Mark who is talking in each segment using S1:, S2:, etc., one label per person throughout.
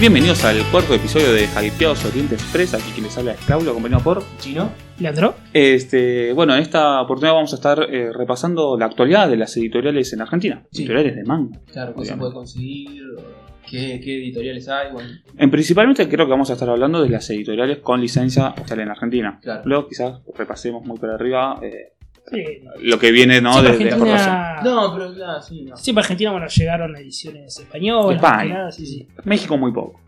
S1: Bienvenidos al cuarto episodio de Hypeados Oriente Express. Aquí quien les habla es Claudio, acompañado por Gino.
S2: Leandro.
S1: Este, bueno, en esta oportunidad vamos a estar eh, repasando la actualidad de las editoriales en Argentina.
S3: Sí.
S1: Editoriales de manga.
S3: Claro, qué se
S1: Obviamente.
S3: puede conseguir, o qué, qué editoriales hay, bueno,
S1: En principalmente creo que vamos a estar hablando de las editoriales con licencia oficial en Argentina.
S3: Claro.
S1: Luego quizás repasemos muy por arriba eh,
S2: Sí,
S1: lo que viene ¿no?
S2: siempre,
S1: de, de exportación.
S2: Argentina,
S3: No, pero claro, Ah. sí, no.
S2: siempre Argentina, bueno, llegaron ediciones españolas.
S1: España.
S2: más que nada, sí, sí.
S1: México muy poco.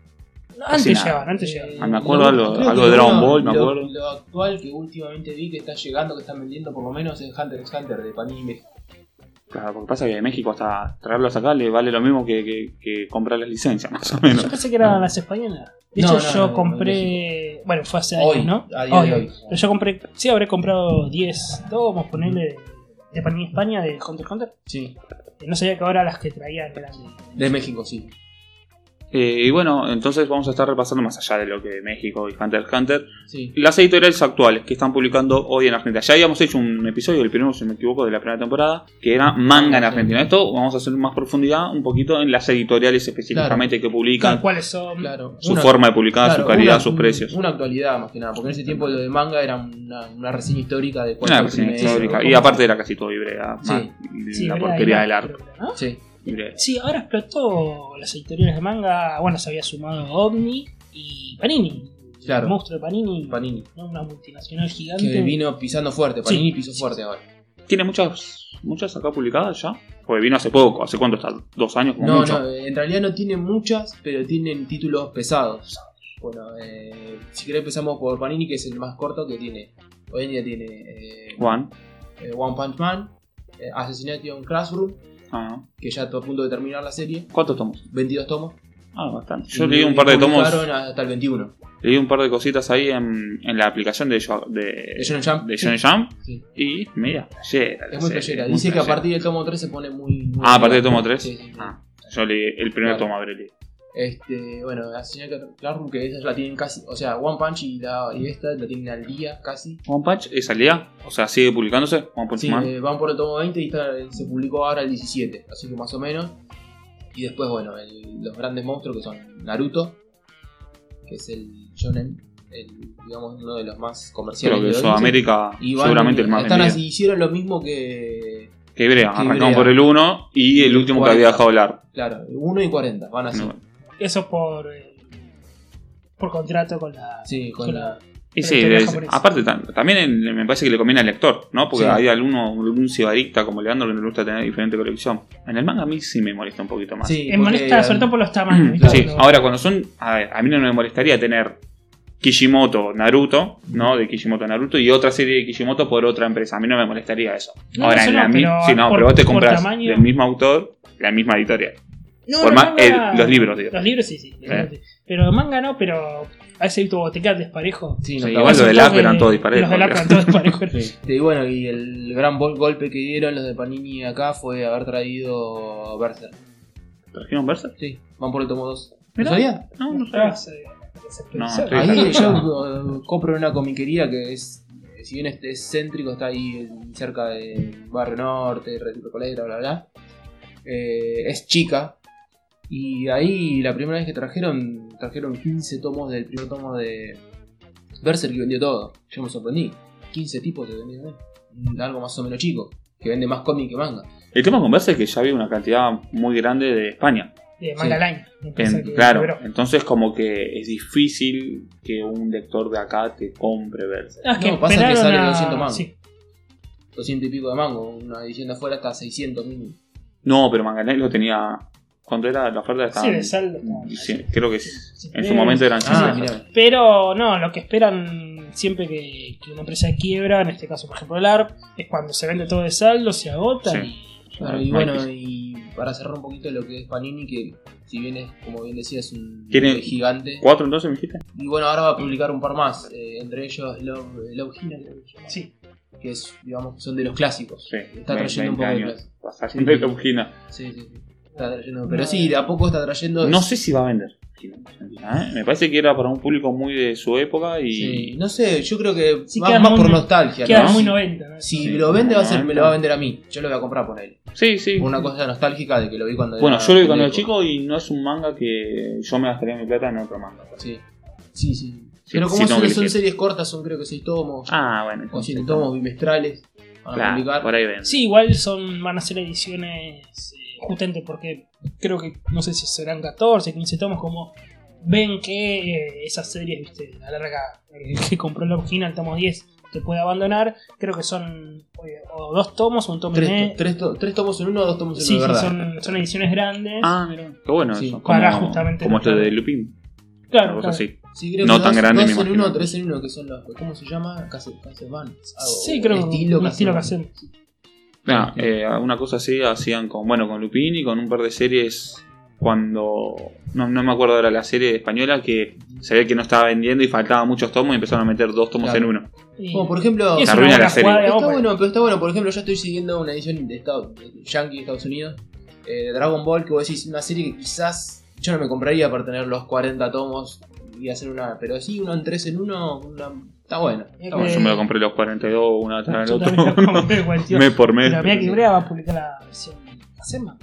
S1: Casi
S2: Antes
S1: nada.
S2: llegaban, antes llegaban.
S1: Ah, me acuerdo
S3: Eh, lo-
S1: algo-
S3: creo que
S1: algo de
S3: lo-
S1: Dragon Ball, me
S3: lo-
S1: acuerdo.
S3: Lo actual que últimamente vi que está llegando, que están vendiendo por lo menos en Hunter x Hunter de Panini México.
S1: Claro, porque pasa que de México hasta traerlos acá le vale lo mismo que, que- que comprar las licencias, más o menos.
S2: Yo pensé que eran
S1: No.
S2: las españolas. De
S3: No,
S2: hecho,
S3: no,
S2: yo
S3: no,
S2: compré. bueno, fue hace
S3: Hoy,
S2: años, ¿no?
S3: a día de hoy.
S2: Pero yo compré. Sí, habré comprado 10 tomos, ponerle. De Panini España, de Hunter x Hunter.
S3: Sí,
S2: No sabía que ahora las que traían eran de-
S3: de México, sí.
S1: Eh, y bueno, entonces vamos a estar repasando más allá de lo que México y Hunter x Hunter.
S3: Sí,
S1: Las editoriales actuales que están publicando hoy en Argentina. Ya habíamos hecho un episodio, el primero, si no me equivoco, de la primera temporada, que era manga en Argentina. Esto vamos a hacer más profundidad un poquito en las editoriales específicamente que publican,
S2: ¿Cuáles son?
S3: claro.
S1: su
S3: Una-
S1: forma de publicar,
S3: claro,
S1: su calidad,
S3: una-
S1: sus precios.
S3: Una actualidad más que nada, porque en ese tiempo lo de manga era una, una reseña histórica de cuál
S1: Una
S3: fue el
S1: versión
S3: primero,
S1: histórica.
S3: cómo-
S1: Y aparte era casi todo Ibrea,
S3: Sí.
S1: más
S2: Sí,
S1: la
S2: ¿verdad?
S1: porquería
S2: Ahí
S1: del
S2: va,
S1: arte.
S2: creo, ¿no?
S3: Sí,
S1: Ibrea.
S2: Sí, ahora explotó las editoriales de manga. Bueno, se había sumado OVNI y Panini.
S3: Claro.
S2: El monstruo de Panini.
S3: Panini.
S2: ¿no? Una multinacional gigante.
S3: Que vino pisando fuerte,
S2: Sí.
S3: Panini pisó
S2: Sí,
S3: fuerte ahora.
S1: Tiene muchas, muchas acá publicadas ya. Porque vino hace poco, hace cuánto está, dos años como
S3: No,
S1: mucho.
S3: no, en realidad no tienen muchas, pero tienen títulos pesados. Bueno, eh, si querés empezamos por Panini, que es el más corto que tiene. Hoy en día tiene eh,
S1: Juan.
S3: eh, One Punch Man, eh, Assassination Classroom,
S1: Ah,
S3: que ya está a punto de terminar la serie,
S1: ¿Cuántos tomos?
S3: 22 tomos.
S1: Ah, bastante. Yo
S3: Y
S1: leí un par de tomos.
S3: publicaron hasta el 21.
S1: Leí un par de cositas ahí en, en la aplicación de, Yo-
S3: De
S1: de,
S3: Shonen Jump.
S1: Eh, de Shonen Jump.
S3: Sí.
S1: Y mira, playera. la
S3: Es muy
S1: serie,
S3: playera.
S1: muy
S3: Dice que a
S1: playera.
S3: partir del tomo 3 se pone muy... muy
S1: Ah, a partir del
S3: buena.
S1: tomo 3.
S3: Sí, sí, sí.
S1: Ah, yo leí el primer
S3: Claro.
S1: tomo, habré leído.
S3: Este, bueno, Assassination Classroom, que esas la tienen casi... O sea, One Punch y, la, y esta la tienen al día casi.
S1: One Punch es al día, o sea, sigue publicándose. One Punch
S3: Sí,
S1: Man.
S3: eh, van por el tomo 20 y está- se publicó ahora el 17, así que más o menos. Y después, bueno, el- los grandes monstruos que son Naruto, que es el shonen, el, digamos uno de los más comerciales.
S1: Creo que
S3: de hoy,
S1: Sudamérica,
S3: sí. Y van-
S1: seguramente el más
S3: están
S1: vendido.
S3: así, hicieron lo mismo que,
S1: Que Ibrea,
S3: que
S1: arrancamos
S3: Ibrea.
S1: por el 1 y el último que
S3: Cuarenta.
S1: había dejado hablar.
S3: claro, 1 y 40, van así.
S2: Eso por. eh, por contrato con la.
S3: Sí, con la...
S1: Y
S2: Pero
S1: sí,
S3: este
S2: historia
S1: es-
S2: japonesa.
S1: aparte tam- también en- me parece que le conviene al lector, ¿no? Porque
S3: Sí.
S1: hay alguno, algún cibarista como Leandro que le gusta tener diferente colección. En el manga a mí sí me molesta un poquito más.
S3: Sí,
S2: Me
S3: porque,
S2: molesta,
S3: eh,
S2: sobre todo por los tamaños. ¿viste?
S1: Sí,
S2: Cuando-
S1: ahora cuando son. A, ver, a mí no me molestaría tener Kishimoto Naruto, ¿no? De Kishimoto Naruto y otra serie de Kishimoto por otra empresa. A mí no me molestaría eso.
S2: No,
S1: ahora,
S2: eso
S1: en la
S2: no,
S1: mi-
S2: pero
S1: sí, no,
S2: por-
S1: pero vos te
S2: por
S1: compras
S2: tamaño.
S1: del mismo autor, la misma editorial.
S2: No,
S1: por
S2: no,
S1: más-
S2: manga-
S1: el- los libros, Eh. digo.
S2: Los libros sí, sí. obviamente. Pero manga no, pero. A veces hay tu botecas desparejo.
S1: Sí,
S3: sí, no está
S1: igual
S3: bueno.
S1: lo
S2: Esos
S1: del
S2: dos
S1: app eran todos disparejos.
S2: Los del app eran todos disparejos.
S3: Este, y bueno, y el gran bol- golpe que dieron los de Panini acá fue haber traído Berserk.
S1: ¿Trajeron Berserk?
S3: Sí, van por el tomo 2. ¿No
S2: Mirá.
S3: sabías?
S1: No, no sé.
S2: Estabas, eh, desesperizado.
S1: Sí,
S3: Ahí
S1: claro.
S3: yo eh, compro en una comiquería que es, si bien es, es céntrico, está ahí en- cerca de Barrio Norte, Re- Recoleta, bla, bla. Eh, es chica. Y ahí la primera vez que trajeron, trajeron 15 tomos del primer tomo de Berserk que vendió todo. Yo me sorprendí. 15 tipos te vendieron eh. algo más o menos chico, que vende más cómic que manga.
S1: El tema con Berserk es que ya había una cantidad muy grande de España.
S2: de manga
S3: Sí.
S2: line. me
S1: En-
S2: parece que
S1: claro,
S2: liberó.
S1: entonces como que es difícil que un lector de acá te compre Berserk.
S2: Ah, es que
S3: No, pasa que
S2: esperaron
S3: sale
S2: a-
S3: 200 mangos.
S2: sí.
S3: 200 y pico de mango, una edición de afuera está 600 mínimo.
S1: No, pero Manganel lo tenía... Cuando era la oferta estaba...
S2: Sí, de saldo. no.
S1: sí, creo que sí. en su
S2: Eh,
S1: momento eran 60.
S3: Ah, mirá.
S2: Pero no, lo que esperan siempre que, que una empresa quiebra, en este caso por ejemplo el ARP, es cuando se vende todo de saldo, se agota
S1: Sí.
S2: y
S3: Claro, y bueno, y para cerrar un poquito lo que es Panini, que si bien es, como bien decía, es un
S1: Tiene
S3: gigante.
S1: ¿Cuatro entonces me dijiste?
S3: Y bueno, ahora va a publicar un par más, eh, entre ellos Love, Love Hina, creo que se llama,
S2: sí.
S3: que es, digamos, son de los clásicos.
S1: Sí,
S3: Está trayendo
S1: 20
S3: un poco de
S1: años.
S3: clásico.
S1: Pasando de la ujina.
S3: Sí, sí, sí. está trayendo. Pero sí, de a poco está trayendo.
S1: No sé si va a vender. ¿Eh? Me parece que era para un público muy de su época y.
S3: Sí, no sé, yo creo que
S2: Sí,
S3: va
S2: queda
S3: más
S2: muy-
S3: por nostalgia.
S2: Queda
S3: ¿no?
S2: muy 90, ¿no?
S3: Si
S1: Sí,
S3: lo vende, va a ser, me lo va a
S1: noventa.
S3: vender a mí. Yo lo voy a comprar por él.
S1: Sí, sí.
S3: Una cosa nostálgica de que lo vi cuando
S1: Bueno,
S3: era
S1: yo lo vi cuando era
S3: pendejo.
S1: chico y no es un manga que yo me gastaría mi plata en otro manga.
S3: Sí, sí. sí. Pero
S1: Sí,
S3: como
S1: sí, tengo
S3: son,
S1: que
S3: son
S1: elegir.
S3: series cortas, son creo que 6 tomos
S1: Ah, bueno.
S3: o 7
S1: entonces,
S3: tomos bimestrales para
S1: claro,
S3: publicar.
S1: por ahí ven.
S2: Sí, igual son, van a ser ediciones eh, justamente porque creo que, no sé si serán 14, 15 tomos, como ven que eh, esas series, viste, a la larga, el que compró la original, tomo 10, te puede abandonar, creo que son eh, o dos tomos o un tomo y
S3: Tres,
S2: medio.
S3: to- tres to- tres tomos en uno, dos tomos en
S2: Sí,
S3: uno,
S2: sí,
S3: ¿verdad?
S2: son, son ediciones grandes.
S1: Ah, mira. Qué bueno
S3: Sí,
S1: eso.
S2: para
S1: como,
S2: justamente
S1: Como
S2: mostrar-
S1: este de Lupin. Una
S2: claro,
S1: cosa
S2: claro.
S1: así.
S3: Sí, creo
S1: No
S3: que
S1: tan
S3: dos,
S1: grande,
S3: dos
S1: me
S3: en
S1: imagino.
S3: uno, tres en uno, que son los. ¿Cómo se llama? Case- Casevans, algo,
S2: Sí, creo que un estilo, que
S3: Casevans.
S2: hacen.
S1: Nada, eh, una cosa así hacían con, bueno, con Lupin y con un par de series cuando. No, no me acuerdo ahora la serie española que se ve que no estaba vendiendo y faltaban muchos tomos y empezaron a meter dos tomos
S3: Claro.
S1: en uno.
S2: Y-
S3: Como por ejemplo.
S2: y es
S1: Te
S2: una
S1: arruina
S2: buena
S1: la serie.
S2: jugada de
S3: Está
S2: Opa.
S3: bueno, pero está bueno. Por ejemplo, yo estoy siguiendo una edición de Estados, de Yankee de Estados Unidos, eh, de Dragon Ball, que vos decís, una serie que quizás yo no me compraría para tener los 40 tomos y hacer una. Pero sí, uno en 3 en uno, una- está bueno.
S2: Eh,
S3: Está
S1: Bueno,
S3: bueno.
S1: yo me lo compré los 42, una atrás del
S2: Yo también la
S1: otro.
S2: compré, igual, tío.
S1: mes por mes.
S2: Pero mira que Ibrea va a publicar la versión la semana.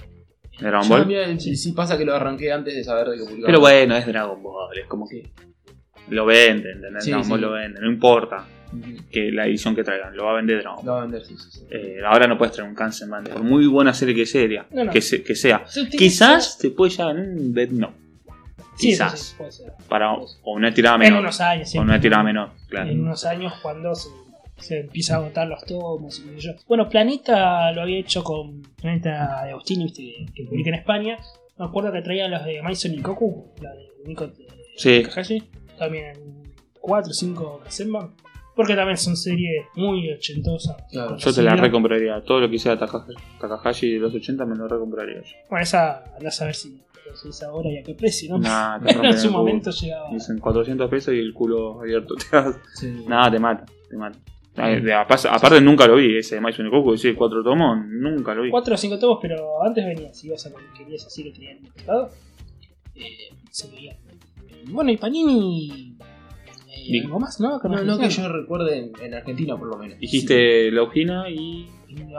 S1: ¿De Dragon
S3: Yo
S1: Ball.
S3: también, sí. sí pasa que lo arranqué antes de saber de que publicaba.
S1: Pero bueno, es Dragon Ball, es como que
S3: Sí.
S1: lo venden, ¿entendés?
S3: Sí,
S1: Dragon
S3: sí.
S1: Ball lo venden, no importa
S3: Ujú.
S1: que la edición que traigan, lo va a vender Dragon
S3: Lo
S1: Ball.
S3: va a vender, sí, sí, sí.
S1: Eh, ahora no puedes traer un Kansenman, por muy buena serie que, seria,
S2: No, no.
S1: Que, se- que sea. Quizás te puede llegar un Dead Note,
S2: Sí, eso
S1: quizás.
S2: sí, puede ser.
S1: para, o una tirada
S2: En
S1: menor.
S2: unos años,
S1: o
S2: siempre.
S1: una tirada menor, claro.
S2: En unos años cuando se, se empieza a agotar los tomos y qué sé yo. Bueno, Planeta lo había hecho con Planeta de Agostini, viste, que publica en España. Me acuerdo que traía los de Maison y Koku, la de Nico
S1: Sí,
S2: Takahashi, también 4 o 5 Kazenban. Porque también son series muy ochentosas.
S3: Claro,
S1: yo
S2: Con
S1: te la
S2: posibilidad-
S1: recompraría. Todo lo que sea Taka- Takahashi de los 80 me lo recompraría yo.
S2: Bueno, esa, andá a saber si lo seguís ahora y a qué precio, ¿no?
S1: Nah, te
S2: Pero
S1: rompen
S2: en
S1: el
S2: su
S1: culo.
S2: momento llegaba.
S1: Dicen 400 pesos y el culo abierto te das.
S3: Sí.
S1: Nada, te mata, te mata. Ay, de- aparte, aparte nunca lo vi, ese de Maison y Coco, ese de cuatro tomos, nunca lo vi.
S2: 4 o 5 tomos, pero antes venías, ibas a lo que querías así que tenían mercado. Eh, se veía. Bueno, y Panini. eh,
S1: Bien.
S2: algo más, ¿no? Con
S3: No, no que
S2: Argentina.
S3: yo recuerde en, en Argentina, por lo menos.
S1: Dijiste la Ojina y.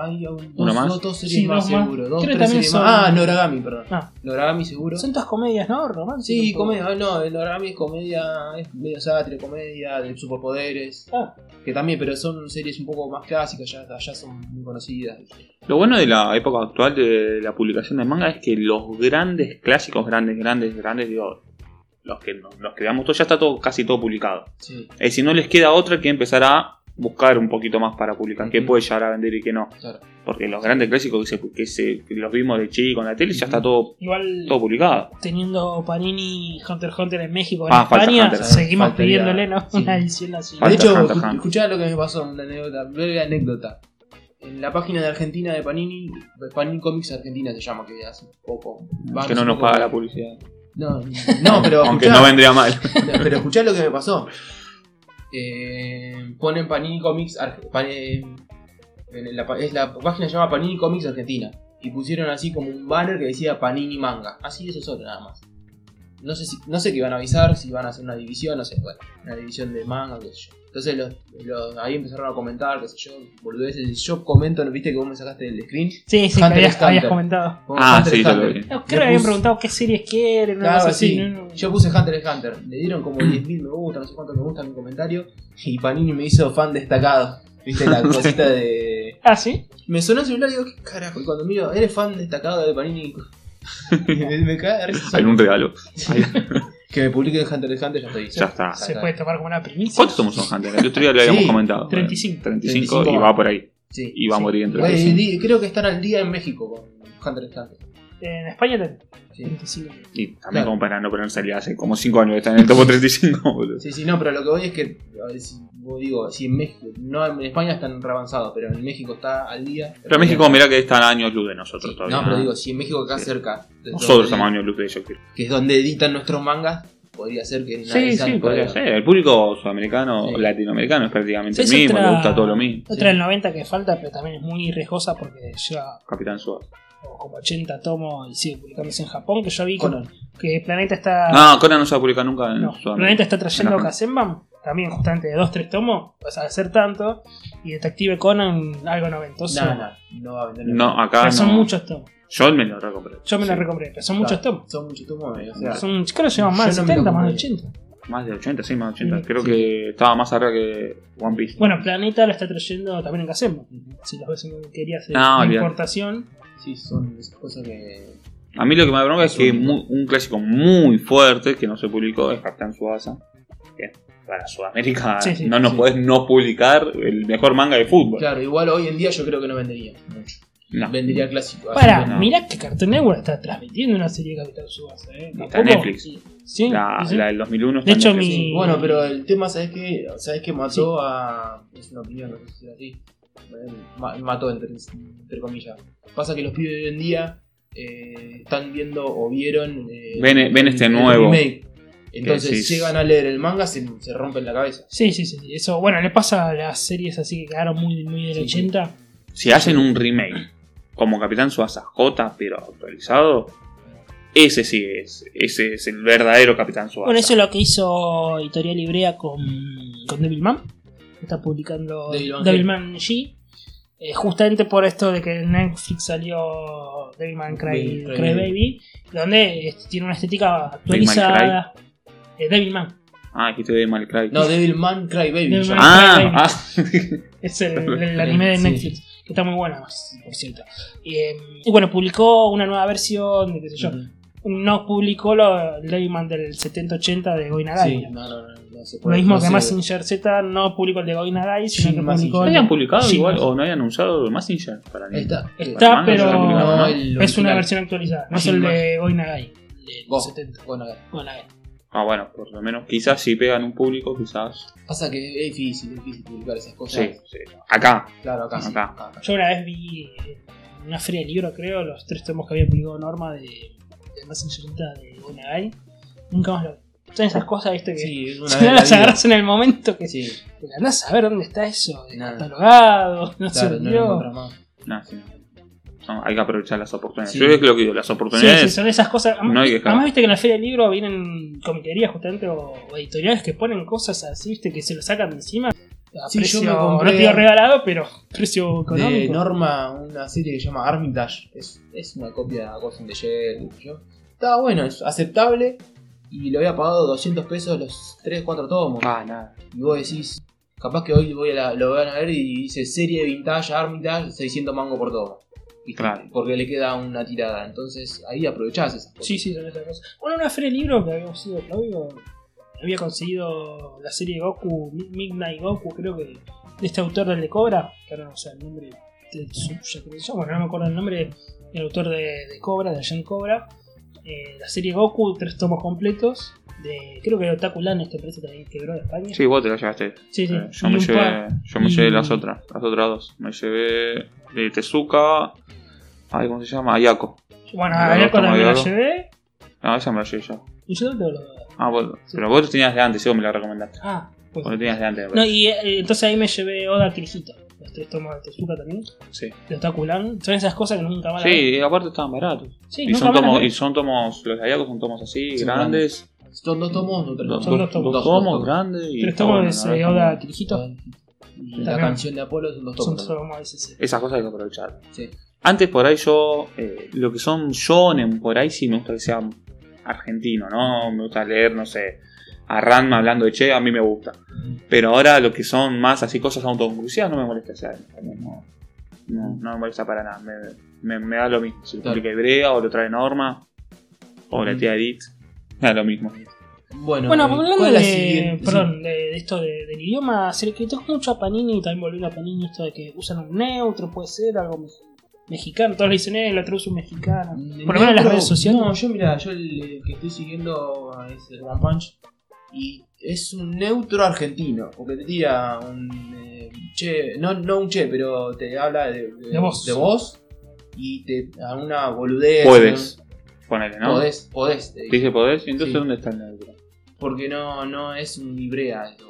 S3: Hay un-
S1: ¿Una
S3: dos,
S1: más?
S3: dos, dos series
S2: Sí,
S3: más
S2: dos más.
S3: seguro. Dos,
S2: Creo que
S3: tres
S2: también
S3: series
S2: son-
S3: más. Ah, Noragami, perdón.
S2: Ah,
S3: Noragami seguro.
S2: son todas comedias, ¿no? Románticas.
S3: Sí,
S2: un poco.
S3: comedia, no, el Noragami es comedia, es medio sátiro, comedia de superpoderes,
S2: Ah,
S3: que también, pero son series un poco más clásicas, ya, ya son muy conocidas.
S1: Lo bueno de la época actual de la publicación de manga es que los grandes clásicos, grandes, grandes, grandes, digo, los que no- los que veamos todos, ya está todo, casi todo publicado.
S3: Sí,
S1: Es Eh, si no les queda otra que empezar a buscar un poquito más para publicar, qué
S3: Ujú.
S1: puede llegar a vender y qué no.
S3: claro.
S1: Porque los grandes clásicos que, se, que se- que los vimos de chico en la tele, ya está
S3: Ujú.
S1: todo,
S2: igual
S1: todo publicado.
S2: teniendo Panini Hunter x Hunter en México en
S1: Ah, falta
S2: España,
S1: Hunter,
S2: seguimos
S3: faltaría-
S2: pidiéndole, ¿no?
S3: sí.
S2: Una edición así.
S1: Falta
S3: de hecho,
S1: Hunter,
S3: escu-
S1: Hunter.
S3: escuchá lo que me pasó, una anécdota, breve anécdota. En la página de Argentina de Panini, Panini Comics Argentina se llama, que hace poco. va,
S1: que no nos
S3: hace poco-
S1: paga la publicidad.
S3: No, no, pero
S1: Aunque
S3: escuchá.
S1: no vendría mal.
S3: No, Pero escuchá lo que me pasó. Eh, ponen Panini Comics. Arge- Pan- eh, en la, pa- es la página se llama Panini Comics Argentina. Y pusieron así como un banner que decía Panini Manga. Así eso solo, nada más. No sé, si, no sé qué van a avisar, si van a hacer una división, no sé, bueno, una división de manga, qué sé yo. Entonces los, los- ahí empezaron a comentar, qué sé yo, boludeces. Yo comento, ¿no viste que vos me sacaste el screen?
S2: Sí, sí, que
S3: Hunter
S2: habías,
S3: x Hunter.
S2: habías comentado.
S3: Como
S1: Ah,
S3: Hunter
S1: sí,
S3: x
S1: te lo
S3: Hunter.
S1: vi.
S2: No, creo que habían
S3: puse-
S2: preguntado qué series quieren, una
S3: Claro,
S2: cosa así.
S3: sí.
S2: ¿no?
S3: Yo puse Hunter x Hunter, le dieron como 10.000 me gusta, no sé cuánto me gusta en mi comentario, y Panini me hizo fan destacado. ¿Viste la cosita de.?
S2: Ah, sí.
S3: Me sonó el celular y digo, ¿qué carajo? Y cuando miro, eres fan destacado de Panini. me, me cae de risa.
S1: Algún regalo.
S3: Que me publique el Hunter x Hunter, ya estoy.
S1: Ya está.
S2: Se puede tomar como una primicia.
S1: ¿Cuántos tomos son Hunter? El otro día lo habíamos
S3: Sí,
S1: comentado.
S2: 35.
S1: 35 y
S3: 35.
S1: va por ahí.
S3: Sí.
S1: Y va a
S2: Sí.
S1: morir entre
S3: Güey,
S1: 35.
S3: di- creo que están al día en México con Hunter x Hunter.
S2: En España también.
S3: Sí.
S2: 25.
S1: Y también
S3: Claro.
S1: como para no ponerse al día hace como 5 años que está en el topo 35, boludo.
S3: Sí, sí, no, pero lo que voy es que, a ver, si, vos digo, si en México, no en España están re avanzados, pero en México está al día.
S1: Pero México, mirá que están años luz de nosotros
S3: Sí,
S1: todavía.
S3: No, pero
S1: ¿eh?
S3: digo, si en México acá
S1: Sí.
S3: cerca, de
S1: nosotros
S3: donde-
S1: estamos años luz de ellos, creo.
S3: que es donde editan nuestros mangas, podría ser que en una de
S1: Sí,
S3: esas
S1: sí, podría
S3: pueda-
S1: ser. El público sudamericano,
S3: Sí.
S1: latinoamericano es prácticamente el
S2: Es
S1: mismo,
S2: otra-
S1: le gusta todo lo mismo.
S2: Otra del 90 que falta, pero también es muy riesgosa porque lleva
S1: Capitán Suárez.
S2: o como 80 tomos y sigue publicándose en Japón, que yo vi que,
S3: Conan.
S2: que Planeta está...
S1: No, Conan no se va a publicar nunca en
S2: Ah. No,
S1: Sudamérica.
S2: Planeta está trayendo
S1: Ajá.
S2: a Kazenbaum, también justamente de 2-3 tomos, vas a hacer tanto, y Detective Conan algo noventoso.
S3: No, no, no va a vender.
S1: No, acá
S2: Pero son
S1: Ah, no.
S2: muchos tomos.
S1: Yo me lo recompré.
S2: Yo me lo
S1: Sí.
S2: recompré, pero son muchos tomos.
S3: Son muchos tomos, o sea.
S2: Son, creo que llevan más de
S3: Yo no me lo
S2: 70, más de
S3: compré.
S2: 80.
S1: Más de 80, sí, más de 80.
S2: Sí,
S1: Creo
S3: sí.
S1: que estaba más arriba que One Piece.
S2: Bueno, Planeta lo está trayendo también en Kazenbaum. Si los ves en querías de
S1: No,
S2: de
S1: olvidate.
S2: importación,
S3: Sí, son esas cosas que.
S1: A mí lo que me bronca es
S3: Es
S1: que
S3: un-
S1: mu- un clásico muy fuerte que no se publicó es Captain Suasa. Para Sudamérica
S2: Sí, sí,
S1: no nos
S3: sí.
S1: podés no publicar el mejor manga de fútbol.
S3: Claro, igual hoy en día yo creo que no vendería mucho.
S1: No.
S3: Vendería clásico. así
S2: Para,
S3: que
S1: no.
S2: mirá que Cartoon Network está transmitiendo una serie de Capitán Subasa, ¿eh?
S1: Está en
S2: Tampoco-
S1: Netflix.
S2: Sí, sí,
S1: La,
S2: sí.
S1: la del 2001
S2: De
S1: está en
S2: hecho,
S1: Netflix.
S2: mi-
S3: Sí, bueno, pero el tema, ¿sabes qué? ¿Sabes qué mató a. Es una opinión, no sé si es así. Ma- Mató, entre, entre comillas. Pasa que los pibes de hoy en día eh, están viendo o vieron. eh,
S1: Ven-
S3: el-
S1: ven este
S3: el
S1: nuevo.
S3: remake. Entonces
S1: decís?
S3: llegan a leer el manga, se, se rompen la cabeza.
S2: Sí, sí, sí, sí. Eso, bueno, le pasa a las series así que quedaron muy, muy del
S3: Sí, sí.
S2: 80.
S1: Si hacen un remake como Capitán Suasa J, pero actualizado, ese sí es. Ese es el verdadero Capitán Suasa.
S2: Bueno, eso es lo que hizo Editorial Ibrea con, con Devilman. Está publicando
S3: Devilman
S2: Devilman,
S3: G.
S2: G. Eh, justamente por esto de que en Netflix salió Devilman Cry,
S3: Devil Cry
S2: Cry
S3: Baby.
S2: Baby, donde eh, tiene una estética actualizada. Eh, Devilman.
S1: Ah, dijiste de Malcry.
S3: No, Devilman Crybaby.
S2: Devilman
S3: ya.
S1: ah,
S2: Cry
S1: ah.
S2: Es el, el anime de
S3: Sí.
S2: Netflix. Que está muy buena, más, por cierto. Y, eh, y bueno, publicó una nueva versión, de qué sé yo.
S3: Ujú.
S2: No publicó lo, el Devilman del 70-80 de Goy Nagai.
S3: Ah, Sí, no, no, no, no se
S2: Lo
S3: puede.
S2: mismo
S3: Pues, no
S2: que
S3: se-
S2: Massinger Z no publicó el de Goy Nagai, sino
S3: Sí,
S2: que
S3: Mazinger.
S2: publicó
S1: ¿No
S2: el-
S1: habían publicado
S2: Sí,
S1: igual
S2: no.
S1: o no habían anunciado Massinger para mí?
S3: Ahí está.
S2: Está,
S1: Para el manga
S2: pero-
S1: ya lo publicaron,
S3: No,
S1: ¿no?
S3: el
S2: Es una
S3: original.
S2: versión actualizada, no es
S3: Sí,
S2: el
S3: más.
S2: de Goy Nagai. Del
S3: Go,
S2: 70.
S3: Go Nagai.
S2: Goy Nagai.
S1: Ah, bueno, por lo menos quizás si pegan un público, quizás.
S3: Pasa que es difícil, es difícil publicar esas cosas.
S1: Sí, sí. Acá.
S3: Claro, acá. sí,
S1: Acá.
S3: acá, acá.
S2: Yo una vez vi eh, en una feria de libros, creo, los tres tomos que había publicado Norma de, de Mazinger Z de Goy Nagai. Nunca más lo vi. Son esas cosas, viste, que
S3: Sí, es una
S2: si
S3: vez
S2: no
S3: en
S2: las
S3: la vida.
S2: agarras en el momento que
S3: Sí,
S2: Pero andás a saber dónde está eso, de
S3: Nada.
S2: catalogado, no se
S3: claro, no lo
S2: vendió.
S3: encontrás más.
S1: Nah, sí. No, hay que aprovechar las oportunidades.
S3: Sí.
S1: Yo creo que lo que digo, las
S2: Sí, sí,
S1: oportunidades.
S2: son esas cosas. Además,
S1: No hay que dejar.
S2: además, viste que en la feria del libro vienen comiquerías justamente o, o editoriales que ponen cosas así, viste, que se lo sacan de encima. A
S3: Sí, yo
S2: precio,
S3: me compré-
S2: no te digo regalado, pero precio
S3: de
S2: económico.
S3: Norma una serie que se llama Armitage. Es, es una copia de Ghost in the Shell. qué sé yo. Estaba bueno, es aceptable. Y lo había pagado 200 pesos los 3, 4 tomos.
S1: Ah, nada.
S3: Y vos decís, capaz que hoy voy a la- lo van a ver y dice serie vintage Armitage, 600 mango por tomo. Y
S1: Claro.
S3: Porque le queda una tirada. Entonces ahí aprovechás esas cosas.
S2: Sí, sí, son esas cosas. Bueno, una feria del libro que habíamos ido, Claudio, había conseguido la serie Goku, Mi- Midnight Goku, creo que, de este autor del de Cobra, que ahora no sé el nombre, Tetsuya, creo que se llama, bueno, no me acuerdo el nombre, el autor de, de Cobra, de Jean Cobra, Eh, la serie Goku, tres tomos completos, de, creo que Otaku Lan, este precio también quebró de España.
S1: Sí, vos te la llevaste.
S2: sí, sí.
S1: Eh, yo
S2: y
S1: me
S2: un
S1: llevé,
S2: par-
S1: yo me
S2: y-
S1: llevé las otras, las otras dos. Me llevé de Tezuka. Ay, ¿cómo se llama? Ayako.
S2: Bueno,
S1: Mira,
S2: a
S1: no,
S2: con la
S1: toma,
S2: me la
S1: Diego.
S2: llevé,
S1: No, esa me la llevé yo.
S2: y yo no tengo la-
S1: Ah, vos,
S2: Sí.
S1: pero vos lo tenías de antes, sí, vos me la recomendaste.
S2: Ah, pues.
S1: Vos lo tenías de antes. me
S2: No,
S1: parece.
S2: y eh, entonces ahí me llevé Oda Kirihito, los tres tomos de Tezuka también.
S1: sí.
S2: de Otaculan. Son esas cosas que nunca van a ver.
S1: sí, y aparte estaban baratos.
S2: Sí,
S1: Y
S2: nunca
S1: son,
S2: van a
S1: tomos,
S2: ver.
S1: y son tomos, los de Ayako son tomos así,
S3: Sí,
S1: grandes.
S3: Son dos tomos o tres
S1: Dos,
S3: tomos.
S2: Son
S1: dos-
S2: dos tomos.
S1: dos tomos, grandes. Y
S2: Tres
S1: está
S2: tomos
S1: bueno, la verdad,
S2: de ese
S1: está muy
S2: Oda
S1: bueno.
S2: Kirihito.
S3: Y la
S2: También.
S3: canción de Apolo son dos
S2: Son
S3: tomos.
S2: tomos de ese.
S1: Esas cosas hay que aprovechar.
S3: Sí.
S1: Antes por ahí yo, eh, lo que son shonen por ahí sí me gusta que sean argentino, ¿no? Me gusta leer, no sé, a Ranma hablando de Che, a mí me gusta. Pero ahora lo que son más así cosas autoconclusivas no me molesta. O sea, no, no, no me molesta para nada. Me, me- me da lo mismo. Si lo
S3: Claro.
S1: publica Ibrea o lo trae Norma o la tía Edith, me da lo mismo.
S3: Bueno,
S2: Bueno,
S3: eh,
S2: hablando
S3: ¿cuál es la
S2: de,
S3: siguiente?
S2: perdón, de, de esto de- del idioma, se le criticó mucho a Panini y también volvió a Panini esto de que usan un neutro, puede ser algo me- mexicano. Todos le dicen, eh, la traducción mexicana.
S3: Sí.
S2: Por lo menos en las
S3: Pero-
S2: redes sociales.
S3: No, yo mira, yo el eh, que estoy siguiendo es el One Punch. Y es un neutro argentino. Porque te tira un eh, che, no, no un che, pero te habla de,
S2: De vos.
S3: De vos y te a una boludez.
S1: Puedes. Ponele,
S3: ¿no?
S1: ¿no?
S3: Podés, podés. te
S1: Dice
S3: dice.
S1: podés, y entonces
S3: Sí.
S1: ¿dónde está el neutro?
S3: Porque no, no es un librea. esto.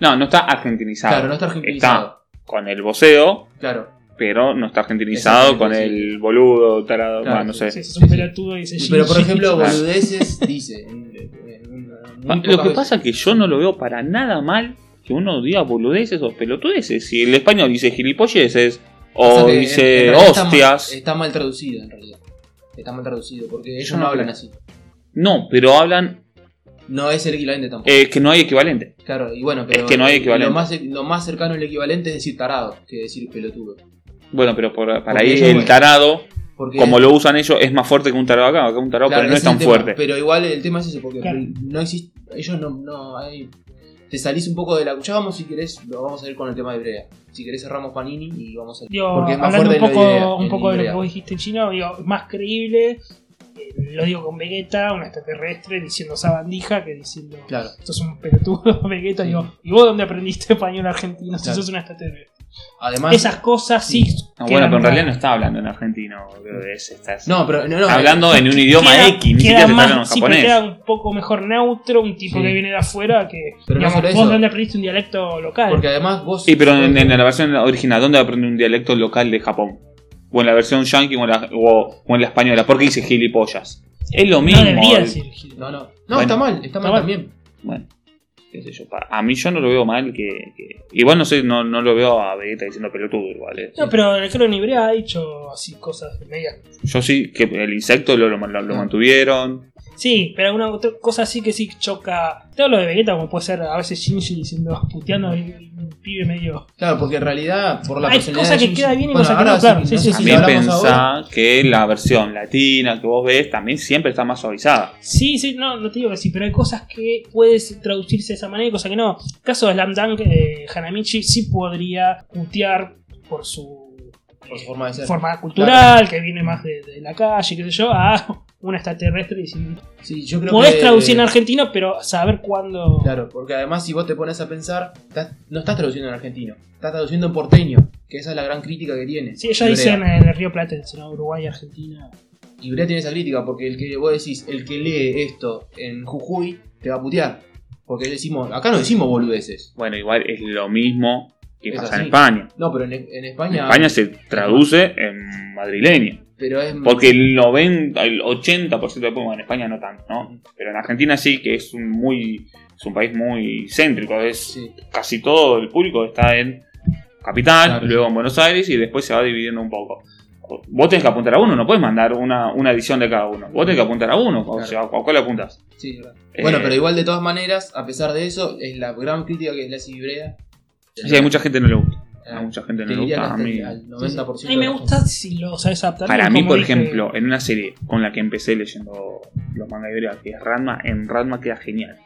S1: No, no está argentinizado.
S3: Claro, no está argentinizado.
S1: Está con el voceo,
S3: Claro.
S1: pero no está argentinizado
S3: Exactamente,
S1: con
S3: sí.
S1: el boludo, tarado,
S3: Claro,
S1: bueno, no sé.
S2: Sí, es un
S3: Eh, Sí, sí.
S2: pelotudo y dice
S3: Y- Pero por
S2: "Gigi".
S3: ejemplo,
S1: Claro.
S3: boludeces dice. en- en una-
S1: Pa-
S3: muy pocas
S1: Ah, Lo que
S3: veces.
S1: pasa es que yo no lo veo para nada mal que uno diga boludeces o pelotudeces. Si el español dice gilipolleces o
S3: Pasa que en- en
S1: Oh, dice
S3: realidad está mal- eh.
S1: hostias,
S3: Está mal traducido en realidad. Está mal traducido porque ellos
S1: Yo
S3: no
S1: no
S3: hablan
S1: creo.
S3: así.
S1: no, pero hablan
S3: No es el equivalente tampoco.
S1: eh, que no hay equivalente.
S3: Claro, y bueno, pero
S1: Es que no hay equivalente.
S3: Lo más, e, lo más cercano al equivalente es decir tarado que decir pelotudo.
S1: Bueno, pero por- para
S3: Porque
S1: ahí
S3: ellos,
S1: el
S3: bueno,
S1: tarado,
S3: Porque
S1: como lo usan ellos, es más fuerte que un tarado acá. Acá un tarado,
S3: claro,
S1: pero no
S3: ese
S1: es tan
S3: el tema,
S1: fuerte.
S3: Pero igual el tema es ese, porque
S2: Claro.
S3: no existe. Ellos no. no hay- te salís un poco de la. Ya vamos, si querés, lo vamos a ir con el tema de Brea. Si querés, cerramos Panini y vamos a.
S2: Digo,
S3: Porque es más
S2: hablando un
S3: fuerte
S2: poco,
S3: la idea,
S2: un
S3: el
S2: poco de lo que
S3: idea.
S2: vos dijiste chino, digo, más creíble, eh, lo digo con Vegeta, un extraterrestre, diciendo sabandija, que diciendo
S3: Claro.
S2: sos un pelotudo, Vegeta, digo, ¿y vos dónde aprendiste español argentino si
S3: Claro.
S2: sos un extraterrestre?
S3: Además.
S2: Esas cosas sí.
S1: No,
S2: quedan
S1: bueno, pero en realidad no
S2: raras.
S1: está hablando en argentino. boludeces, estás-
S3: No, pero. No, eh, no,
S1: está hablando en un idioma
S2: Queda-
S1: X, ni
S2: queda
S1: siquiera te está
S2: más-
S1: hablando en
S2: sí, pero
S1: japonés.
S2: queda un poco mejor neutro, un tipo
S3: Sí.
S2: que viene de afuera, que
S3: Pero no
S2: digamos,
S3: solo
S2: vos
S3: eso.
S2: dónde aprendiste un dialecto local.
S3: Porque además vos.
S1: Sí, pero en, en la versión original, ¿dónde aprende un dialecto local de Japón? O en la versión yankee o en la, o, o en la española. ¿Por qué dice gilipollas? Es lo mismo.
S2: No debería
S1: el-
S2: decir.
S3: No, no. No,
S1: Bueno.
S3: está mal, está mal
S2: mal.
S3: también.
S1: Bueno, qué sé yo. pa- A mí yo no lo veo mal que. que- igual no sé, no, no lo veo a Vegeta diciendo pelotudo igual. eh.
S2: No, pero el Crono Ibrea ha hecho así cosas medias
S1: Yo sí, que el insecto lo, lo- lo- lo
S3: Ah.
S1: mantuvieron.
S2: Sí, pero alguna otra cosa así que sí choca. Todo lo de Vegeta, como puede ser a veces Shinji diciendo, puteando a un un pibe medio.
S3: Claro, porque en realidad, por la
S2: Hay
S3: personalidad
S2: cosas
S3: de
S2: que
S3: Shinji-
S2: queda bien y
S3: Bueno,
S2: cosas que
S3: ahora
S2: no, claro. Sí,
S3: no
S2: sí,
S3: sé
S2: sí.
S3: si
S1: También
S3: lo hablamos ahora.
S1: pensá que la versión latina que vos ves también siempre está más suavizada.
S2: Sí, sí, no, no te digo que sí, pero hay cosas que puedes traducirse de esa manera y cosas que no. El caso de Slam Dunk, eh, Hanamichi sí podría putear por su,
S3: Por su forma de ser.
S2: forma cultural, que viene más de, de la calle, qué sé yo, a un extraterrestre diciendo.
S3: Sí, yo creo
S2: Podés
S3: que-
S2: traducir en argentino, pero saber cuándo.
S3: Claro, porque además si vos te pones a pensar, estás- no estás traduciendo en argentino, estás traduciendo en porteño, que esa es la gran crítica que tiene.
S2: Sí, ellos
S3: Ibrea.
S2: dicen en el Río Platense, ¿no? Uruguay, Argentina.
S3: Y Ibrea tiene esa crítica, porque el que vos decís, el que lee esto en Jujuy, te va a putear. Porque decimos, acá no decimos boludeces.
S1: Bueno, igual es lo mismo que
S3: Es
S1: pasa en
S3: así.
S1: España.
S3: No, pero en, en
S1: En
S3: España...
S1: España se traduce en madrileño.
S3: Pero es...
S1: Porque el 90, el 80% de pueblo en España no tanto, ¿no? Pero en Argentina sí, que es un muy es un país muy céntrico, es
S3: Sí,
S1: casi todo el público está en capital,
S3: Claro.
S1: luego en Buenos Aires y después se va dividiendo un poco. Vos tenés que apuntar a uno, no puedes mandar una, una edición de cada uno. Vos tenés que apuntar a uno, o
S3: Claro.
S1: sea, ¿a cuál apuntas?
S3: sí, es verdad. Bueno,
S1: Eh,
S3: pero igual de todas maneras, a pesar de eso, es la gran crítica que le hace Ibrea.
S1: Sí, hay mucha gente que no le gusta.
S3: Ah,
S1: A mucha gente no
S3: te
S1: le
S3: diría que
S1: gusta. A
S3: hasta
S1: mí,
S3: el- al 90%.
S2: A mí me
S3: de la
S2: gusta si lo sabes adaptar.
S1: para
S2: como
S1: mí por
S2: dije,
S1: ejemplo, en una serie con la que empecé leyendo los manga de Ibrea, que es Ranma, en Ranma queda genial.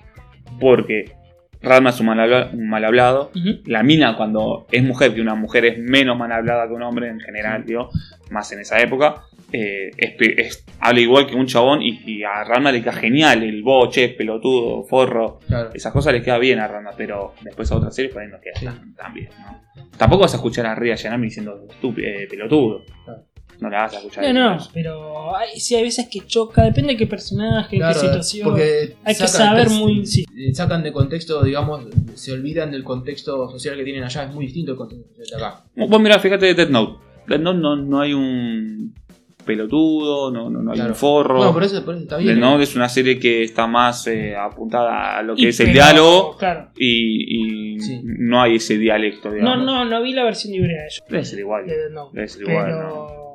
S1: Porque Ranma es un mal, habla- un mal hablado.
S2: ujú,
S1: La mina cuando es mujer, que una mujer es menos mal hablada que un hombre en general, digo, más en esa época, eh, es pe- es- habla igual que un chabón y, y a Ranma le queda genial el boche, pelotudo, forro.
S3: Claro.
S1: Esas cosas le queda bien a Ranma, pero después a otras series por ahí no queda
S3: Sí.
S1: tan, tan bien. ¿no? Tampoco vas a escuchar a Ria Yanami diciendo "Estupi- eh, pelotudo.
S3: Claro.
S1: No la vas a escuchar.
S2: No,
S1: decir
S2: no,
S1: eso.
S2: pero hay, sí hay veces que choca, depende de qué personaje,
S3: Claro, eh,
S2: qué situación.
S3: porque
S2: Hay que
S3: sacan-
S2: saber muy. Sí,
S3: eh, sacan de contexto, digamos, se olvidan del contexto social que tienen allá, es muy distinto el contexto social de acá.
S1: Vos mirá, fíjate de Death Note. Death Note no, no hay un pelotudo, no, no, no hay
S3: Claro.
S1: un forro.
S3: Bueno, por eso, por eso está bien.
S1: Death Note es una serie que está más eh, apuntada a lo que
S2: Y
S1: es el
S2: pero-
S1: diálogo
S2: Claro.
S1: y, y
S3: Sí.
S1: no hay ese dialecto,
S2: No,
S1: digamos.
S2: no, no vi la versión libre de ellos.
S1: Debe ser igual.
S2: de Death Note,
S1: Debe ser igual, ¿no?
S2: Pero.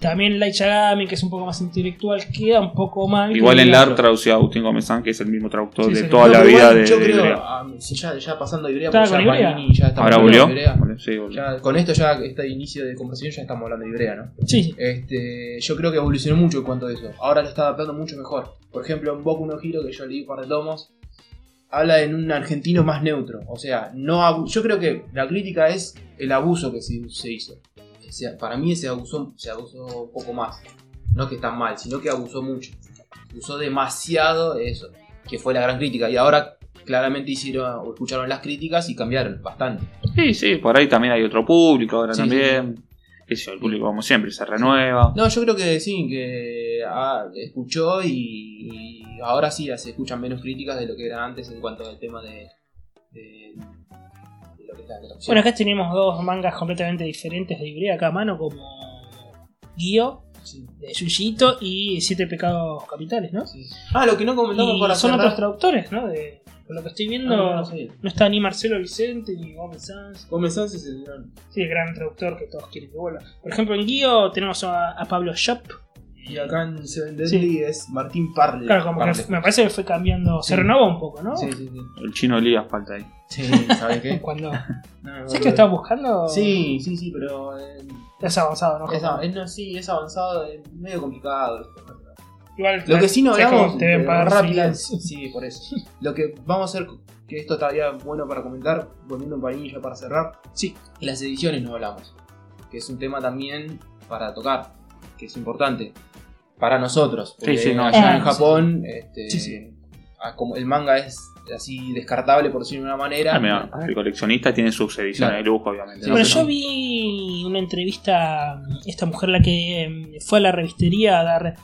S2: También Light Yagami, que es un poco más intelectual, queda un poco mal.
S1: Igual en LAR
S2: Lartra
S1: traducía a Agustín Gómez Sanz, que es el mismo traductor
S2: Sí,
S1: de
S2: sí.
S1: toda
S3: No,
S1: la
S3: pero
S1: vida
S3: igual
S1: de,
S3: Yo
S1: de
S3: creo,
S1: Ibrea.
S3: ah, si ya, ya pasando Ibrea,
S2: Estaba
S3: porque ya
S2: con Ibrea.
S3: Panini ya estamos
S1: Ahora
S3: hablando de
S1: volvió.
S3: Ibrea.
S1: Bueno, sí, volvió.
S3: Ya, con esto ya, este inicio de conversación ya estamos hablando de Ibrea, ¿no?
S2: Sí, sí.
S3: Este, yo creo que evolucionó mucho en cuanto a eso. Ahora lo está adaptando mucho mejor. Por ejemplo, en Boku no Hero, que yo leí un par de tomos, habla en un argentino más neutro. O sea, no abu- yo creo que la crítica es el abuso que se, se hizo. O sea, para mí se abusó, se abusó un poco más. No que está mal, sino que abusó mucho. Usó demasiado eso, que fue la gran crítica. Y ahora claramente hicieron, o escucharon las críticas y cambiaron bastante.
S1: Sí, sí, por ahí también hay otro público, ahora
S3: Sí,
S1: también. Qué sé yo, el público, como siempre, se renueva.
S3: No, yo creo que sí, que ah, escuchó y, y ahora sí se escuchan menos críticas de lo que era antes en cuanto al tema de, de- de lo que la traducción.
S2: Bueno, acá tenemos dos mangas completamente diferentes de Ibrea acá a mano, como Guío, de Yuyito, y Siete Pecados Capitales, ¿no?
S3: Ah, lo que no comentamos
S2: Y
S3: para
S2: son
S3: cerrar-
S2: otros traductores, ¿no? De, por lo que estoy
S3: Ah,
S2: viendo,
S3: no,
S2: no,
S3: no sabía.
S2: está ni Marcelo Vicente ni Gómez Sanz.
S3: Gómez Sanz es el gran.
S2: Sí, el gran traductor que todos quieren que vuelva. Por ejemplo, en Guío tenemos a, a Pablo Shop.
S3: Y acá en Seven Deadly
S2: Sí.
S3: es Martín Parle.
S2: Claro, como que
S3: Parle.
S2: me parece que fue cambiando, se
S3: Sí.
S2: renovó un poco, ¿no?
S3: Sí, sí, sí.
S1: El chino Elías falta ahí.
S3: Sí, ¿sabes qué?
S2: Cuando.
S3: No, no, no,
S2: ¿Sabes que lo
S3: no.
S2: estaba buscando?
S3: Sí, sí, sí, pero. eh,
S2: Es avanzado, ¿no?
S3: es, a- es no, sí, es avanzado, es medio complicado.
S2: Igual,
S3: Lo que sí no
S2: ¿sabes cómo
S3: hablamos
S2: Te deben
S3: eh,
S2: pagar
S3: rápido.
S2: freelance?
S3: Sí, por eso. Lo que vamos a hacer, que esto estaría bueno para comentar, volviendo un panillo para cerrar.
S2: Sí.
S3: Las ediciones no hablamos. Que es un tema también para tocar, que es importante. Para nosotros. Porque
S1: sí, no,
S3: allá
S2: sí,
S3: en
S2: sí.
S3: Japón, este,
S2: Sí, sí.
S3: ah, como el manga es así descartable, por decirlo de una manera.
S1: Ah, mirá, el coleccionista tiene sus ediciones de lujo, obviamente.
S3: Sí,
S1: ¿no?
S2: Bueno,
S3: pero-
S2: yo vi una entrevista, esta mujer la que em, fue a la revistería a dar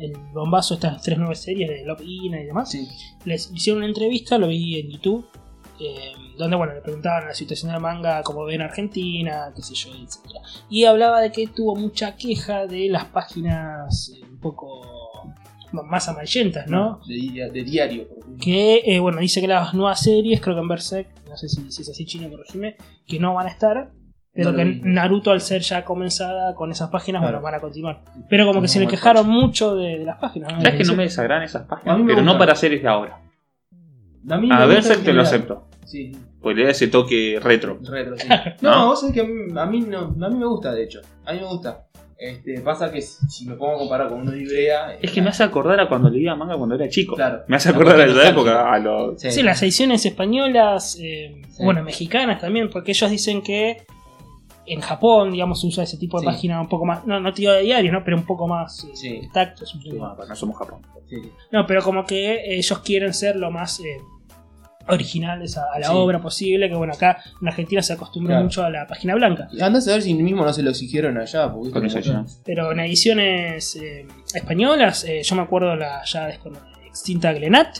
S2: el bombazo a estas tres nuevas series de Love Ina y demás.
S3: Sí.
S2: Les hicieron una entrevista, lo vi en YouTube, em, donde bueno, le preguntaban la situación del manga, cómo ve en Argentina, qué sé yo, etc. Y hablaba de que tuvo mucha queja de las páginas eh, un poco más amarillentas, ¿no?
S3: De, di- de diario. por ejemplo.
S2: Que, eh, bueno, dice que las nuevas series, creo que en Berserk, no sé si, si es así chino, corregime, que no van a estar. Pero
S3: No lo
S2: que
S3: vi.
S2: Naruto, al ser ya comenzada con esas páginas,
S3: Claro.
S2: bueno, van a continuar. Pero como que
S3: No,
S2: se le
S3: no,
S2: quejaron mucho de, de las páginas. ¿no?
S1: ¿Sabes que no me desagradan esas
S3: A
S1: páginas?
S3: mí me
S1: Pero no
S3: gustan.
S1: para series de ahora.
S3: A, mí
S1: A
S3: me
S1: ver,
S3: gusta en
S1: te lo
S3: general.
S1: acepto.
S3: Sí,
S1: Pues le da ese toque retro.
S3: retro, sí.
S1: ¿No?
S3: No, vos sabés que a mí, a mí no, a mí me gusta, de hecho. A mí me gusta. Este, pasa que si, si me pongo a comparar con uno de Ibrea. eh,
S1: Es que me hace acordar a cuando leía manga cuando era chico.
S3: Claro.
S1: Me hace acordar a esa
S3: Nostálgico.
S1: época, a los...
S3: Sí,
S2: Sí, las ediciones españolas, eh,
S3: Sí.
S2: bueno, mexicanas también, porque ellos dicen que en Japón, digamos, se usa ese tipo de
S3: Sí.
S2: página un poco más, no, no te digo de diario, ¿no? Pero un poco más eh,
S3: Sí.
S2: tactos, un poco
S3: Sí.
S2: más-
S1: No somos Japón.
S3: sí, sí.
S2: No, pero como que ellos quieren ser lo más eh, originales a, a la
S3: Sí.
S2: obra posible, que bueno, acá en Argentina se acostumbra
S3: Claro.
S2: mucho a la página blanca.
S3: Andás a ver si mismo no se lo exigieron allá. Porque
S1: Con
S3: viste
S1: eso
S3: como-
S1: ya.
S2: Pero en ediciones eh, españolas, eh, yo me acuerdo la ya descono- extinta Glenat,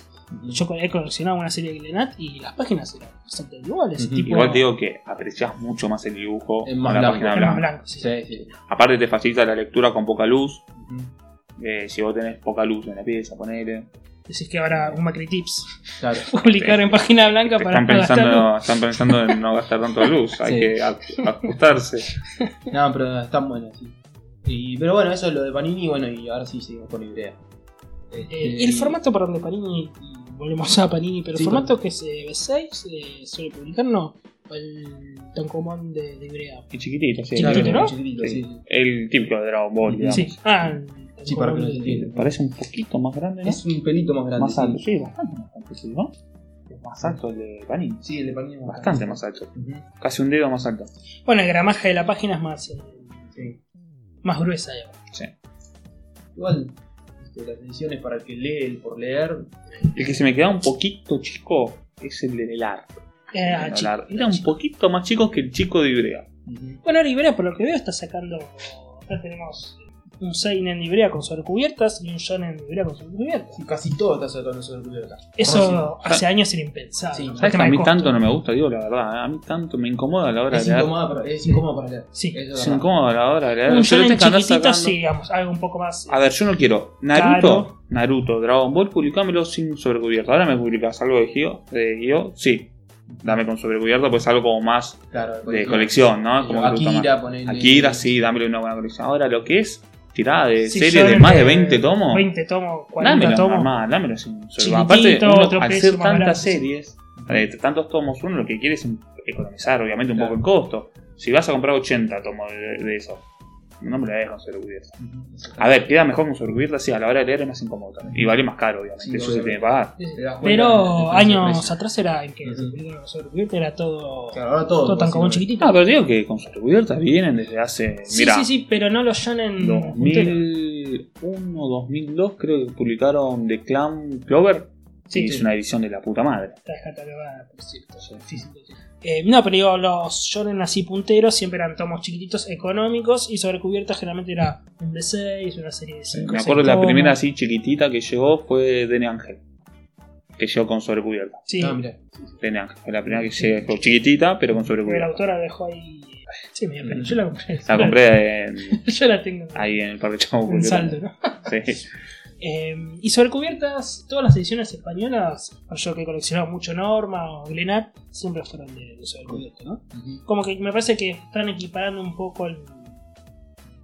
S2: yo co- he coleccionado una serie de Glenat y las páginas eran exactamente iguales.
S3: Ujú.
S2: tipo,
S1: Igual te digo que apreciás mucho más el dibujo
S3: Es
S1: en
S3: más
S1: la
S3: blanco.
S1: página
S2: eran
S1: blanca.
S2: blancos, sí.
S3: Sí, sí.
S1: Aparte te facilita la lectura con poca luz.
S3: Ujú.
S1: Eh, si vos tenés poca luz en la pieza, ponele.
S2: Decís que habrá un Macritips
S3: Claro.
S2: publicar en página
S1: Te
S2: blanca para
S1: están,
S2: no gastar luz.
S1: pensando, están pensando en no gastar tanto luz. Hay
S3: Sí.
S1: que ac- ajustarse.
S3: No, pero están buenas, sí. Y, pero bueno, eso es lo de Panini. Bueno, y ahora sí seguimos con Ibrea. Este,
S2: Eh, y el formato para donde Panini, y volvemos a Panini, pero
S3: Sí,
S2: el formato que se B6 eh, suele publicar, no, el tan común de, de Ibrea.
S1: Y chiquitito, sí.
S3: Claro,
S2: chiquitito, ¿no?
S3: chiquitito, sí, sí.
S1: El típico de Dragon Ball, digamos.
S2: Sí, ah, el Tancomón
S3: Sí, para que no
S2: de-
S3: se entienda.
S1: Parece un poquito más grande, ¿no?
S3: Es un pelito más grande.
S1: más
S3: sí.
S1: alto. Sí, bastante más alto, sí, ¿no? Es más alto el de Panini.
S3: Sí, el de Panini es más
S1: Bastante más alto. Casi un dedo más alto.
S2: Bueno, el gramaje de la página es más, eh,
S3: Ujú. Sí.
S2: más gruesa, digamos.
S3: Igual, este, las ediciones para el que lee, el por leer.
S1: El que se me queda un poquito chico es el del arte.
S2: Eh, ah,
S1: El
S2: chico,
S1: Lar. Era
S2: era
S1: un
S2: chico.
S1: poquito más chico que el chico de Ibrea.
S2: Bueno, ahora Ibrea, por lo que veo, está sacando. Acá tenemos un Seinen de Ibrea con sobrecubiertas y un Shonen de Ibrea con sobrecubiertas.
S3: Sí, Casi todo está sacando sobre cubierta.
S2: Eso
S1: Ah, sí.
S2: hace años era impensable.
S3: Sí,
S2: ¿no? El
S1: ¿Sabes que
S2: tema
S1: a
S2: de
S1: mí
S2: costo.
S1: tanto no me gusta? Digo la verdad, ¿eh? a mí tanto me incomoda a la hora
S3: Es
S1: de leer.
S3: incómodo, para, es incómodo para leer.
S2: Sí.
S3: Eso es
S1: Es
S3: verdad.
S1: incómodo a la hora de leer.
S2: Un
S1: Yo le
S2: Shonen
S1: tengo que andar
S2: chiquitito,
S1: sacando-
S2: sí, digamos, algo un poco más. eh,
S1: A ver, yo no quiero Naruto, Naruto, Dragon Ball, publicámelo sin sobrecubierta. Ahora me publicás algo de Gio, de Gio, sí. Dame con sobrecubierta, pues algo como más
S3: Claro, de
S1: de colección, ¿no? Como que me gusta
S3: Akira, eh. ponele.
S1: más. Akira, sí, dámelo una buena colección. Ahora lo que es tirada de
S2: sí,
S1: series de
S2: shonen
S1: más de 20 tomos.
S2: 20 tomos, 40
S1: Dámelo,
S2: tomos.
S1: normal, dámelo sin sobre-
S2: Chiquitito,
S1: Aparte, uno,
S2: otro
S1: al
S2: precio
S1: ser
S2: más barato,
S1: tantas
S2: sí.
S1: series, eh, tantos tomos, uno lo que quiere es em- economizar, obviamente, un
S3: Claro.
S1: poco el costo. Si vas a comprar 80 tomos de, de eso, no me la dejes con sobrecubierta.
S3: Ujú.
S1: A ver, queda mejor con sobrecubierta, sí, a la hora de leer es más incómodo también. Y vale más caro, obviamente,
S3: Sí,
S1: eso
S3: obvio.
S1: se tiene que pagar.
S3: Te das cuenta del-
S2: Pero
S3: del
S2: años
S3: precio.
S2: atrás era en que
S3: Ujú.
S2: se publicaron los sobrecubiertas, era todo,
S3: Claro, ahora todo.
S2: todo tan como un
S3: básicamente.
S2: chiquitito.
S1: Ah, pero digo que con sobrecubierta vienen desde hace.
S2: sí,
S1: mirá,
S2: sí, sí, pero no los shonen. junteros.
S1: 2001, 2002, creo que publicaron The Clan Clover.
S2: Sí,
S1: y es
S2: sí.
S1: una edición de la puta madre.
S2: Está descatalogada, por cierto.
S1: Sí.
S2: Sí, sí, sí. Eh, no, pero digo, los shonen así punteros siempre eran tomos chiquititos, económicos y sobre cubierta generalmente era un B6, una serie de 5.
S1: Me acuerdo la primera así chiquitita que llegó fue Dene Ángel. que llegó con sobrecubierta.
S2: Sí,
S3: Ah, mirá.
S1: Plena, fue la primera que llegué, fue chiquitita, pero con
S2: porque la
S1: sobrecubierta.
S2: autora dejó ahí. eh, Sí, me dio pena. Yo la compré.
S1: La compré en-
S2: Yo la tengo
S1: ahí en el Parque Chavo.
S2: en saldo, ¿no?
S1: Sí.
S2: Eh, y sobre cubiertas, todas las ediciones españolas, yo que coleccionaba mucho Norma o Glenat, siempre fueron de, de sobre cubierta, ¿no?
S3: Ujú.
S2: Como que me parece que están equiparando un poco el-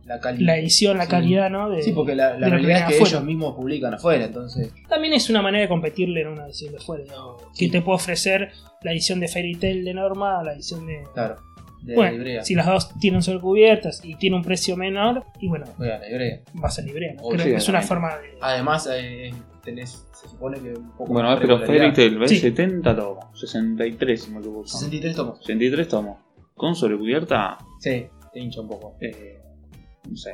S3: La calidad.
S2: la edición, la
S3: Sí.
S2: calidad, ¿no? De-
S3: Sí, porque la, la
S2: de lo que
S3: realidad es
S2: viene
S3: que
S2: afuera.
S3: ellos mismos publican afuera, entonces.
S2: También es una manera de competirle en una edición de fuera. ¿no? Que
S3: Sí.
S2: te puede ofrecer la edición de Fairy Tail de Norma, la edición de.
S3: Claro. De
S2: bueno,
S3: la librea.
S2: si las dos tienen sobre cubiertas y tiene un precio menor, y bueno,
S3: Voy a la librea.
S2: vas a librea, ¿no?
S3: Oh,
S2: Creo
S1: sí,
S2: que es una
S1: también.
S2: forma de.
S3: Además, eh, tenés, se supone que un poco
S1: Bueno, a
S3: más
S1: ver, pero Fairy
S3: regularidad.
S1: Tail, ¿ves?
S2: Sí.
S1: 70 tomos, 63 si no me equivoco.
S3: 63 tomos.
S1: 63 tomos. Con sobrecubierta,
S3: Sí, te hincha un poco.
S1: eh, no sé.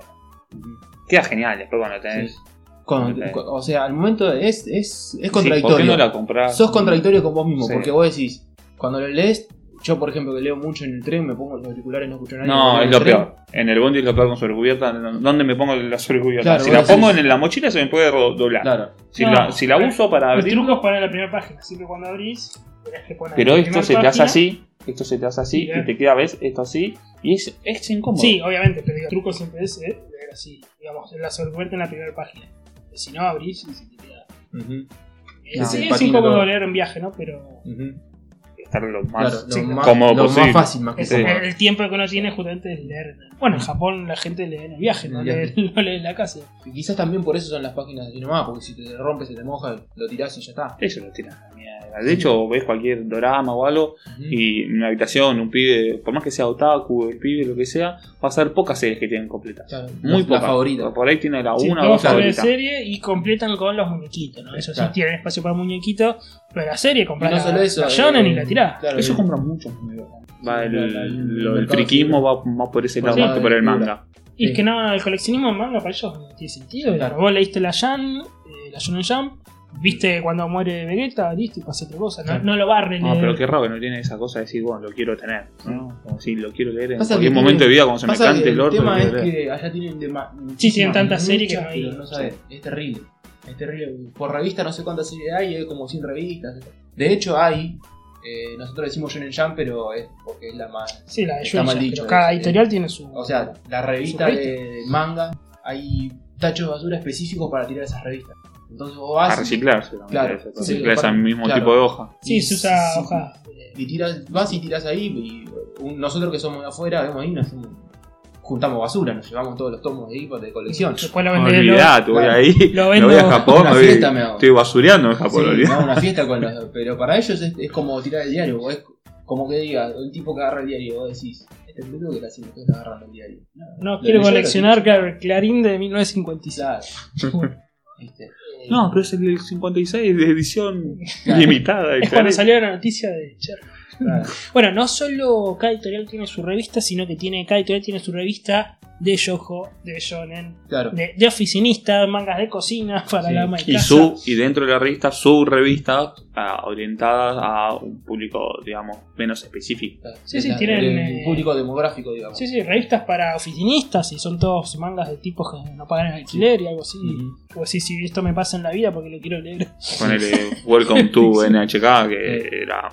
S1: Queda genial después cuando tenés.
S3: Sí. Con-
S1: Ok.
S3: con- o sea, al momento es, es, es
S1: Sí, ¿Por qué
S3: contradictorio.
S1: no la comprás?
S3: Sos contradictorio con vos mismo,
S1: Sí.
S3: porque vos decís, cuando lo lees, yo por ejemplo que leo mucho en el tren, me pongo los auriculares, no escucho nada.
S1: No,
S3: y
S1: es
S3: me
S1: lo
S3: pongo en el
S1: peor. En el bondi es lo peor con sobrecubierta. ¿Dónde me pongo la sobrecubierta?
S3: Claro,
S1: si
S3: vos
S1: la
S3: decís-
S1: pongo en la mochila se me puede ro- doblar.
S3: tren. Claro.
S1: Si,
S2: No,
S1: la, si la
S2: pero-
S1: uso para
S2: Los
S1: abrir.
S2: trucos para la primera página, así que cuando abrís, verás que pone
S1: Pero
S2: la
S1: esto
S2: primera
S1: se te hace
S2: página.
S1: así, esto se te hace así,
S2: Mirá.
S1: y te queda, ¿ves? Esto así, y es, es incómodo.
S2: Sí, obviamente, pero digo, el truco siempre es eh, leer así, digamos, la sobrepuerta en la primera página. Si no abrís, y se te queda.
S3: Ujú,
S2: Eh,
S1: No,
S2: sí,
S3: el
S2: es
S3: patín
S2: incómodo
S3: no.
S2: leer en viaje, ¿no? Pero
S3: ujú.
S1: Estar lo más.
S3: Claro, lo,
S2: sí,
S3: más,
S1: como
S3: lo
S1: posible.
S3: más fácil, más que
S2: es
S1: Sí.
S3: cómodo.
S2: el tiempo que uno tiene justamente es leer. Bueno, en Japón la gente lee en el viaje, no,
S3: En el
S2: lee,
S3: viaje.
S2: no lee en la casa.
S3: Y quizás también por eso son las páginas de nomás, porque si te rompes, se te moja, lo tirás y ya está.
S1: Eso lo tiran a la mierda. De hecho, ves cualquier drama o algo,
S3: Ujú.
S1: y en una habitación, un pibe, por más que sea otaku, el pibe, lo que sea, va a ser pocas series que tienen completas.
S3: Claro,
S1: Muy
S3: la,
S1: pocas.
S3: la favorita.
S1: Por ahí tiene la
S2: Sí,
S1: una o dos
S2: todos salen de
S1: favoritas.
S2: serie y completan con los muñequitos, ¿no? Eso sí,
S3: Claro.
S2: tienen espacio para muñequitos, pero la serie
S3: Y
S2: compras
S3: no solo eso.
S2: la shonen
S3: eh,
S2: y la tirás.
S3: Claro,
S1: Eso
S3: eh,
S1: compra mucho. Va el,
S3: la- la- el
S1: lo- el
S3: mercado
S1: friquismo
S3: libre.
S1: va más por ese
S3: Por
S1: lado
S3: la
S1: más que por el
S3: lectura.
S1: manga.
S2: Y es
S3: Sí.
S2: que no, el coleccionismo en manga para ellos no tiene sentido.
S3: Claro.
S2: Vos leíste la Jan, eh, la Shonen Jump, viste cuando muere Vegeta, listo, y pasa otra cosa. No,
S3: Claro.
S2: no lo va a releer.
S3: Ah,
S1: No, Ah, pero qué raro que no tiene esa cosa de decir, bueno, lo quiero tener. ¿no? Como si lo quiero leer en
S3: Pasa que
S1: cualquier
S3: tiene-
S1: momento de vida, cuando se me
S3: pasa que
S1: cante el orto. lo
S3: tema es
S1: quiero leer.
S3: que allá tienen de ma-
S2: Sí, tienen
S3: muchísimas,
S2: tantas series que
S3: muchas,
S2: no hay-
S3: pero sabes, es terrible. Es terrible. Por revista no sé cuántas series hay, hay como 100 revistas. De hecho hay, eh, nosotros decimos Shonen Jump, pero es porque es la más...
S2: Sí, la de
S3: Está
S2: Yuya,
S3: mal
S2: pero
S3: dicho,
S2: cada
S3: eh.
S2: editorial tiene su.
S3: O sea, la revista
S2: Su
S3: de, de manga, hay tachos de basura específicos para tirar esas revistas. Entonces vos
S1: A
S3: vas... y-
S1: reciclar, seguramente.
S3: Claro,
S1: eso,
S3: sí,
S1: reciclar ese
S3: aparte-
S1: mismo
S3: claro.
S1: tipo de hoja.
S2: sí, se usa
S3: sí.
S2: hoja.
S3: Y tiras, vas y tiras ahí, y un- nosotros que somos de afuera, vemos ahí, nos hacemos- juntamos basura, nos llevamos todos los tomos de ahí de colección.
S2: Después lo vende
S1: Olvidá, te voy
S3: claro.
S1: ahí,
S2: Lo
S1: me voy
S2: vendo-
S1: a Japón,
S3: Una
S1: me voy-
S3: fiesta me hago.
S1: estoy basureando en Japón,
S3: Sí,
S1: olvidá.
S3: no, una fiesta con los Pero para ellos es, es como tirar el diario. o Es como que diga, el tipo que agarra el diario. Vos decís, este pelotudo que casi no está agarrando el diario. No,
S2: No,
S3: lo
S2: quiero
S3: leyó, lo
S2: coleccionar
S3: leyó.
S2: claro, Clarín de 1956.
S3: Claro. Este,
S1: No, pero es el 56 de edición
S3: Claro.
S1: limitada.
S2: Es
S1: y
S2: cuando
S1: tal.
S2: salió la noticia de Cher.
S3: claro.
S2: Bueno, no solo cada editorial tiene su revista, sino que tiene cada editorial tiene su revista de yojo, de shonen,
S3: claro.
S2: de, de oficinista, mangas de cocina para
S3: Sí.
S2: la ama de
S1: Y,
S2: casa.
S1: su, y dentro de la revista, su revista ah, orientada a un público, digamos, menos específico.
S3: claro.
S2: Sí, sí,
S3: Claro,
S2: tienen,
S3: el
S2: eh,
S3: público demográfico, digamos.
S2: Sí, sí, revistas para oficinistas y son todos mangas de tipos que no pagan el alquiler y algo así.
S3: Ujú.
S2: O sí, si esto me pasa en la vida porque lo quiero leer.
S1: Con el eh, Welcome to
S2: Sí.
S1: NHK, que
S3: Sí.
S1: era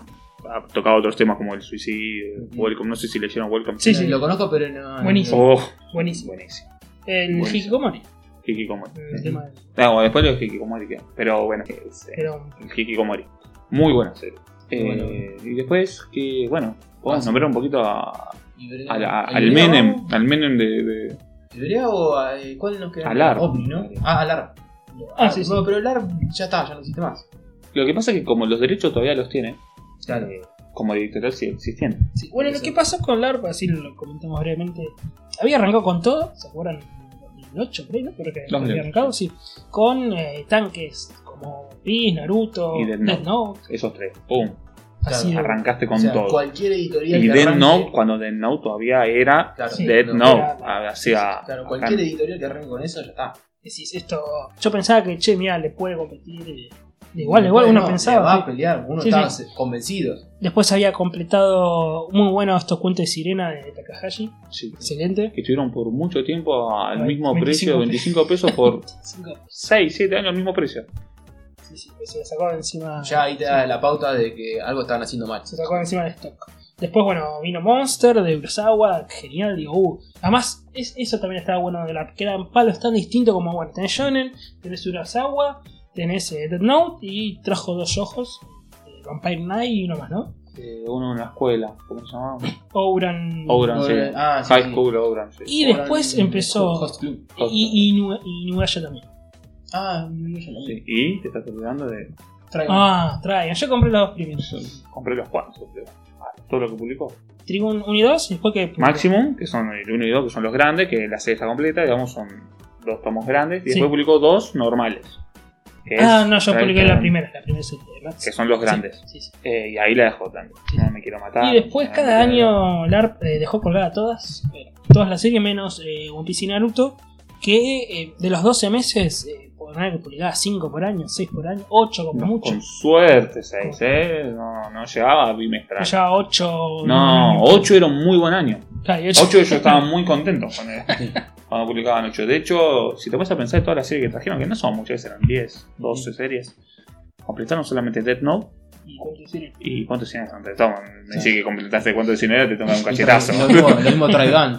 S1: ha tocado otros temas como el suicidio,
S3: Ujú.
S1: Welcome, no sé si leyeron Welcome.
S2: Sí, sí.
S3: Lo conozco, pero no.
S2: Buenísimo.
S1: Oh,
S2: Buenísimo.
S1: buenísimo.
S2: El
S1: Buenísimo.
S2: Hikikomori.
S1: Hikikomori.
S2: El tema del-
S1: Ah, bueno, después lo de Hikikomori, que- pero bueno, es, eh,
S2: Pero
S1: Hikikomori. Muy buena serie.
S3: Muy buena.
S1: Eh, y después, que bueno,
S3: Ah,
S1: podemos
S3: sí.
S1: nombrar un poquito a,
S3: Y veré-
S1: a la-
S3: ¿El
S1: al
S3: veré
S1: Menem, al Menem de, de-
S3: o- ¿El veré o a- eh, cuál nos queda?
S1: Alar.
S3: Omni, ¿no? Ah, Alar.
S2: Ah, sí, sí.
S3: no, Pero Alar ya está, ya no existe más.
S1: Lo que pasa es que como los derechos todavía los tiene,
S3: Claro.
S1: eh, como editorial sí existiendo.
S2: Sí, Bueno, lo que pasó con LARP, así lo comentamos brevemente. Había arrancado con todo, ¿se acuerdan? En 2008, creo, ¿no? creo que había
S1: 2008,
S2: arrancado, sí. Con eh, tanques como Beast, Naruto,
S1: Y
S2: Death
S1: Death
S2: Note,
S1: Esos tres. ¡Pum!
S2: así de-
S1: Arrancaste con
S3: o sea,
S1: todo.
S3: cualquier editorial
S1: Y
S3: que
S1: Dead
S3: arranque-
S1: Note, cuando Dead Note todavía era
S3: Claro,
S2: Sí,
S1: Dead
S3: no,
S1: Note. ah,
S2: era-
S1: Hacía-
S3: Claro,
S1: acá-
S3: cualquier editorial que arranque con eso ya está.
S2: Decís esto. Yo pensaba que, che, mira, le puede competir. eh, de igual, de igual,
S3: No,
S2: uno
S3: no,
S2: pensaba.
S3: Va
S2: sí.
S3: a pelear, uno
S2: Sí,
S3: estaba
S2: sí.
S3: convencido.
S2: Después había completado muy bueno estos cuentos de sirena de Takahashi.
S1: sí.
S2: Excelente.
S1: Que estuvieron por mucho tiempo al
S2: Ay,
S1: mismo
S2: 25
S1: precio, 25 pesos por
S2: Cinco.
S1: 6, 7 años al mismo precio.
S2: sí, sí, se la sacó encima.
S3: Ya ahí te da la pauta de que algo estaban haciendo mal.
S2: Se sacó encima del stock. Después, bueno, vino Monster de Urasawa, genial, digo, uh. Además, es- eso también estaba bueno de la que eran palos tan distintos como, bueno, tenés Shonen, tenés Urasawa, tenés eh, Dead Note y trajo dos ojos, eh, Vampire Knight y uno más, ¿no?
S1: Eh, uno en la escuela, ¿cómo se llamaba?
S2: Ouran.
S1: Ouran, sí.
S3: Ouran, ah, sí, sí.
S1: High School Ouran, sí.
S2: Y después
S3: Ahora en-
S2: empezó-
S3: Host Club.
S2: Y, y, Inu- y Inuyasha también.
S3: Ah, no, ya lo vi.
S1: Sí, ¿Y? ¿Te estás olvidando de...?
S3: Traigo.
S2: Ah, traigan. Yo compré los dos primeros.
S1: Yo compré los cuatro, creo. Ah, Todo lo que publicó.
S2: Trigun 1 y 2 y después que...
S1: Maximum, que son el 1 y 2, que son los grandes, que la serie está completa, digamos, son dos tomos grandes. Y
S2: Sí.
S1: después publicó dos normales. que
S2: Ah,
S1: es-
S2: no, yo publiqué
S1: que-
S2: la primera, la primera serie de Max.
S1: Que son los grandes.
S2: Sí, sí, sí.
S1: Eh, y ahí la dejó también.
S2: Sí.
S1: No me quiero matar.
S2: Y después
S1: no me
S2: cada
S1: quiero-
S2: año LARP eh, dejó colgada todas, eh, todas las series menos eh, One Piece y Naruto, que eh, de los 12 meses, eh, por nada que publicaba 5 por año, 6 por año, 8 como
S1: No,
S2: mucho.
S1: Con suerte, 6, ¿eh? No, no llegaba a bimestral.
S2: Ya 8...
S1: No, 8 era un muy buen año. 8
S2: 8
S1: yo estaba muy contento con él, cuando publicaban 8. De hecho, si te vas a pensar en todas las series que trajeron, que no son muchas, eran 10, 12 series, completaron solamente Death Note. ¿Y cuántos cines te toman? Me
S3: Sí.
S1: decís que completaste cuántos cines era, te toman un
S3: Lo
S1: cachetazo.
S3: mismo, lo mismo Traigan.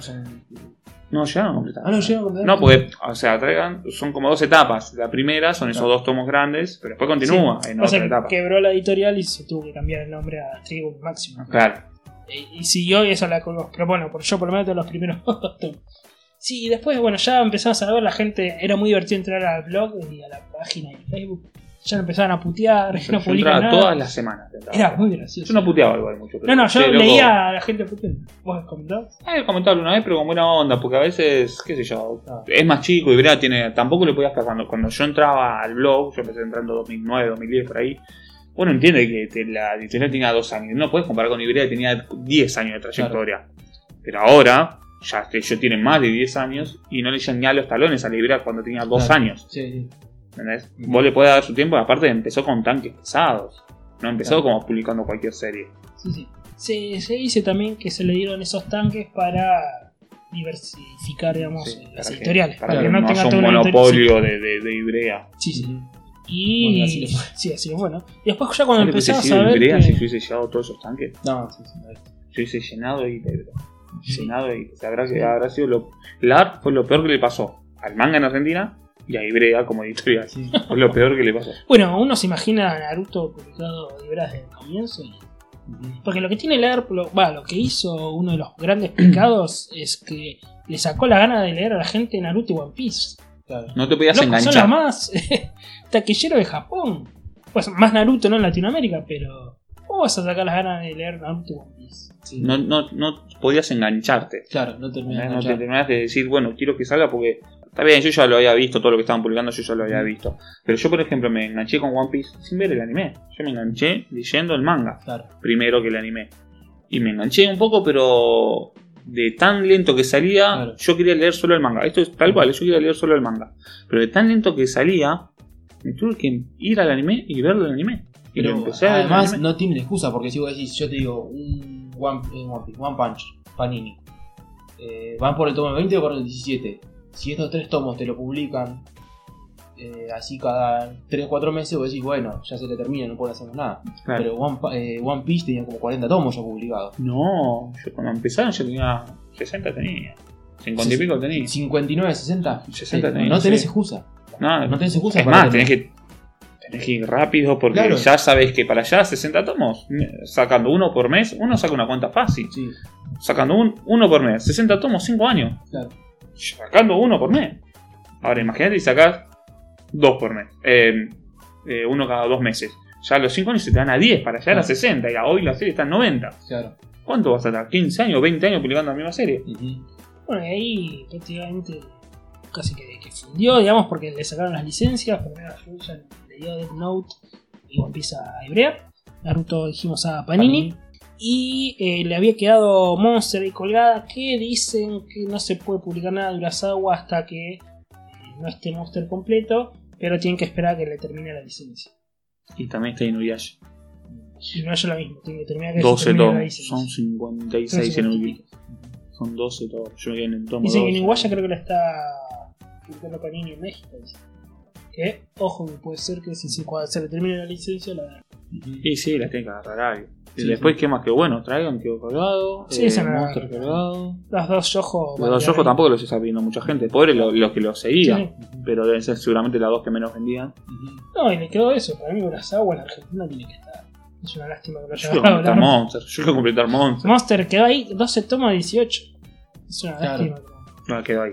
S1: No, llegaron a completar.
S3: Ah, no, llegaron
S1: No, pues, o sea, traigan, son como dos etapas. La primera son esos dos tomos grandes, pero después continúa en otra etapa.
S2: quebró la editorial y se tuvo que cambiar el nombre a Trigun Máximo.
S1: Claro.
S2: Eh, Y, y siguió y eso la colgó. Pero bueno, por, yo por lo menos de los primeros dos tomos. Sí, y después, bueno, ya empezaron a saber, la gente, era muy divertido entrar al blog y a la página de Facebook. Ya lo empezaban a putear,
S1: Pero
S2: no
S1: yo
S2: publicaban
S1: entraba
S2: nada.
S1: todas las semanas. entraba.
S2: Era muy gracioso.
S1: Yo no puteaba igual mucho. pero-
S2: no, no, yo
S1: Sí, loco.
S2: leía a la gente puteando. ¿Vos comentabas?
S1: Ah, he comentado alguna vez, pero con buena onda, porque a veces, qué sé yo, es más chico y Brea tiene. Tampoco le podías pasar. Cuando yo entraba al blog, yo empecé entrando 2009, 2010, por ahí. Bueno, entiende que te- la editorial tenía dos años. No puedes comparar con Ibrea que tenía 10 años de trayectoria. Pero ahora, ya que yo tienen más de 10 años y no le llegan ni a los talones a Ibrea cuando tenía 2
S3: Claro.
S1: años.
S3: Sí, sí.
S1: ¿entendés? Vos le podés dar su tiempo, aparte empezó con tanques pesados. No empezó
S3: Claro.
S1: como publicando cualquier serie.
S2: Sí, sí. Se, se dice también que se le dieron esos tanques para diversificar, digamos,
S3: Sí,
S2: las
S1: Para que-
S2: editoriales.
S1: Para
S3: Claro,
S1: que no,
S2: tenga
S1: haya
S2: toda
S1: un
S2: una editorial-
S1: monopolio de, de, de Ibrea.
S2: Sí, sí.
S3: Bueno,
S2: Y.
S3: así lo fue.
S2: sí, así lo fue, ¿no? Y después, ya cuando
S1: ¿Sabes lo que hubiese
S2: empezaba a
S1: sido
S2: saber.
S1: Ibrea
S2: que-
S1: si yo hubiese llevado todos esos tanques?
S3: No, sí, sí.
S1: Yo hubiese llenado de guita, Ibrea.
S2: Sí.
S1: Llenado de guita. O sea, habrá, que- habrá sido lo. La ARP fue lo peor que le pasó al manga en Argentina y a Ibrea como editorial.
S3: Sí.
S1: Fue lo peor que le pasó.
S2: Bueno, uno se imagina a Naruto publicado de veras desde el comienzo. y- Porque lo que tiene leer, lo, va, lo que hizo uno de los grandes pecados es que le sacó la gana de leer a la gente Naruto y One Piece.
S3: Claro.
S1: No te podías
S2: Loco, son las
S1: enganchar.
S2: más taquilleros de Japón. Pues más Naruto no en Latinoamérica, pero ¿cómo vas a sacar las ganas de leer Naruto y One Piece?
S3: Sí.
S1: No, no, no podías engancharte.
S3: Claro, no
S1: Eh, No,
S3: terminé de
S1: te
S3: enganchar.
S1: terminás de decir, bueno, quiero que salga porque. Está bien, yo ya lo había visto, todo lo que estaban publicando yo ya lo había visto. Pero yo, por ejemplo, me enganché con One Piece sin ver el anime. Yo me enganché leyendo el manga.
S3: Claro.
S1: primero que el anime. Y me enganché un poco, pero de tan lento que salía,
S3: Claro.
S1: yo quería leer solo el manga. Esto es tal cual, yo quería leer solo el manga. Pero de tan lento que salía, me tuve que ir al anime y verlo el anime. Y lo
S3: Pero
S1: empecé a ver el
S3: además
S1: anime.
S3: no tiene excusa, porque si vos decís, yo te digo, un One, eh, One Piece, One Punch, Panini, eh, van por el tomo 20 o por el 17. Si estos tres tomos te lo publican eh, así cada 3 o 4 meses, vos decís, bueno, ya se le termina, no puedo hacer nada.
S1: Claro.
S3: Pero One, Pa- eh, One Piece tenía como 40 tomos ya publicados.
S1: No, yo cuando empezaron yo tenía 60 tenía. 50 y
S3: Sí,
S1: pico tenía.
S3: 59, 60.
S1: 60
S3: Eh,
S1: tenés,
S3: no tenés
S1: sí.
S3: excusa.
S1: No,
S3: No tenés excusa
S1: es
S3: para
S1: más,
S3: tener-
S1: tenés que, tenés que ir rápido porque
S3: Claro.
S1: ya sabes que para allá 60 tomos, sacando uno por mes, uno saca una cuenta fácil.
S3: Sí,
S1: sacando un, uno por mes. 60 tomos, 5 años.
S3: Claro.
S1: Sacando uno por mes. Ahora imagínate y sacás dos por mes. Eh, eh, uno cada dos meses. Ya a los 5 años se te dan a 10 para llegar a
S3: Claro.
S1: 60 y a hoy la serie está en 90.
S3: claro.
S1: ¿Cuánto vas a estar? ¿15 años, 20 años publicando la misma serie?
S3: Ujú.
S2: Bueno, y ahí prácticamente casi que, que fundió, digamos, porque le sacaron las licencias. Primero Fusion le dio Death Note y One Piece a Ibrea. Naruto dijimos a Panini. Y eh, le había quedado Monster y colgada que dicen que no se puede publicar nada de Urasawa hasta que eh, no esté Monster completo, pero tienen que esperar a que le termine la licencia.
S1: Y también está Inuyasha.
S2: Y no es lo mismo, tiene que terminar que se
S1: 12
S2: termine la
S1: tomos.
S2: licencia.
S1: Son 56 en Ubi. Son 12 tomos. Yo me quedé en el tomo.
S2: Dicen que
S1: 12.
S2: en Iguaya creo que la está publicando Panini en México. dice. Que Que, ojo, que puede ser que si se, cuando se le termine la licencia, la.
S1: Y sí, las tienen que agarrar algo. Y
S3: Sí,
S1: después, ¿qué más que bueno? Traigan que cargado,
S2: Sí,
S1: eh,
S2: se me
S1: Monster
S2: agarra.
S1: cargado.
S2: Las dos Yojo.
S1: Los dos Yojos tampoco los está pidiendo mucha gente. Pobre lo- los que los seguían.
S2: Sí.
S1: Pero deben ser seguramente las dos que menos vendían.
S2: No, y le quedó eso. Para mí, Brazawa en Argentina tiene que estar. Es una lástima que lo
S1: Yo
S2: haya
S1: quiero
S2: dejado
S1: completar
S2: hablar.
S1: Monster. Yo quiero completar Monster.
S2: Monster quedó ahí 12 tomas 18. Es una
S3: Claro.
S2: lástima. pero-
S1: No, quedó ahí.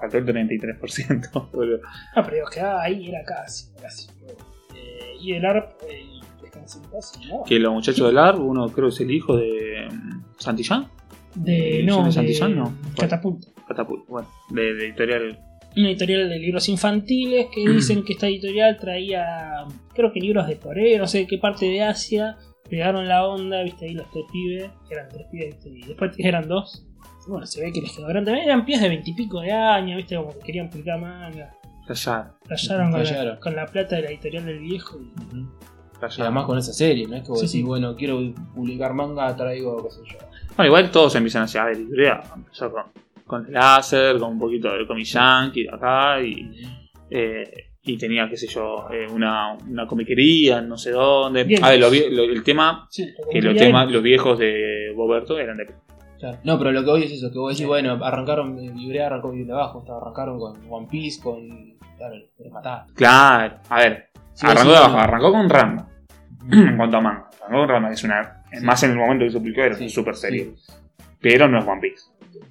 S1: Faltó el 33%. boludo.
S2: No, pero digo, quedaba ahí, era casi. casi. Eh, y el ARP, eh, descansé en paz, ¿no?
S1: que los muchachos del AR, uno creo que es el hijo de mm, Santillán.
S2: De,
S1: ¿Son
S2: no,
S1: de
S2: de
S1: Santillán, no?
S2: Catapulta.
S1: Catapu- Bueno, de, de editorial.
S2: Una editorial de libros infantiles que dicen que esta editorial traía, creo que libros de Corea, no sé de qué parte de Asia. Pegaron la onda, viste ahí los tres pibes. Eran tres pibes, viste, y después eran dos. Bueno, se ve que les quedó grande. Eran pibes de veintipico de años, viste, como que querían publicar manga.
S1: Callar.
S2: Rayaron con, la,
S3: Rayaron.
S2: con la plata de la editorial del viejo. y-
S3: Y además con esa serie, no es que vos
S2: Sí,
S3: decís,
S2: sí.
S3: bueno, quiero publicar manga, traigo, qué sé yo.
S1: Bueno, igual todos empiezan hacia ver librea. Empezó con, con el láser, con un poquito de comic yankee de acá y, eh, y tenía, qué sé yo, eh, una, una comiquería, en no sé dónde.
S2: Bien.
S1: A ver, lo vie- lo- el tema,
S2: Sí, lo
S1: que los,
S2: compré
S1: temas, los viejos de Boberto eran de.
S3: Claro. No, pero lo que hoy es eso, que vos decís, bueno, arrancaron, eh, Librea arrancó bien de abajo, hasta arrancaron con One Piece, con... Claro, querés matar.
S1: Claro, a ver,
S3: Sí,
S1: arrancó
S3: sí,
S1: de abajo,
S3: bueno.
S1: arrancó con Ramba. en cuanto a manga, arrancó con Ramba, que es una.
S3: Sí.
S1: Más en el momento que se publicó era
S3: Sí,
S1: una super serie.
S3: sí.
S1: Pero no es One Piece.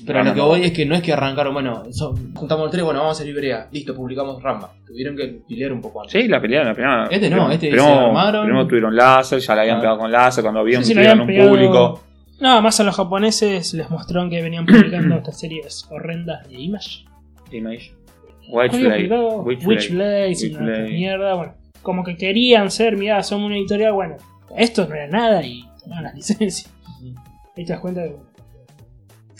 S3: Pero
S1: No,
S3: lo
S1: no,
S3: que
S1: no.
S3: voy es que no es que arrancaron, bueno, son- juntamos tres, bueno, vamos a hacer librería, listo, publicamos Ramba. Tuvieron que pelear un poco antes.
S1: Sí, la pelea, la pelea.
S3: Este no, este
S1: primero,
S3: se armaron.
S1: Primero tuvieron láser, ya la habían
S3: Ah.
S1: pegado con láser, cuando habían
S2: Sí, sí, la
S1: tuvieron un
S2: habían pegado-
S1: público.
S2: No, además a los japoneses les mostraron que venían publicando estas series horrendas de Image.
S1: Image.
S2: Había
S1: Whitefly.
S2: publicado
S1: Witchblade.
S2: Witchblade, y una
S1: Witchblade.
S2: mierda, bueno. Como que querían ser, mirá, somos una editorial, bueno, esto no era nada y tomaron las licencias. Ahí te das cuenta que...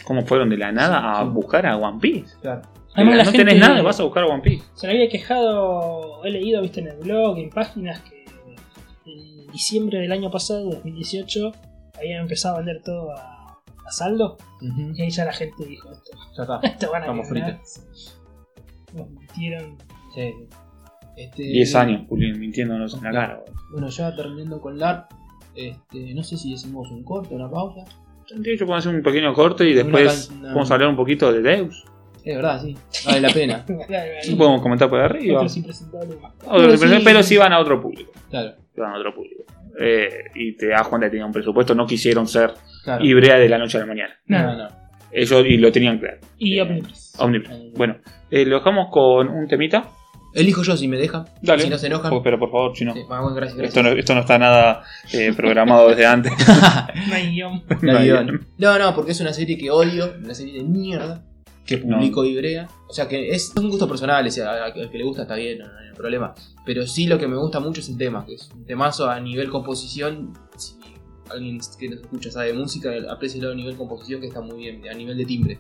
S1: ¿Cómo fueron de la nada a
S3: Sí.
S1: buscar a One Piece?
S3: Claro.
S2: Además,
S1: no
S2: la gente-
S1: tenés nada, vas a buscar a One Piece.
S2: Se le había quejado, he leído, viste, en el blog, en páginas, que en diciembre del año pasado, 2018, habían empezado a vender todo a, a saldo. Y ahí ya la gente dijo, esto,
S3: Ya está.
S2: esto van a
S3: Estamos
S2: quebrar. Nos metieron
S3: Sí. Este,
S1: 10 años, Julián, mintiéndonos en la cara.
S3: Bueno, ya terminando con LARP, este, no sé si decimos un corte, una pausa.
S1: De hecho, podemos hacer un pequeño corte y después
S3: can- una-
S1: vamos a hablar un poquito de Deus.
S3: Es verdad, sí. Vale la pena.
S1: Y podemos comentar por arriba.
S2: Otros impresentables.
S1: O de
S3: Pero
S1: repente,
S3: sí.
S1: Pero sí van a otro público.
S3: Claro,
S1: sí van a otro público. Eh, y te das cuenta que tenían un presupuesto, no quisieron ser
S3: claro.
S1: Ibrea de la noche a la mañana.
S3: No,
S2: Nada.
S3: no.
S1: Ellos y lo tenían claro.
S2: Y
S1: Eh,
S2: Omnipres.
S1: Omnipress. Bueno, eh, lo dejamos con un temita.
S3: Elijo yo si me dejan.
S1: Dale.
S3: Si no se enojan.
S1: Oh, pero por favor, chino.
S3: Sí, ah, bueno, gracias, gracias.
S1: Esto no, esto no está nada eh, programado desde antes.
S2: No hay guión.
S3: La
S1: No hay
S3: guión.
S1: guión.
S3: No, no, porque es una serie que odio, una serie de mierda, que
S1: No.
S3: publico Ibrea. O sea, que es un gusto personal, o sea, al que le gusta está bien, no, no hay problema. Pero sí lo que me gusta mucho es el tema, que es un temazo a nivel composición. Si alguien que nos escucha sabe de música, aprecialo a nivel composición, que está muy bien, a nivel de timbre.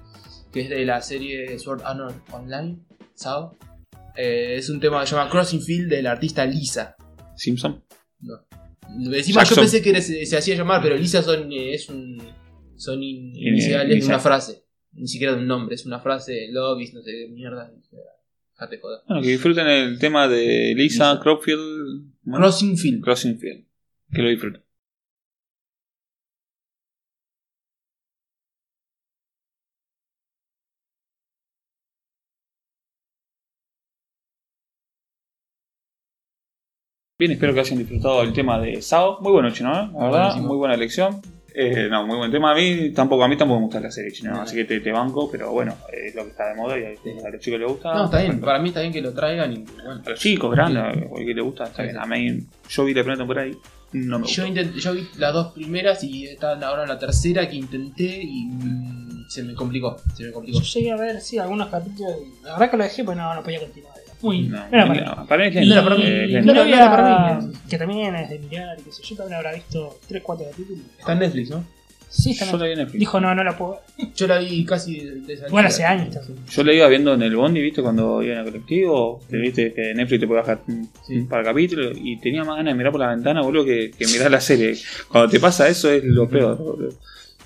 S3: Que es de la serie Sword Honor Online, ¿sabes? Eh, es un tema que se llama Crossing Field del artista Lisa.
S1: Simpson.
S3: Encima yo
S1: Jackson.
S3: pensé que era- se, se hacía llamar, pero Lisa son, eh, es un, son in-
S1: In-
S3: iniciales de una
S1: inicial.
S3: frase. Ni siquiera de un nombre, es una frase, love is, no sé qué mierda. Jate joder.
S1: Bueno, que disfruten el tema de Lisa,
S3: Lisa.
S1: Cropfield. bueno,
S3: Crossing Field.
S1: Crossing Field. Que lo disfruten. Bien, espero que hayan disfrutado el tema de Sao. Muy bueno, Chino, ¿eh? La verdad,
S3: Buenísimo.
S1: muy buena elección. Eh, no, muy buen tema. A mí tampoco, a mí tampoco me gusta la serie chino,
S3: No.
S1: así que te, te banco, pero bueno, es lo que está de moda y a, a los chicos les gusta.
S3: No, está bien, para mí está bien que lo traigan y bueno.
S1: A los chicos, grandes, a cualquier le gusta, está bien. A mí, yo vi la primera temporada y no me gustó.
S3: Yo, intenté, yo vi las dos primeras y está ahora la tercera que intenté y mm, se me complicó. Se me
S2: Yo
S3: complicó.
S2: llegué a ver, sí, algunos capítulos. y La verdad que lo dejé, pues no, no podía continuar. Muy.
S1: No,
S2: era
S1: no,
S2: para mí.
S1: para mí es
S2: Y
S1: lento,
S3: era para mí.
S1: eh, es
S2: mi
S1: lento.
S3: no
S2: novia,
S3: era para mí.
S2: que también es de mirar y qué sé yo, también habrá visto 3, 4 capítulos.
S3: Está en Netflix, ¿no?
S2: Sí, está
S1: Yo
S2: bien.
S1: la vi en Netflix.
S2: Dijo, no, no la puedo. ver.
S3: Yo la vi casi de, de salida.
S2: Igual hace años también.
S1: Yo la iba viendo en el Bondi, ¿viste? Cuando iba en el colectivo, que viste que Netflix te puede bajar un
S3: Sí.
S1: un par de capítulos y tenía más ganas de mirar por la ventana, boludo, que, que mirar la serie. Cuando te pasa eso es lo peor, boludo.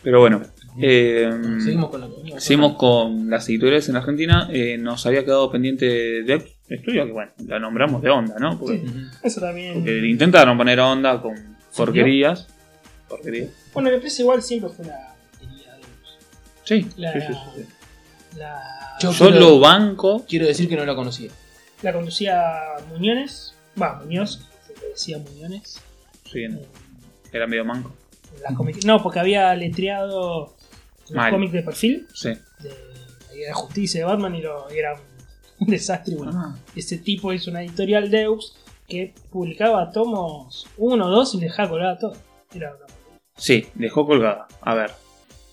S1: Pero bueno, eh,
S3: Seguimos con la que veníamos.
S1: seguimos con las editoriales en Argentina. Eh, nos había quedado pendiente de estudio que, bueno, la nombramos de onda, ¿no? Porque,
S2: Sí. Eso también.
S1: porque intentaron poner onda con porquerías. Porquerías.
S2: Bueno, la empresa igual siempre fue una porquería, digamos.
S1: Sí,
S2: La-
S1: sí, sí, sí, sí.
S2: La,
S3: Yo-
S1: Yo
S3: creo-
S1: lo banco.
S3: Quiero decir que no la conocía.
S2: la conducía Muñones. Va, Muñoz, se le decía Muñones.
S1: Sí,
S2: Eh,
S1: era medio manco.
S2: las comic- no, porque había letreado los
S1: Mal.
S2: cómics de perfil
S1: Sí.
S2: de la Liga de Justicia de Batman y, lo, y era un, un desastre. y Bueno,
S1: Ah,
S2: Ese tipo hizo una editorial Deux que publicaba tomos 1 o 2 y le dejaba colgada todo. Era una-
S1: Sí, dejó colgada. A ver.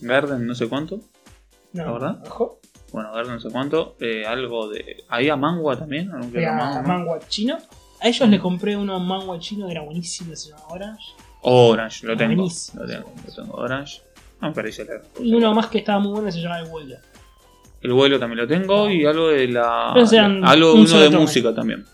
S1: Garden no sé cuánto.
S2: no,
S1: ¿La verdad?
S2: ojo.
S1: Bueno, Garden no sé cuánto. Eh, algo de... Había mangua también. algo que
S2: Era
S1: era mangua, ¿no?
S2: mangua chino. A
S1: Mm.
S2: ellos le compré uno mangua chino que era buenísimo, se llamaba Orange.
S1: Orange, lo tengo.
S2: Buenísimo.
S1: Lo tengo, lo tengo. Orange. No me parece la gran cosa.
S2: Y uno más que estaba muy bueno que se llamaba El Vuelo.
S1: El vuelo también lo tengo y algo de la.
S2: Pero sean
S1: algo
S2: un
S1: uno
S2: solo
S1: de
S2: tomo.
S1: música también.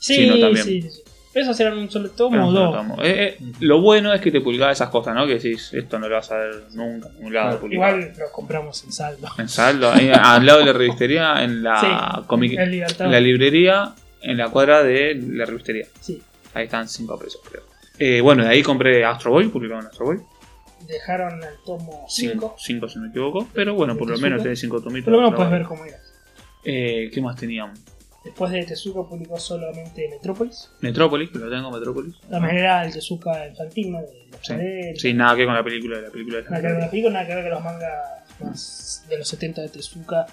S2: Sí,
S1: Chino
S2: sí,
S1: también.
S2: sí, sí. Esos eran un solo
S1: Pero
S2: tomo
S1: no
S2: o
S1: lo
S2: dos.
S1: tomo. Eh, eh, lo bueno es que te pulgaba esas cosas, ¿no? Que decís, esto no lo vas a ver nunca en un lado publicado.
S2: Igual los compramos en saldo.
S1: En saldo, ahí, al lado de la revistería, en la
S2: Sí,
S1: comic-
S2: El Libertador.
S1: en Ah, la librería, en la cuadra de la revistería.
S2: Sí.
S1: Ahí están 5 pesos, creo. Eh, bueno, de ahí compré Astro Boy, publicaron Astro Boy.
S2: Dejaron el tomo
S1: 5,
S2: 5.
S1: si no me equivoco. Pero bueno, por lo menos tenés 5 tomitos.
S2: Por lo menos
S1: de Astro
S2: puedes
S1: Boy.
S2: ver cómo era.
S1: Eh, ¿Qué más teníamos?
S2: Después de Tezuka publicó solamente Metrópolis.
S1: Metrópolis, que lo tengo, Metrópolis.
S2: También era el Tezuka infantil, ¿no? De los
S1: Sí,
S2: Chanel.
S1: Sí, nada que ver con la película de la película de la
S2: Nada que ver con
S1: película.
S2: la película, nada que ver con los mangas más de los 70 de Tezuka.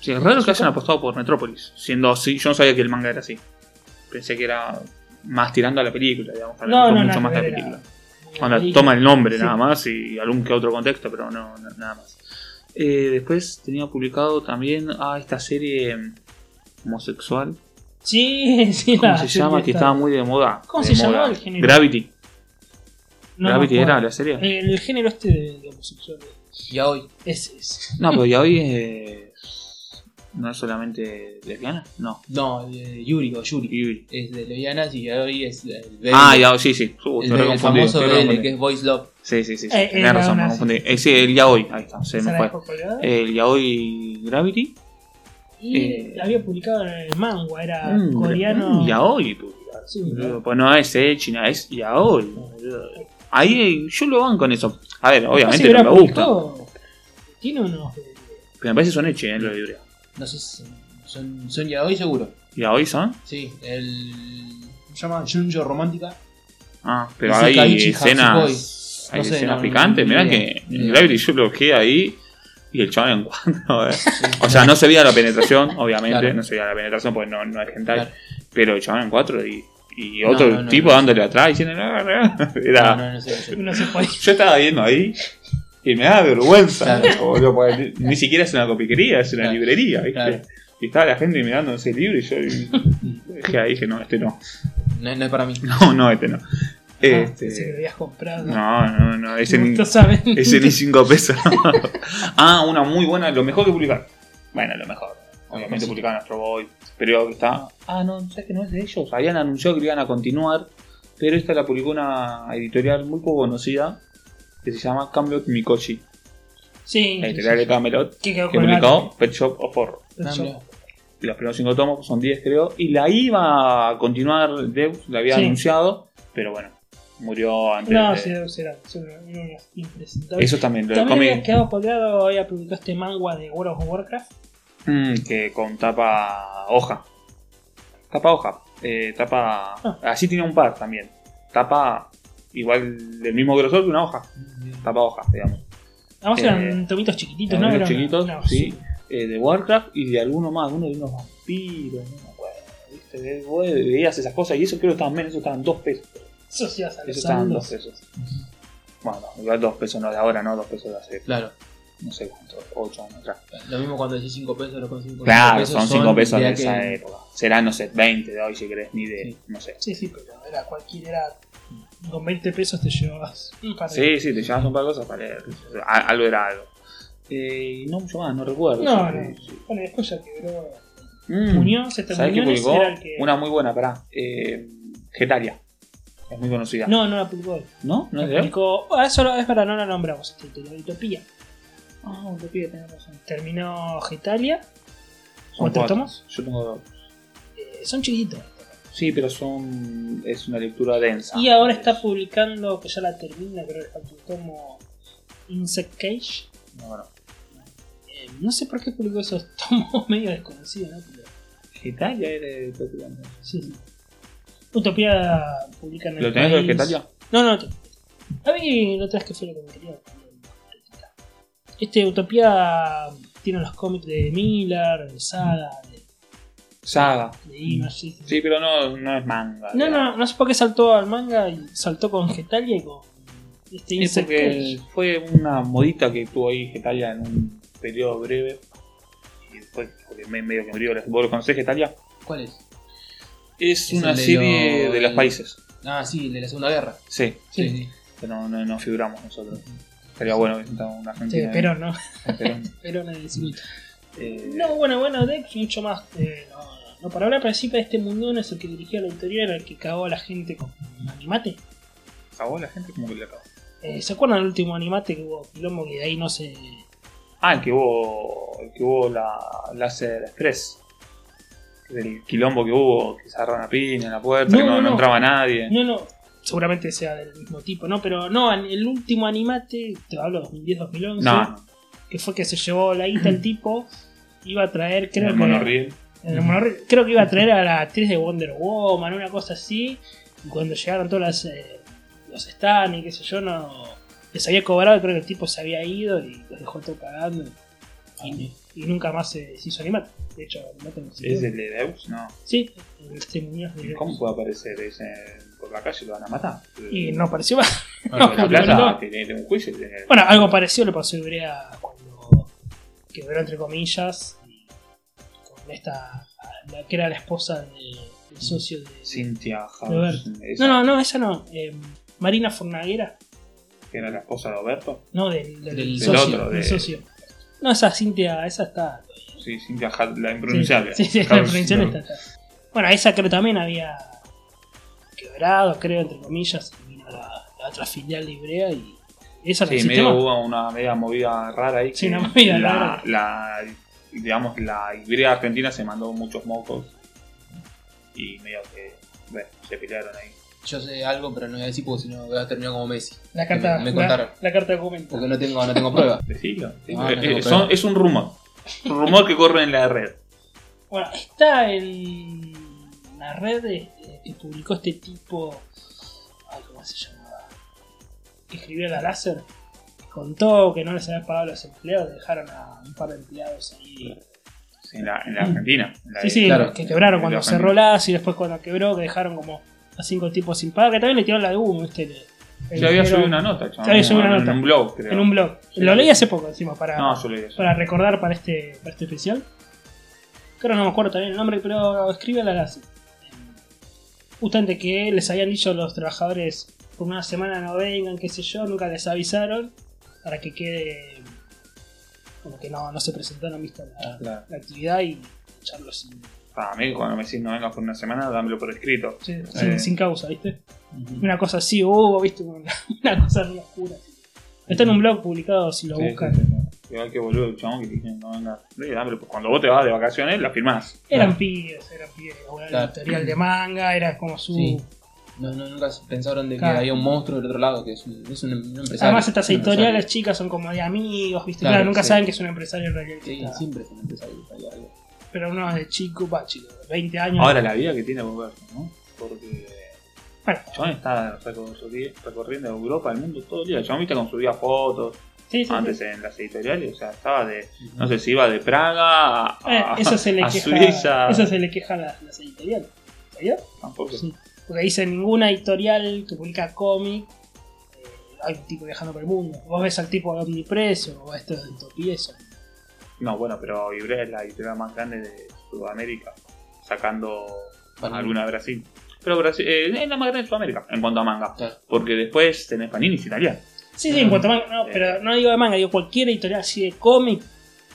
S1: Sí, es raro que hayan apostado por Metrópolis, siendo así, yo no sabía que el manga era así. Pensé que era más tirando a la película, digamos, para
S2: No, no,
S1: mucho
S2: nada
S1: más
S2: que
S1: la
S2: ver,
S1: película.
S2: Muy
S1: Onda,
S2: amarillo.
S1: toma el nombre
S2: Sí.
S1: nada más y algún que otro contexto, pero no, no- nada más. Eh, después tenía publicado también a esta serie mm, homosexual,
S2: Sí, sí,
S1: ¿cómo
S2: la-
S1: se
S2: sí,
S1: llama?
S2: está.
S1: Que estaba muy de moda.
S2: ¿Cómo
S1: de
S2: se llamaba
S1: moda.
S2: el género?
S1: Gravity.
S2: No me
S1: Gravity
S2: acuerdo.
S1: era la serie.
S2: El, género este de, de homosexuales.
S3: Ya hoy.
S2: Ese es.
S1: No, pero ya hoy es. No es solamente lesbiana, no.
S3: No, eh, Yuri o Yuri.
S1: Yuri.
S3: Es de lesbianas y ya hoy es el BL.
S1: Ah, ya hoy, sí, sí. Uh, estoy
S3: El, BL, el
S1: reconfundido,
S3: famoso
S1: estoy
S3: BL
S1: reconfundido.
S3: que es Voice Love.
S1: Sí, sí, sí. sí.
S2: Eh, eh,
S1: Tenés razón,
S2: una-
S1: me confundí. Eh, sí, el ya hoy, ahí está, se
S2: Esa
S1: me
S2: la
S1: fue. Eh,
S2: dejó colgada.
S1: El ya hoy Gravity.
S2: y
S1: eh,
S2: la había publicado en el manga, era
S1: Mm,
S2: Ah, coreano.
S1: mm, Yaoi,
S2: Sí,
S1: boludo. Pues no es eh, China, es Yaoi. boludo. Ahí eh, yo lo banco en eso. A ver,
S2: Así
S1: obviamente
S2: que
S1: no
S2: era
S1: me gusta.
S2: publicado. Tiene unos. eh,
S1: Pero me parece son echi, eh, los libros.
S3: No sé si son, son ya hoy seguro.
S1: Yaoi son.
S3: Sí, el. Se llama Junjo Romántica.
S1: Ah, pero
S3: Dice
S1: hay
S3: Kaichi
S1: escenas.
S3: Hatsukoi.
S1: Hay
S3: No sé,
S1: escenas
S3: no,
S1: picantes.
S3: ni
S1: Mirá
S3: idea,
S1: que
S3: ni
S1: en
S3: idea.
S1: Gravity yo lo quedé ahí. Y el chaval en cuando. eh. O sea, no se veía la penetración, obviamente,
S3: Claro.
S1: no se veía la penetración porque no, no es hentai.
S3: Claro.
S1: Pero el chabón en cuatro y, y
S3: No,
S1: otro
S3: no, no,
S1: tipo
S3: no.
S1: dándole atrás diciendo, "No, no". Era,
S3: No, no, no sé. no sé.
S2: No se puede.
S1: Yo estaba viendo ahí y me da vergüenza.
S3: Claro.
S1: boludo, porque ni- ni siquiera es una copiquería, es una
S3: Claro.
S1: librería. ¿viste?
S3: Claro.
S1: Y estaba la gente mirando ese libro y yo y- dije, ahí, dije, no, este no.
S3: No, no es para mí.
S1: No, no, este no.
S2: Ah, pensé que lo
S1: Este,
S2: habías comprado.
S1: no, no, no, ese ni,
S2: No saben.
S1: ese ni cinco pesos. ah, una muy buena, lo mejor que publicar. Bueno, lo mejor. Obviamente
S3: Sí.
S1: publicaron Astro Boy, pero que está. Ah, no, ¿sabes que no es de ellos? Habían anunciado que lo iban a continuar, pero esta la publicó una editorial muy poco conocida que se llama Camelot Mikoshi.
S2: Sí,
S1: La editorial de Camelot
S2: que quedó
S1: que
S2: colgada
S1: publicó Pet Shop of Horror.
S2: también.
S3: Ah, mirá.
S1: Los primeros cinco tomos son 10, creo, y la iba a continuar Deus, la había
S2: Sí.
S1: anunciado, pero bueno, murió antes.
S2: No,
S1: de-
S2: sí, debe ser algo, son unos impresentables.
S1: Eso también, Eh, lo del
S2: También había
S1: cómic
S2: quedado colgado, había publicado este manga de World of Warcraft.
S1: mm, que con tapa hoja. Tapa hoja. eh, tapa.
S2: Ah.
S1: Así tiene un par también. Tapa igual del mismo grosor que una hoja. Tapa hoja, digamos.
S2: Además
S1: Eh,
S2: eran tomitos chiquititos, ¿no?
S1: Algunos
S2: Era una-
S1: chiquitos,
S2: una
S1: sí.
S2: basura.
S1: eh, de Warcraft y de alguno más, alguno de unos vampiros, no me acuerdo. ¿viste? Ve- vos Veías esas cosas y eso creo que estaban menos, eso estaban dos pesos.
S2: Eso sí, vas a los
S1: Eso estaban dos
S2: saldos.
S1: pesos. Bueno, igual dos pesos no de ahora, no dos pesos de hace
S3: Claro.
S1: no sé cuánto, ocho años atrás.
S3: Lo mismo cuando decís 5 pesos, lo consigo con cinco
S1: Claro,
S3: pesos,
S1: son cinco pesos de
S3: diría
S1: esa eh.
S3: que-
S1: época. Será, no sé, 20 de hoy si querés, ni de,
S3: Sí.
S1: no sé.
S2: Sí, sí, pero era cualquiera. Con 20 pesos te llevabas un par de-
S1: Sí, sí, te llevas un par de cosas para leer. A- Algo era algo. Eh, y no mucho más, no recuerdo.
S2: No,
S1: Sí,
S2: no.
S1: sí.
S2: Bueno, después ya quebró
S1: Mm,
S2: Muñoz, este
S1: ¿Sabés qué
S2: Muñoz
S1: publicó?
S2: era el que.
S1: Una muy buena, pará. Eh, Getaria. Es muy conocida.
S2: No, no la publicó él.
S1: ¿No? ¿No
S2: La
S1: es de él?
S2: publicó. Ah, eso es para no la nombramos, este, de la Utopía.
S1: Ah, un tenés razón.
S2: Terminó Getalia.
S1: Son
S2: ¿Cuántos
S1: cuatro.
S2: tomos?
S1: Yo tengo dos.
S2: Eh, son chiquitos.
S1: Sí, pero son es una lectura densa.
S2: Y ahora está publicando, que ya la termina, creo que falta un tomo, Insect Cage.
S1: No, no.
S2: Eh, no sé por qué publicó esos tomos medio desconocidos, ¿no? Pero,
S1: Getalia era de Tokio. ¿no?
S2: sí, sí. Utopía publica en el
S1: ¿Lo tenés lo de
S2: país.
S1: Getalia?
S2: No, no, no. A mí lo que fue lo que me quería. Este Utopía tiene los cómics de Miller, de Saga, de,
S1: Saga.
S2: de Image. sí, sí.
S1: Mm. Sí, pero no, no es manga.
S2: No,
S1: digamos.
S2: no, no sé por qué saltó al manga y saltó con Getalia y con este
S1: Es
S2: Insect
S1: porque
S2: Cage.
S1: fue una modita que tuvo ahí Getalia en un periodo breve. Y después, porque me- medio que murió. ¿Vos lo conocés, Getalia?
S3: ¿Cuál es?
S1: Es,
S3: Es
S1: una
S3: el de
S1: serie
S3: los-
S1: de los países.
S3: Ah, sí, el de la Segunda Guerra.
S1: Sí,
S2: Sí,
S3: sí.
S1: pero no, no figuramos nosotros. Sería bueno que sentamos una
S2: Sí,
S1: gente.
S2: pero no,
S1: Perón.
S2: pero no decimos.
S1: Eh,
S2: No, bueno, bueno, Dex, mucho más. eh, no, no, no, para hablar, pero sí, para este mundón es el que dirigía la editorial, el que cagó a la gente con animate.
S1: ¿Acabó la gente? ¿Cómo que le acabó?
S2: Eh, ¿Se acuerdan del último animate que hubo quilombo que de ahí no se.
S1: Ah, el que hubo, el que hubo la Láser Express. Del quilombo que hubo, que se agarraron a piña en la puerta,
S2: No,
S1: que no,
S2: no,
S1: no
S2: no.
S1: entraba nadie.
S2: No, no, seguramente sea del mismo tipo, ¿no? Pero no, an- el último animate, te hablo 2010-2011,
S1: No, no.
S2: que fue que se llevó la guita el tipo, iba a traer, creo
S1: el
S2: que.
S1: monorriel.
S2: en el monorriel, creo que iba a traer a la actriz de Wonder Woman, una cosa así. Y cuando llegaron todos las, eh, los stands y qué sé yo, no les había cobrado. Creo que el tipo se había ido y los dejó todo cagando. Y, y nunca más se, se hizo animate. De hecho, animate no se
S1: ¿Es el de Deus? No.
S2: Sí, este Muñoz de
S1: ¿Cómo puede aparecer ese por la calle? ¿Lo van a matar?
S2: Y no pareció más.
S1: Pero la
S2: no,
S1: plata
S2: no.
S1: tiene tiene un juicio. tiene-
S2: Bueno, algo parecido le pasó a Ibrea cuando quebró entre comillas y con esta la que era la esposa de- del socio de.
S1: Cintia
S2: De ver.
S1: House.
S2: No, no, no, esa no. eh, Marina Fornaguera.
S1: Que era la esposa de Alberto.
S2: No, del, del,
S3: Del
S2: socio.
S1: otro,
S2: del
S1: de-
S2: socio. No, esa Cintia, esa está.
S1: Sí, Cintia Hall, la impronunciable.
S2: Sí, sí, la
S1: House.
S2: provincial está, está. Bueno, esa creo también había quebrado, creo, entre comillas, y vino la, la otra filial de Ibrea y. Esa la
S1: Sí, medio hubo una media movida rara ahí.
S2: Sí,
S1: que
S2: una movida
S1: la,
S2: rara.
S1: La, digamos, la Y argentina se mandó muchos mocos. Y medio que, bueno, se pelearon ahí.
S3: Yo sé algo, pero no voy a decir porque si no voy a terminar como Messi.
S2: La carta,
S3: Me- me
S2: la,
S3: contaron.
S2: la carta de documento.
S3: Porque no tengo, no tengo prueba.
S1: Decilo. Sí,
S3: Ah,
S1: eh,
S3: no,
S1: eh,
S3: no,
S1: son-
S3: pero-
S1: es un rumor. Un rumor que corre en la red.
S2: Bueno, está en la red eh, que publicó este tipo. Ay, ¿cómo se llamaba? Que escribió la láser. Contó que no les habían pagado a los empleados, dejaron a un par de empleados ahí.
S1: En la, en la Argentina. en la-
S2: Sí, sí,
S3: claro.
S2: que quebraron cuando
S1: La
S2: cerró Láser y después cuando quebró, que dejaron como a cinco tipos sin pagar, que también le tiraron la Google, ¿viste? Le- le
S1: Yo había
S2: dijeron
S1: subido una nota, chaval.
S2: Yo había subido una
S1: en,
S2: nota.
S1: un blog, creo.
S2: En un blog.
S1: Sí.
S2: Lo leí hace poco encima para.
S1: No, yo lo leí.
S2: para recordar para este, para este especial. Creo no me acuerdo también el nombre, pero escribe la Lassi. Justamente que les habían dicho a los trabajadores por una semana no vengan, qué sé yo, nunca les avisaron para que quede como que no, no se presentaron vista la,
S1: Claro.
S2: la actividad y echarlos sin,
S1: Ah, a mí, cuando me decís no vengas por una semana, dámelo por escrito.
S2: sin-
S1: Sí.
S2: sin causa, ¿viste? Una cosa así hubo, ¿viste? Una, una cosa muy oscura. Está en un blog publicado si lo
S1: Sí,
S2: buscan.
S1: sí, sí. Igual que boludo el chabón que te dicen no vengas. Sí, dámelo. pues, Cuando vos te vas de vacaciones, la firmás.
S2: Eran
S3: Claro.
S2: pibes, eran pibes. Era
S3: Ah. Claro.
S2: editorial de manga, era como su.
S3: Sí. No, no, nunca pensaron de que
S2: Claro.
S3: había un monstruo del otro lado, que es un, es un em- un empresario.
S2: Además, estas
S3: Un empresario.
S2: editoriales chicas son como de amigos, ¿viste? Claro,
S3: Claro,
S2: nunca
S3: sí.
S2: saben que es un empresario en realidad.
S3: Sí,
S2: Claro.
S3: siempre es un empresario. hay algo.
S2: Pero uno de chico, va chico, 20 años.
S1: Ahora la vida que tiene Roberto, ¿no? Porque
S2: Bueno,
S1: el chabón está recorri- recorriendo Europa, el mundo todo el día. El chabón viste con subía fotos
S2: sí, sí, sí.
S1: antes en las editoriales, o sea, estaba de, no sé si iba de Praga a,
S2: Eh,
S1: a-
S2: eso se le
S1: Ah, a
S2: queja.
S1: Suiza.
S2: Eso se le queja a las, las editoriales. ¿Sabías?
S1: Tampoco.
S2: Sí. Porque dice ninguna editorial que publica cómic. eh, hay un tipo viajando por el mundo. Vos ves al tipo de Omnipreso o a estos de Topieso.
S1: No, bueno, pero Ibrea es la editorial más grande de Sudamérica, sacando
S3: Panini.
S1: alguna de Brasil. Pero Brasil eh, es la más grande de Sudamérica en cuanto a manga.
S3: Claro.
S1: Porque después tenés Panini es italiano.
S2: Sí, sí, en cuanto a manga, no, pero no digo de manga, digo cualquier editorial así de cómic.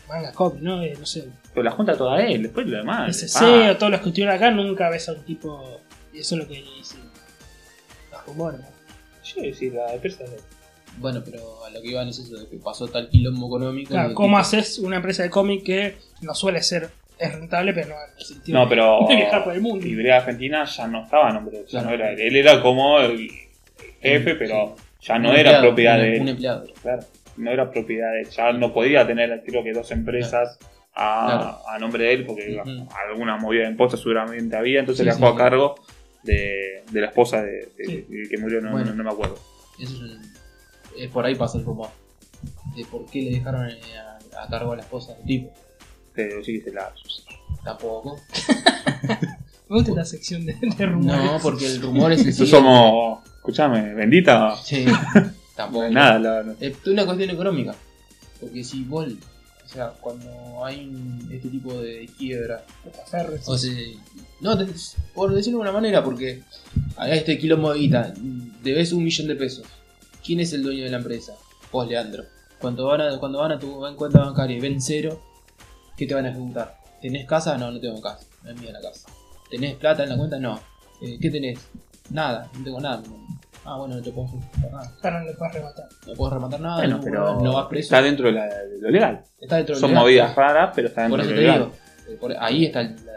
S2: Manga, cómic, ¿no? Eh, no sé,
S1: Pero la junta toda él, después lo demás. ah.
S2: SC
S1: le
S2: o
S1: paga.
S2: todos los que estuvieron acá nunca ves a un tipo. Y eso es lo que dicen los rumores. ¿no?
S1: Sí, sí, la empresa es-
S3: Bueno, pero a lo que iban es eso, de que pasó tal quilombo económico.
S2: Claro,
S3: de
S2: ¿cómo
S3: que-
S2: haces una empresa de cómic que no suele ser es rentable, pero no en el sentido
S1: No,
S2: de-
S1: pero.
S2: de viajar por el mundo.
S1: Librea Argentina ya no estaba a nombre de él. ya
S3: Claro.
S1: no era él. Él era como el jefe, pero ya no
S3: Un
S1: era
S3: empleado,
S1: propiedad
S3: un- em-
S1: de
S3: Un
S1: él.
S3: empleado.
S1: Claro, no era propiedad de él. Ya no podía tener, creo que, dos empresas a,
S3: Claro.
S1: a nombre de él, porque
S3: Ujú.
S1: alguna movida de impuestos seguramente había, entonces
S3: Sí,
S1: la
S3: sí,
S1: dejó a
S3: sí.
S1: cargo de, de la esposa de, de-
S2: Sí.
S1: del que murió, no,
S3: Bueno.
S1: no- no me acuerdo.
S3: Eso es, un- es por ahí pasa el rumor. De por qué le dejaron eh, a, a cargo a la esposa del tipo.
S1: Pero sí, se la.
S3: Tampoco.
S2: Me gusta esta sección de, de rumores.
S3: No, porque el rumor es el
S1: Nosotros
S3: siguiente.
S1: somos. Escúchame, bendita.
S3: Sí, tampoco.
S1: Nada, la- no.
S3: Es una cuestión económica. Porque si vos, o sea, cuando hay un- este tipo de quiebra,
S2: Ferro, sí.
S3: o sea, no, te- por decirlo de una manera, porque acá este quilombo de guita, debes un millón de pesos. ¿Quién es el dueño de la empresa? Vos, Leandro. Cuando van a, cuando van a tu en cuenta bancaria y ven cero, ¿qué te van a ejecutar? ¿Tenés casa? No, no tengo casa. No es mía la casa. ¿Tenés plata en la cuenta? No. Eh, ¿Qué tenés? Nada, no tengo nada. Ah, bueno, no te puedo ejecutar nada.
S2: Ya no le puedes rematar.
S3: No puedes rematar nada,
S1: Bueno,
S3: Ah, no,
S1: pero
S3: no vas preso.
S1: está dentro de, la- de lo legal.
S3: Está dentro del
S1: Son
S3: legal.
S1: movidas raras, pero está dentro
S3: Por
S1: de
S3: eso
S1: lo
S3: te
S1: legal.
S3: digo. eh, por- ahí está el- la,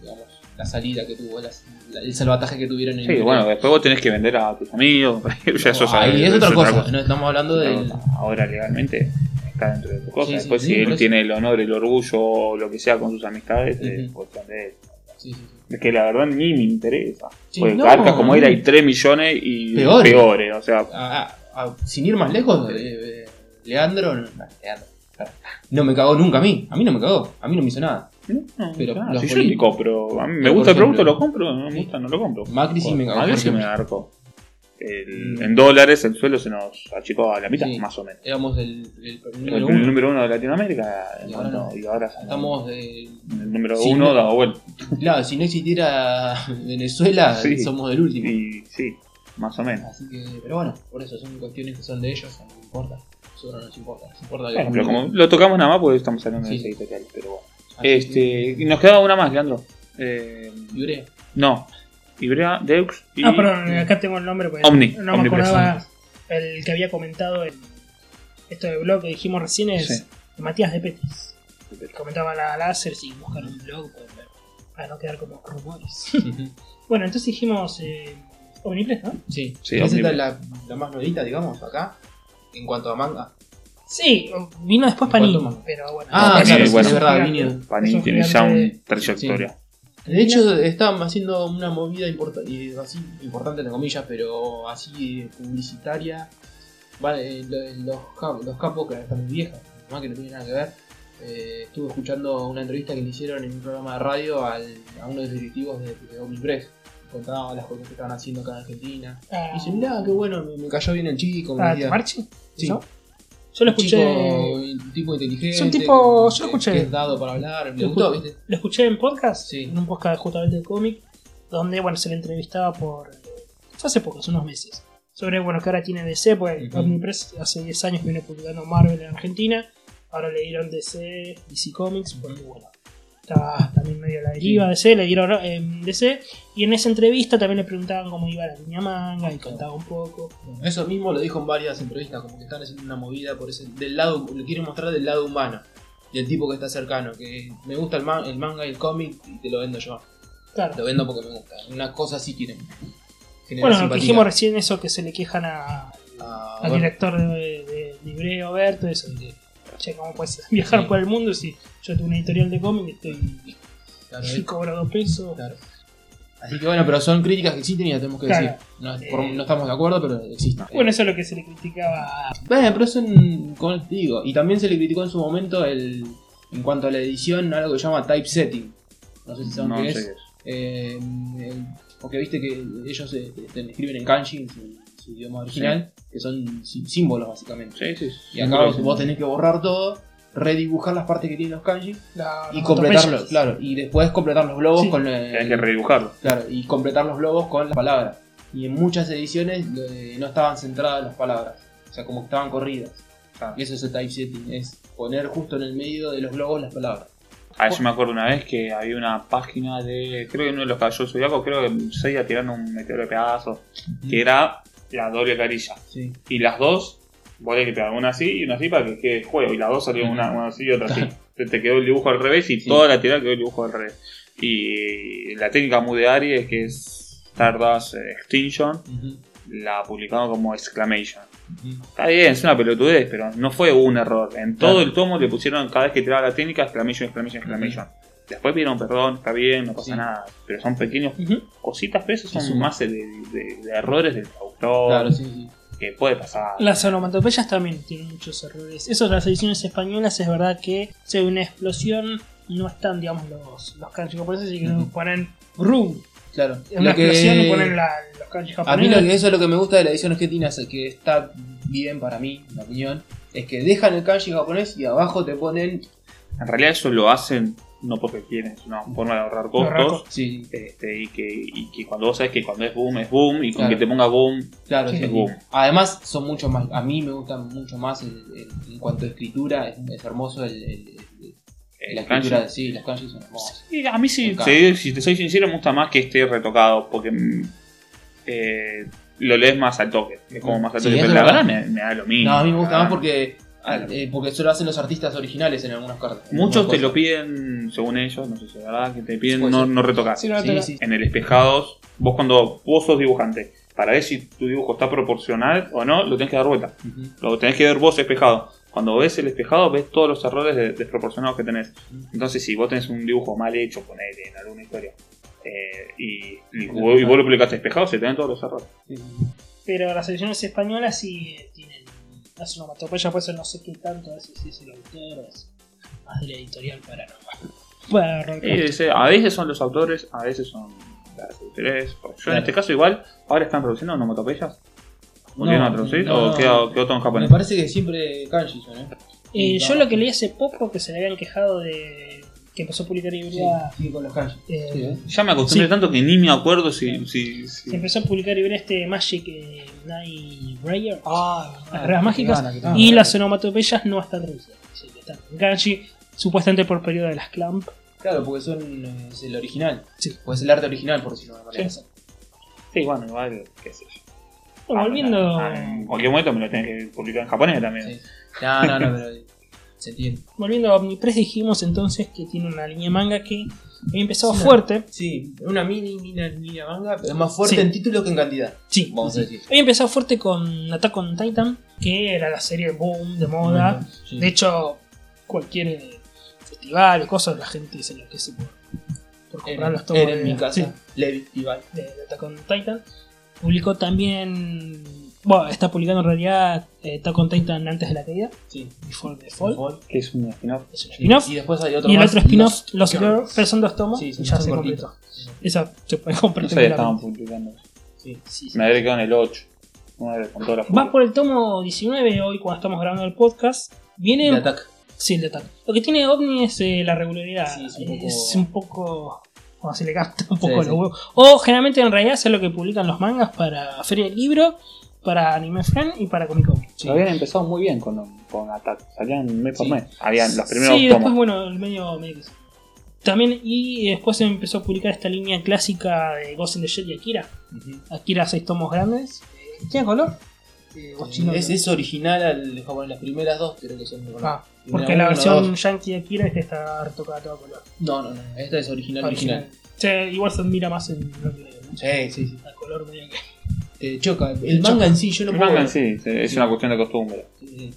S3: digamos, la salida que tuvo, la- la- el salvataje que tuvieron en
S1: Sí, bueno, después vos tenés que vender a tus amigos. ya
S3: No,
S1: eso
S3: ahí es
S1: eso
S3: otra cosa. No estamos hablando
S1: Claro,
S3: del.
S1: Ahora legalmente está dentro de tu cosa.
S3: Sí, sí,
S1: Después,
S3: sí,
S1: si
S3: por
S1: él
S3: eso.
S1: tiene el honor, el orgullo o lo que sea con sus amistades, es
S3: Ujú.
S1: cuestión de él.
S3: sí, sí, sí.
S1: Es que la verdad ni me interesa.
S3: Sí,
S1: Porque
S3: no,
S1: Garcas como era,
S3: no.
S1: hay 3 millones y
S3: Peores.
S1: peores. o sea,
S3: Ah, ah, ah, sin ir más lejos, eh, eh, Leandro. No, Leandro, claro. No me cagó nunca a mí. A mí no me cagó. A mí no me hizo nada.
S1: no, no,
S3: Pero
S1: claro,
S3: los
S1: si yo ni
S3: políticos-
S1: compro. A mí me
S3: Pero,
S1: gusta el
S3: por
S1: producto,
S3: ejemplo,
S1: lo compro. No me
S3: sí.
S1: gusta, no lo compro.
S3: Macri sí me cagó,
S1: Macri
S3: por
S1: sí me
S3: ejemplo.
S1: garcó. El-
S3: Mm.
S1: en dólares el suelo se nos achicó a la mitad,
S3: Sí.
S1: más o menos.
S3: Éramos el, el
S1: El,
S3: número uno.
S1: número uno de Latinoamérica. en
S3: Y ahora
S1: cuanto-
S3: no.
S1: y ahora
S3: Estamos del.
S1: el número
S3: Sí,
S1: uno,
S3: no.
S1: dado vuelta.
S3: Claro, si no existiera Venezuela,
S1: Sí.
S3: somos del último.
S1: Y sí, más o menos.
S3: Así que, pero bueno, por eso son cuestiones que son de ellos, no nos importa. Nosotros no nos importa, nos importa que
S1: Bueno, pero como lo tocamos nada más porque estamos hablando
S3: Sí.
S1: de ese editorial, pero bueno.
S3: Así que,
S1: Este, y nos quedaba una más, Leandro. Eh,
S3: Yure,
S1: no. Ibrea, Deux y.
S2: Ah, perdón, acá tengo el nombre. porque
S1: Omni,
S2: No me
S1: omnipresente.
S2: acordaba el que había comentado en esto de blog que dijimos recién es
S1: Sí.
S2: Matías de Petis. Comentaba la láser, si buscan un blog pueden ver, para no quedar como rumores.
S3: ujú,
S2: bueno, entonces dijimos eh, Omnipres, ¿no?
S3: sí,
S1: Sí,
S3: esa
S1: Omnipress.
S3: es la, la más nuevita, digamos, acá. En cuanto a manga.
S2: Sí, vino después
S3: ¿Cuánto
S2: Panini,
S3: más?
S2: pero bueno.
S1: Ah,
S3: Ah,
S2: Panini
S1: claro,
S2: es un
S1: bueno.
S3: es verdad,
S2: gigante.
S3: Vinny.
S1: Panini
S2: Es un
S1: tiene ya
S2: gigante.
S1: una trayectoria.
S3: De hecho, están haciendo una movida importa- eh, así, importante, entre comillas, pero así eh, publicitaria. Vale, eh, lo- eh, los, cap- los capos que están muy viejos, más que no tienen nada que ver. Eh, estuve escuchando una entrevista que le hicieron en un programa de radio al- a uno de los directivos de, de Omnipress. Contaba las cosas que estaban haciendo acá en Argentina.
S2: Ah,
S3: Y dice, mirá, qué bueno, me, me cayó bien el chico. me
S2: ah,
S3: decía.
S2: Marchi?
S3: Sí.
S2: ¿No? Yo lo escuché.
S3: Chico, un tipo inteligente.
S2: Es un tipo- yo lo
S3: que-
S2: escuché.
S3: que es dado para hablar. Me
S2: Lo
S3: gustó,
S2: escu-
S3: ¿viste?
S2: Lo escuché en podcast,
S3: Sí.
S2: en un podcast justamente de cómic, donde bueno se le entrevistaba por. fue hace poco, hace unos meses. Sobre bueno que ahora tiene DC, pues
S3: Ujú.
S2: Omnipress hace 10 años viene publicando Marvel en Argentina, ahora le dieron DC, DC Comics, porque bueno. Estaba también medio a la deriva
S3: Sí.
S2: DC, le dieron eh, DC, y en esa entrevista también le preguntaban cómo iba la línea manga y contaba un poco.
S3: Eso mismo lo dijo en varias entrevistas, como que están haciendo una movida por ese, del lado, lo quieren mostrar del lado humano, del tipo que está cercano, que me gusta el, man- el manga y el cómic y te lo vendo yo,
S2: Claro.
S3: lo vendo porque me gusta, una cosa así quieren. generar
S2: Bueno, lo que
S3: simpatía.
S2: dijimos recién eso que se le quejan a,
S3: Ah,
S2: al
S3: bueno,
S2: director de, de, de Libreo, Berto, eso de que, che, ¿cómo puedes viajar
S3: Sí.
S2: por el mundo si yo tengo una editorial de cómics y estoy
S3: claro,
S2: y
S3: eh,
S2: cobro dos pesos?
S3: claro. Así que bueno, pero son críticas que existen y las tenemos que
S2: Claro. Ah,
S3: decir. No, es por- no estamos de acuerdo, pero existen.
S2: Bueno, eso es lo que se le criticaba a
S3: Bueno, pero eso, en- como te digo, y también se le criticó en su momento el, en cuanto a la edición, algo que se llama typesetting. No sé si saben
S1: No
S3: qué
S1: sé
S3: es.
S1: qué es.
S3: Eh, eh, porque viste que ellos eh, te- escriben en kanji, en su, su idioma original, que son sí- símbolos básicamente.
S1: Sí, sí.
S3: Y acá vos, vos tenés que borrar todo, redibujar las partes que tienen los kanji
S2: la
S3: y
S2: las
S3: completarlos,
S2: onomatopeyas.
S3: claro, y después completar los globos
S2: Sí.
S3: con eh,
S1: Tenés que redibujarlo.
S3: claro, y completar los globos con las palabras. Y en muchas ediciones eh, no estaban centradas las palabras, o sea, como que estaban corridas. Y eso es el typesetting, es poner justo en el medio de los globos las palabras.
S1: Ah, yo me acuerdo una vez que había una página de. Creo que uno de los caballos zodiacos, creo que se iba tirando un meteoro de pedazos, que era la doble carilla.
S3: Sí.
S1: Y las dos, vos le que pegar una así y una así para que quede el juego. Y las dos salieron una, una así y otra así. te- te quedó el dibujo al revés y
S3: Sí.
S1: toda la tirada quedó el dibujo al revés. Y la técnica muy de Aries, que es Stardust eh, Extinction, la publicaron como Exclamation. Está bien, es una pelotudez, pero no fue un error. En todo
S3: Claro.
S1: el tomo le pusieron, cada vez que tiraba la técnica, Exclamation, Exclamation, Exclamation. Después pidieron perdón, está bien, no pasa
S3: Sí.
S1: nada. Pero son pequeños
S2: Ujú.
S1: cositas, pero esos
S3: Sí,
S1: son
S3: sí.
S1: más de, de- de errores del autor.
S3: Claro, sí, sí.
S1: Que puede pasar.
S2: Las onomatopeyas también tienen muchos errores. Eso de las ediciones españolas es verdad que si hay una explosión no están, digamos, los, los kanji japoneses y que
S3: Ujú.
S2: ponen rum.
S3: Claro.
S2: En una
S3: Lo que-
S2: explosión y ponen la- los kanji
S3: A mí
S2: japoneses.
S3: lo que- eso es lo que me gusta de la edición argentina, es que está bien para mí, en mi opinión, es que dejan el kanji japonés y abajo te ponen...
S1: En realidad eso lo hacen no porque quieren, es una forma de ahorrar costos.
S2: ahorrar costos.
S3: Sí, sí,
S1: Este, y, que, y que cuando vos sabes que cuando es boom es boom y con
S3: Claro.
S1: que te ponga boom
S3: claro.
S2: Sí.
S3: sí, sí.
S1: Boom.
S3: Además son mucho más... A mí me gustan mucho más el- el- en cuanto a escritura, es, es hermoso el, el- el-
S1: eh,
S3: la
S1: kanji.
S3: escritura. Sí, los kanji son hermosos.
S1: Sí, a mí sí,
S3: Acá.
S1: sí, si te soy sincero, me gusta más que esté retocado porque mm, eh, lo lees más al toque. Es como más al
S3: Sí,
S1: toque.
S3: eso
S1: pero la
S3: es verdad.
S1: verdad me, me da lo mismo.
S3: No, a mí me gusta
S1: Ah,
S3: más porque...
S1: Claro.
S3: eh, porque eso lo hacen los artistas originales en algunas cartas. en
S1: Muchos te
S3: algunas
S1: lo
S3: cosas.
S1: piden, según ellos, no sé si es verdad, que te piden
S3: Puede
S1: no,
S3: ser.
S1: no retocar.
S2: Sí, no,
S3: Pues Sí,
S2: te la-
S3: sí.
S1: En el espejados, vos cuando vos sos dibujante, para ver si tu dibujo está proporcional o no, lo tenés que dar vuelta.
S3: Ujú.
S1: Lo tenés que ver vos espejado. Cuando ves el espejado, ves todos los errores de- desproporcionados que tenés. Entonces, si vos tenés un dibujo mal hecho, ponele en alguna historia, eh, y, y vos, y vos lo publicaste espejado, se te ven todos los errores.
S3: Sí, sí, sí.
S2: Pero las ediciones españolas sí eh, tienen las onomatopeyas, por eso no sé qué tanto, a veces sí es el autor, a veces más de la editorial para no. Para ahorrar
S3: Eh,
S1: Y
S2: costos.
S1: dice, a veces son los autores, a veces son las autores. Yo
S3: Claro.
S1: en este caso, igual, ahora están traduciendo onomatopeyas. ¿Volvieron
S3: No,
S1: a traducir?
S3: no,
S1: ¿O
S3: no,
S1: quedó,
S3: no.
S1: quedó todo en
S3: Me
S1: japonés?
S3: parece que siempre kanji son, ¿eh?
S2: Eh,
S3: Sí,
S2: yo
S3: no.
S2: lo que leí hace poco que se le habían quejado de que empezó a publicar
S3: Sí,
S2: Ibrea.
S3: sí, con los kanji.
S2: eh,
S3: Sí, ¿eh?
S1: Ya me acostumbré
S2: Sí.
S1: tanto que ni me acuerdo si. si, si-
S2: Se empezó a publicar Ibrea este Magic eh, Night Rayer.
S3: Ah,
S2: Las reglas mágicas y las onomatopeyas no están traducidas. así que están en kanji, supuestamente por periodo de las clamp.
S3: Claro, porque son eh, es el original.
S2: Sí.
S3: O es el arte original, por decirlo de alguna manera.
S2: Sí.
S1: Sí, bueno, igual, qué sé yo.
S2: Bueno, volviendo.
S1: Ah, En cualquier momento me lo tenés que publicar en japonés también.
S3: Sí. No, no, no, pero eh, se entiende.
S2: Volviendo a Omnipress, dijimos entonces que tiene una línea de manga que había empezado
S3: Sí.
S2: fuerte.
S3: Sí, una mini, mini, mini manga, pero más fuerte
S2: Sí.
S3: en título que en cantidad.
S2: Sí,
S3: Vamos a
S2: sí.
S3: decir.
S2: Había empezado fuerte con Attack on Titan, que era la serie boom de moda.
S3: Sí.
S2: De hecho, cualquier eh, festival o cosas, la gente se enloquece por, por
S3: en,
S2: comprar los tomos
S3: en, en mi casa,
S2: sí,
S3: Levi, Ibai.
S2: de, de Attack on Titan. Publicó también. Bueno, está publicando en realidad eh, Attack on Titan antes de la caída,
S3: Sí.
S2: Before the Fall.
S3: Fall.
S1: Que es un spin-off.
S2: Es un
S3: Sí.
S2: spin-off.
S3: Y después hay otro
S2: Y el
S3: más,
S2: otro spin-off, Los
S3: Girls.
S2: Girls, pero son dos tomos
S3: Sí,
S2: y
S3: sí,
S2: ya
S3: son
S2: se
S3: cortitos.
S2: completó. Esa se puede comprar
S1: No sé, estaban
S2: tranquilamente.
S1: publicando.
S3: Sí.
S2: Sí, sí.
S1: Me había quedado en el 8. nueve, con toda la
S2: Vas por el tomo 19 hoy cuando estamos grabando el podcast. Viene
S3: El ataque.
S2: Sí, el de Otaku. Lo que tiene OVNI es eh, la regularidad.
S3: Sí,
S2: es
S3: es
S2: un
S3: un
S2: poco.
S3: poco-
S2: o se le gasta un poco
S3: Sí,
S2: los
S3: sí.
S2: huevos. O generalmente en realidad es lo que publican los mangas para Feria del Libro, para Anime Friend y para Comic Con.
S1: Lo habían empezado muy bien con, con Attack. Salían mes por
S3: Sí.
S1: mes. Habían los primeros
S2: sí, después,
S1: tomos.
S2: bueno, el medio, medio que sí. También, y después se empezó a publicar esta línea clásica de Ghost in the Shell y Akira. Akira, seis tomos grandes. Eh, ¿Tiene color? Eh, o chino,
S3: Es,
S2: creo.
S3: es original al japonés, las primeras dos creo que son de color.
S2: Ah,
S3: Primera
S2: porque
S3: uno,
S2: la versión
S3: dos.
S2: yankee de Akira es que está retocada a todo color.
S3: No, no, no, esta es original, original.
S2: Sí, igual se mira más en blanco y negro, ¿no?
S3: Sí, sí, sí.
S2: A color medio que.
S3: Te choca. El
S2: Te
S3: manga
S2: choca.
S3: en sí, yo no
S1: El
S3: puedo.
S1: manga en
S3: ver.
S1: sí, se- es una cuestión de costumbre.
S3: Sí, sí.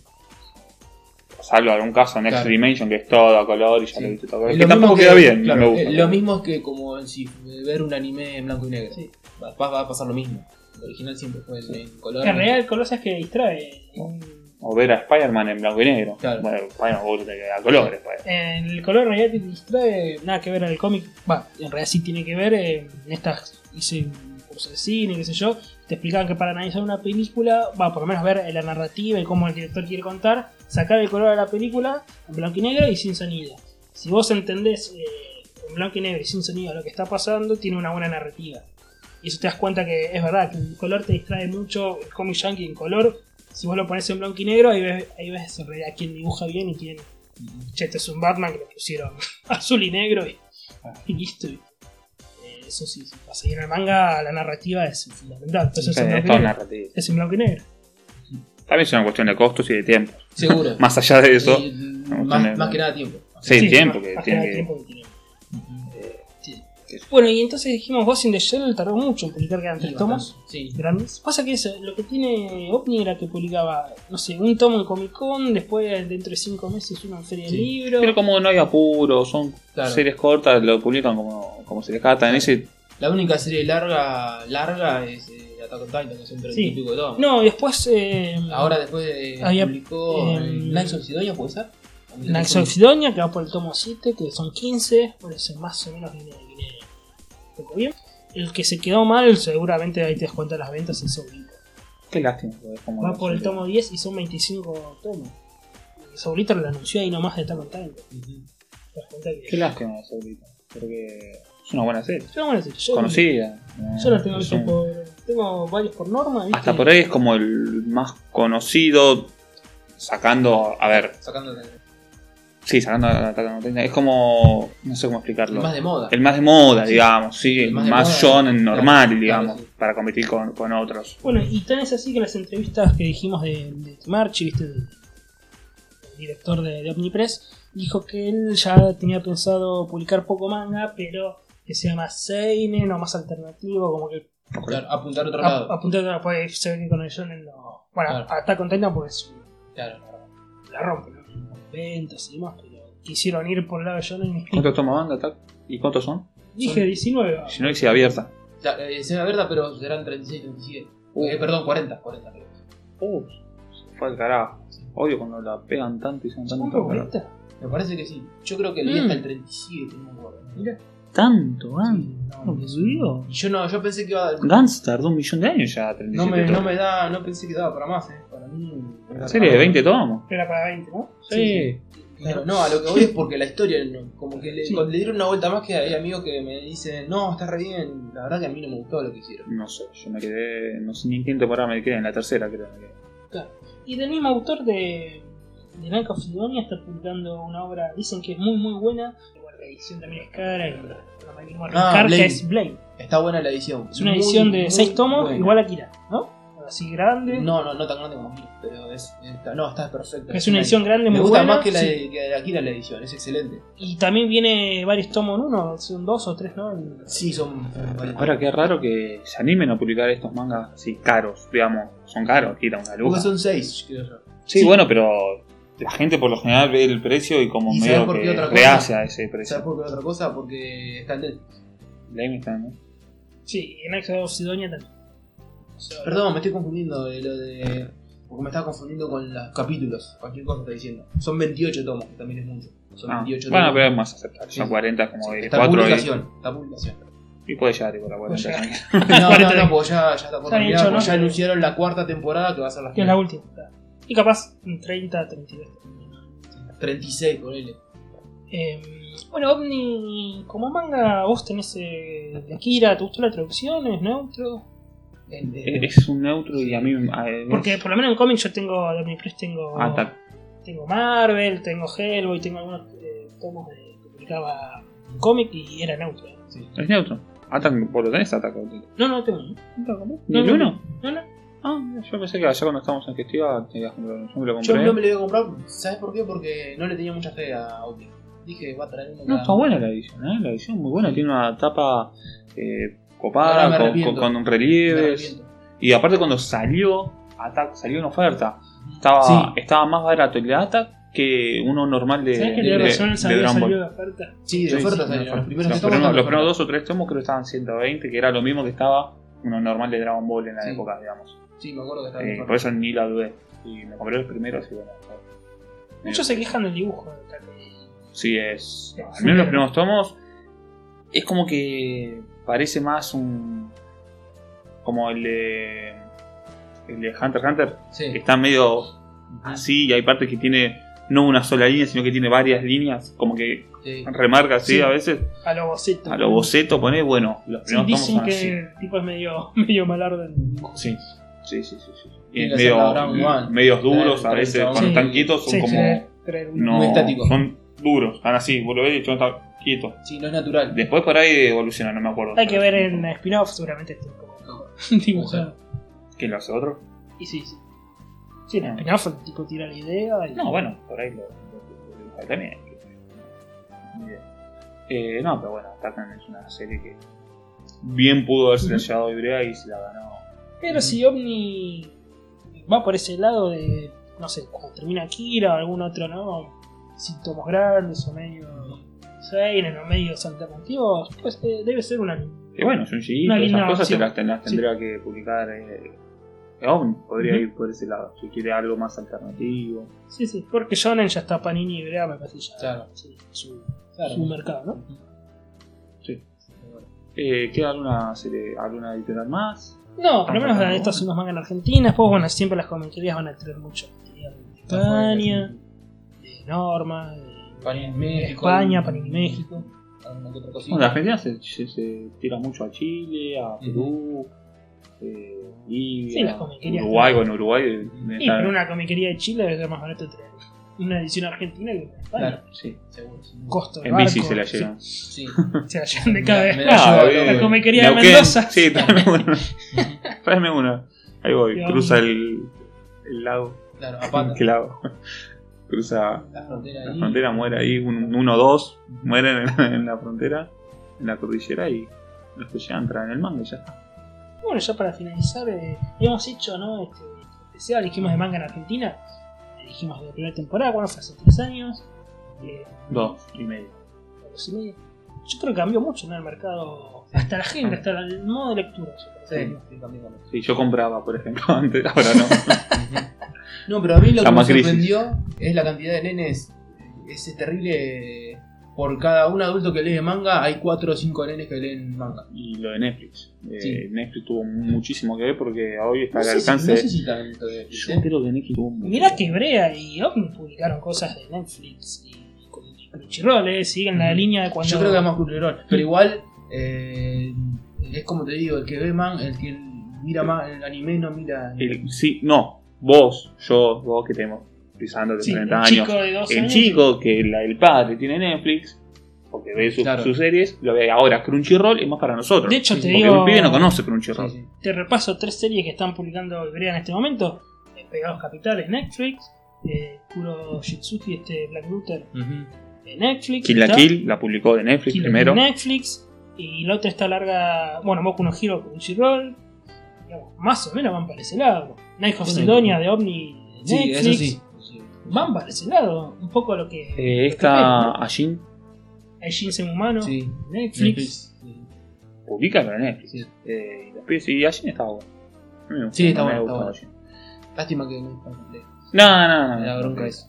S1: Salvo algún caso en Next
S3: Claro.
S1: Dimension que es todo a color y ya
S3: Sí.
S1: lo viste todo a
S3: Lo
S1: color. Que
S3: mismo
S1: tampoco
S3: que-
S1: queda bien,
S3: claro,
S1: no me gusta.
S3: eh, Lo mismo es que como en sí, ver un anime en blanco y negro.
S2: Sí.
S3: Va, va- va a pasar lo mismo. El original siempre fue en, en color.
S2: En realidad el color es que distrae.
S1: O ver a Spider-Man en blanco y negro.
S3: Claro.
S1: Bueno, Spider-Man vos te queda a pues. color. Spider-Man.
S2: En el color en realidad te distrae. Nada que ver al cómic. Va, en realidad sí tiene que ver. eh, En estas hice un curso de cine, qué sé yo. Te explicaban que para analizar una película, va, por lo menos ver eh, la narrativa y cómo el director quiere contar, sacar el color a la película en blanco y negro y sin sonido. Si vos entendés eh, en blanco y negro y sin sonido lo que está pasando, tiene una buena narrativa. Y eso te das cuenta que es verdad, que el color te distrae mucho. El cómic yankee en color, si vos lo pones en blanco y negro, ahí ves, ahí ves en realidad quién dibuja bien y quién. Che, este es un Batman que le pusieron azul y negro y, y listo. Eh, eso sí, sí pasa. Y en el manga la narrativa es fundamental. Entonces
S1: Sí,
S2: es, en
S1: es
S2: blanco
S1: todo
S2: y negro.
S1: narrativo.
S2: Es en blanco y negro.
S1: También es una cuestión de costos y de tiempo.
S3: Seguro.
S1: Más allá de eso,
S3: Y, mm,
S1: vamos a
S3: más,
S1: tener-
S3: más que nada tiempo. Eh,
S1: Sí,
S2: Sí,
S1: tienen,
S2: más-
S1: porque
S2: más que
S1: tienen
S2: nada el
S1: que-
S2: tiempo que tienen. Sí. Bueno, y entonces dijimos Ghost in the Shell tardó mucho en publicar que eran tres tomos
S3: Sí.
S2: grandes. Pasa que eso, lo que tiene OVNI era que publicaba, no sé, un tomo en Comic Con, después dentro de cinco meses uno en Feria
S3: Sí.
S2: del Libro.
S1: Pero como no hay apuro, son
S3: Claro.
S1: series cortas, lo publican como, como se les cata. En ese
S3: La única serie larga larga es eh, Attack on Titan, que son 30
S2: Sí.
S3: y pico de tomos.
S2: No, y después eh,
S3: Ahora después de,
S2: Había,
S3: publicó
S2: eh,
S3: Knights of Sidonia, ¿puede ser?
S2: Knights of Sidonia, que va por el tomo 7, que son 15, bueno, ese más o menos viene, viene un poco bien. El que se quedó mal, seguramente ahí te das cuenta de las ventas, es Sobrito.
S1: Qué lástima. porque es como-
S2: Va Ah, por el tomo 10 y son 25 tomos. Y Sobrito lo anunció ahí nomás de Attack on Titan. Te
S3: Ujú.
S2: das cuenta
S1: Qué
S2: que...
S1: lástima eso, Brito, Porque es una buena serie.
S2: Pero bueno, sí, yo,
S1: Conocida. eh,
S2: yo
S1: no
S2: los tengo,
S1: Es
S2: yo
S1: un-
S2: por, tengo varios por norma, ¿viste?
S1: Hasta por ahí es como el más conocido. Sacando. A ver.
S3: Sacando el
S1: Sí, sacando a Attack on Titan, Es como. No sé cómo explicarlo.
S3: más de moda.
S1: El más de moda,
S3: Sí.
S1: digamos, sí,
S3: El más
S1: más,
S3: de moda,
S1: John
S3: claro,
S1: normal,
S3: claro,
S1: digamos,
S3: sí.
S1: para competir con, con otros.
S2: Bueno, y tan es así que las entrevistas que dijimos de, de Marchi, ¿viste? del- del director de, de Omnipress, dijo que él ya tenía pensado publicar poco manga, pero que sea más seinen o más alternativo, como que
S3: Claro, apuntar a otro
S2: a-
S3: lado.
S2: apuntando a pues, se ve que con el shonen no... Bueno,
S3: Claro.
S2: hasta contenta pues
S3: Claro.
S2: la rompe, ¿no? Ventas y demás, pero quisieron ir por el lado de shonen y...
S1: ¿Cuántos toman banda, Tac? ¿Y cuántos son?
S2: Dije 19. ah.
S1: Si no, si abierta.
S3: La- eh, Se me verdad, pero serán 36, 37.
S1: Uh.
S3: Eh, perdón, 40, 40. creo.
S1: Uh, se fue al carajo. Odio cuando la pegan tanto y son
S2: ¿Son
S1: tanto. para-
S2: revistas?
S3: Me parece que sí. Yo creo que leí
S2: Mm. Ah,
S3: hasta el 37, no me acuerdo. Mira.
S1: Tanto, Gans.
S3: No,
S1: Por Dios.
S3: yo no, yo pensé que iba a.
S1: Gans tardó un millón de años ya. 37
S3: No me,
S1: tomos.
S3: no me da, no pensé que daba para más, eh. Para mí.
S1: ¿En serio? ¿De 20 tomamos?
S2: Era para 20, ¿no?
S3: Sí. Claro, no, a lo que voy es porque la historia, no- como que le,
S2: Sí.
S3: cuando le dieron una vuelta más que hay amigos que me dicen, no, está re bien, la verdad que a mí no me gustó lo que hicieron.
S1: No sé, yo me quedé. No sé ni en qué temporada me quedé, en la tercera creo. que me quedé.
S2: Y del mismo autor de, de Night of Sidonia está publicando una obra, dicen que es muy muy buena. Igual la edición también es cara y no me animo a
S3: Ah,
S2: arrancar, que
S3: Blade.
S2: es Blade.
S3: Está buena la edición.
S2: Es una
S3: Muy,
S2: edición de
S3: muy
S2: 6 tomos,
S3: buena.
S2: igual a Kira, ¿no? Así grande.
S3: No, no, no tan grande como mí, pero es, está- no, está perfecta.
S2: es una edición grande,
S3: Me
S2: muy
S3: gusta
S2: buena.
S3: más que la
S2: sí.
S3: de, que la de Akira la edición, es excelente.
S2: Y también viene varios tomos en uno, son dos o tres, ¿no? En-
S3: Sí, son.
S1: Ahora qué raro que se animen a publicar estos mangas así caros, digamos. Son caros, quita una
S3: Porque
S1: luja.
S3: son 6, creo yo.
S1: Sí,
S2: Sí.
S1: bueno, pero la gente por lo general ve el precio y como
S3: ¿Y
S1: medio
S3: sabes por qué
S1: que
S3: otra cosa?
S1: rehace a ese precio.
S3: ¿Sabes por qué otra cosa? Porque está en Netflix.
S1: Lame está, ¿no?
S2: Sí, y en Night of Sidonia también. O sea,
S3: Perdón, me estoy confundiendo de lo de. Porque me estaba confundiendo con los capítulos. Cualquier cosa está diciendo. Son 28 tomos, que también es mucho. Son
S1: Ah,
S3: 28
S1: bueno,
S3: tomos.
S1: pero es más aceptable. Son
S3: Sí.
S1: 40 como de
S3: está
S1: 4
S3: publicación. Está publicación.
S1: y, y puede llegar igual a 40.
S2: Puede
S1: tranquilo.
S3: No,
S2: Cuarenta
S3: no,
S2: de-
S3: no, porque ya, ya está por
S2: Está bien,
S3: terminar,
S2: yo
S3: porque
S2: no
S3: ya
S2: sé.
S3: anunciaron la cuarta temporada que va a ser la
S2: Que es la
S3: final.
S2: última. Y capaz en 30, 32.
S3: 36, ponele.
S2: Eh, bueno, OVNI, como manga, vos tenés eh, de Akira, ¿te gustó la traducción? ¿Es neutro?
S3: En- en-
S1: es un neutro y a mí. a- es-
S2: Porque por lo menos en cómics yo tengo, de Omnipress tengo,
S1: Ah, está.
S2: tengo Marvel, tengo Hellboy, tengo algunos eh, tomos de- que publicaba en cómic y era neutro.
S1: Es neutro. Atac, ¿Vos lo tenés Atac? on Titan?
S2: No, no tengo ninguno.
S1: ¿Ni
S2: No,
S1: el
S2: no,
S1: uno?
S2: No, no.
S1: Ah, mira, yo pensé que allá cuando estábamos en Gestiva te ibas a comprar uno. Yo me lo
S3: Yo
S1: compré.
S3: no me lo iba a comprar, ¿sabes por qué? Porque no le tenía mucha fe a Obi. Dije, va a traer uno.
S1: No,
S3: cada-
S1: está buena la edición, ¿eh? La edición muy buena. Tiene una tapa eh,
S3: Ahora me
S1: copada, con,
S3: arrepiento.
S1: con- con un
S3: Me
S1: relieve.
S3: arrepiento.
S1: Y aparte cuando salió, Attack salió en oferta. Estaba,
S3: Sí.
S1: estaba más barato el de Attack que uno normal de,
S2: ¿Sabés que
S1: Eh, de-
S2: le razón
S1: de
S2: el salió,
S1: Dragon
S2: salió
S1: Ball.
S2: de oferta?
S3: Sí, de
S1: Sí,
S3: oferta
S1: sí,
S3: salieron,
S1: de oferta. Los
S3: Los primeros que tomos
S1: primeros-
S3: están
S1: los
S3: de
S1: primeros
S3: oferta.
S1: dos o tres tomos creo que estaban 120, que era lo mismo que estaba uno normal de Dragon Ball en la
S3: Sí.
S1: época, digamos.
S3: Sí, me acuerdo que estaban de
S1: Eh,
S3: oferta.
S1: por eso ni la dudé. Y me compré los primeros y bueno. eh,
S2: Muchos se quejan del dibujo. de Taka.
S1: Sí, es.
S2: Sí,
S1: Al menos los
S2: sí.
S1: primeros tomos. Es como que parece más un. Como el de. El de Hunter x Hunter. que
S3: Sí.
S1: Está medio
S2: Ah.
S1: así y hay partes que tiene no una sola línea, sino que tiene varias líneas. Como que
S3: sí.
S1: remarca así
S2: Sí.
S1: a veces.
S2: A lo boceto.
S1: A lo boceto pone, bueno, los
S2: Sí,
S1: primeros
S2: dicen
S1: tomos son
S2: que
S1: así.
S2: el tipo es medio, medio malardo en el dibujo.
S1: Sí. Sí, sí, sí, sí. Y
S3: Tiene
S1: es
S3: que hacer la
S1: medio,
S3: Dragon Ball.
S1: medios duros a
S3: Claro,
S1: veces,
S3: sí.
S1: cuando están quietos son
S2: Sí,
S1: como...
S2: traer- traer un-
S1: No,
S3: Muy estático.
S1: son duros, están así, vos lo ves y el chabón está quieto.
S3: Sí, no es natural.
S1: Después por ahí evoluciona, no me acuerdo.
S2: Hay que ver en spin-off, seguramente esté un poco mejor dibujado.
S1: ¿Quién lo hace otro?
S2: Y sí, sí.
S1: Ah.
S2: Sí, en spin-off el tipo tira la idea y.
S1: No, bueno, por ahí lo, lo- lo dibuja también. ni idea. Eh, no, pero bueno, Atacan es una serie que bien pudo haber silenciado a Ibrea y se la ganó.
S2: Pero si Omni va por ese lado de, no sé, cuando termina Kira o algún otro, ¿no? Síntomas grandes o medio seinen o medios alternativos, pues eh, debe ser un anime.
S1: Y bueno, Junji Ito,
S2: Una
S1: esas
S2: linda
S1: cosas te
S2: opción.
S1: las, te las
S2: Sí.
S1: tendría que publicar eh, Omni, podría
S2: Ujú.
S1: ir por ese lado, si quiere algo más alternativo.
S2: Sí, sí, porque Shonen ya está Panini y Ibrea, me parece ya
S3: Claro.
S2: sí, su, su mercado, ¿no?
S1: Eh, ¿Queda alguna serie, alguna editorial más?
S2: No, por lo
S1: Ah,
S2: menos
S1: no.
S2: estas son las mangas en Argentina. Después, bueno, siempre las comiquerías van a tener mucho material de España, de Norma, de
S3: Panini en México.
S2: España, Panini México.
S3: Alguna que otra cosita.
S1: Bueno, la Argentina se, se- se tira mucho a Chile, a Perú, eh, Bolivia,
S2: Sí, las comiquerías.
S1: Uruguay, bueno, Uruguay. eh, debe
S2: Y
S1: estar-
S2: pero una comiquería de Chile debe ser más barato traer una edición argentina que una de España.
S3: Claro,
S1: Sí.
S3: seguro. sí.
S2: Costo de
S1: En bici
S2: barco,
S1: se la llevan.
S3: Sí.
S2: sí, se la llevan de cada
S3: Me-
S2: vez
S3: me
S2: más.
S3: la
S1: Ah,
S3: llevo,
S1: bien.
S3: la
S2: La comiquería de
S1: Neuquén,
S2: Mendoza.
S1: Sí, tráeme una. tráeme una. Ahí voy,
S2: Bien.
S1: cruza el, el lago.
S3: Claro, a pata.
S1: ¿Qué lago? Cruza
S3: La frontera
S1: la
S3: ahí.
S1: frontera, muere ahí, un, uno o dos mueren en, en la frontera, en la cordillera y los que llegan traen el mango y ya está.
S2: Bueno, ya para finalizar, eh, hemos hecho, ¿no? Este especial, dijimos de manga en Argentina. eh, Dijimos de la primera temporada, bueno, fue hace tres años. Eh,
S1: Dos y medio.
S2: dos y medio. Yo creo que cambió mucho ¿no? el mercado, hasta la gente, hasta el modo de lectura. yo
S3: Sí,
S2: creo.
S3: sí, también con eso.
S1: Sí, yo compraba, por ejemplo, antes, ahora no.
S3: No, pero a mí lo
S1: La
S3: que me
S1: más crisis.
S3: sorprendió es la cantidad de nenes. Ese terrible. Por cada un adulto que lee manga, hay 4 o 5 nenes que leen manga.
S1: y lo de Netflix. Eh,
S3: Sí.
S1: Netflix tuvo muchísimo que ver porque hoy está
S3: No
S1: al
S3: sé, si, no
S1: alcance.
S3: sé si tanto de este,
S1: Yo creo que Netflix tuvo mucho.
S2: Mirá que Brea y Omni publicaron cosas de Netflix y con Crunchyroll, eh, siguen la
S3: Ujú.
S2: línea de cuando.
S3: Yo creo que es más cultural. Pero igual, eh, es como te digo, el que ve man, el que mira más el anime no mira.
S1: El- sí, no, vos, yo, vos que tenemos pisando los
S2: Sí,
S1: 30
S2: un
S1: años.
S2: chico de 12
S1: el
S2: años.
S1: chico que la- el padre tiene Netflix, porque ve sus,
S3: Claro.
S1: sus series, lo ve ahora Crunchyroll, es más para nosotros.
S2: De hecho, te
S1: porque
S2: digo-
S1: un pibe no conoce
S3: Sí,
S1: Crunchyroll.
S3: sí.
S2: Te repaso tres series que están publicando Ibrea en este momento: eh, Pegados Capitales, Netflix, eh, Kuro Shitsuki, este Black Luther, de Netflix.
S1: Kill la
S2: está
S1: Kill la publicó de Netflix
S2: Kill la
S1: primero.
S2: Kill Netflix. Y la otra está larga, bueno, Boku no Hero Crunchyroll. Digamos, más o menos van para ese lado. Night of
S3: Sí.
S2: Sidonia de Omni. de
S3: Sí,
S2: Netflix.
S3: eso sí. Sí.
S2: Van para ese lado, un poco lo que.
S1: Eh,
S2: lo
S1: esta
S2: que
S1: Ajin
S2: hay, ¿no? El Ginseng humano,
S3: Sí.
S2: Netflix.
S1: publica para Netflix.
S3: Sí.
S1: Eh, y los pibes- y Ajin estaba bueno. A mí me gustó,
S3: Sí, está
S1: me
S3: bueno,
S1: gustó
S3: está bueno.
S1: Ajin.
S3: Lástima que no está completo.
S1: No, no, no.
S3: Me da
S1: no,
S3: bronca
S1: no,
S3: eso.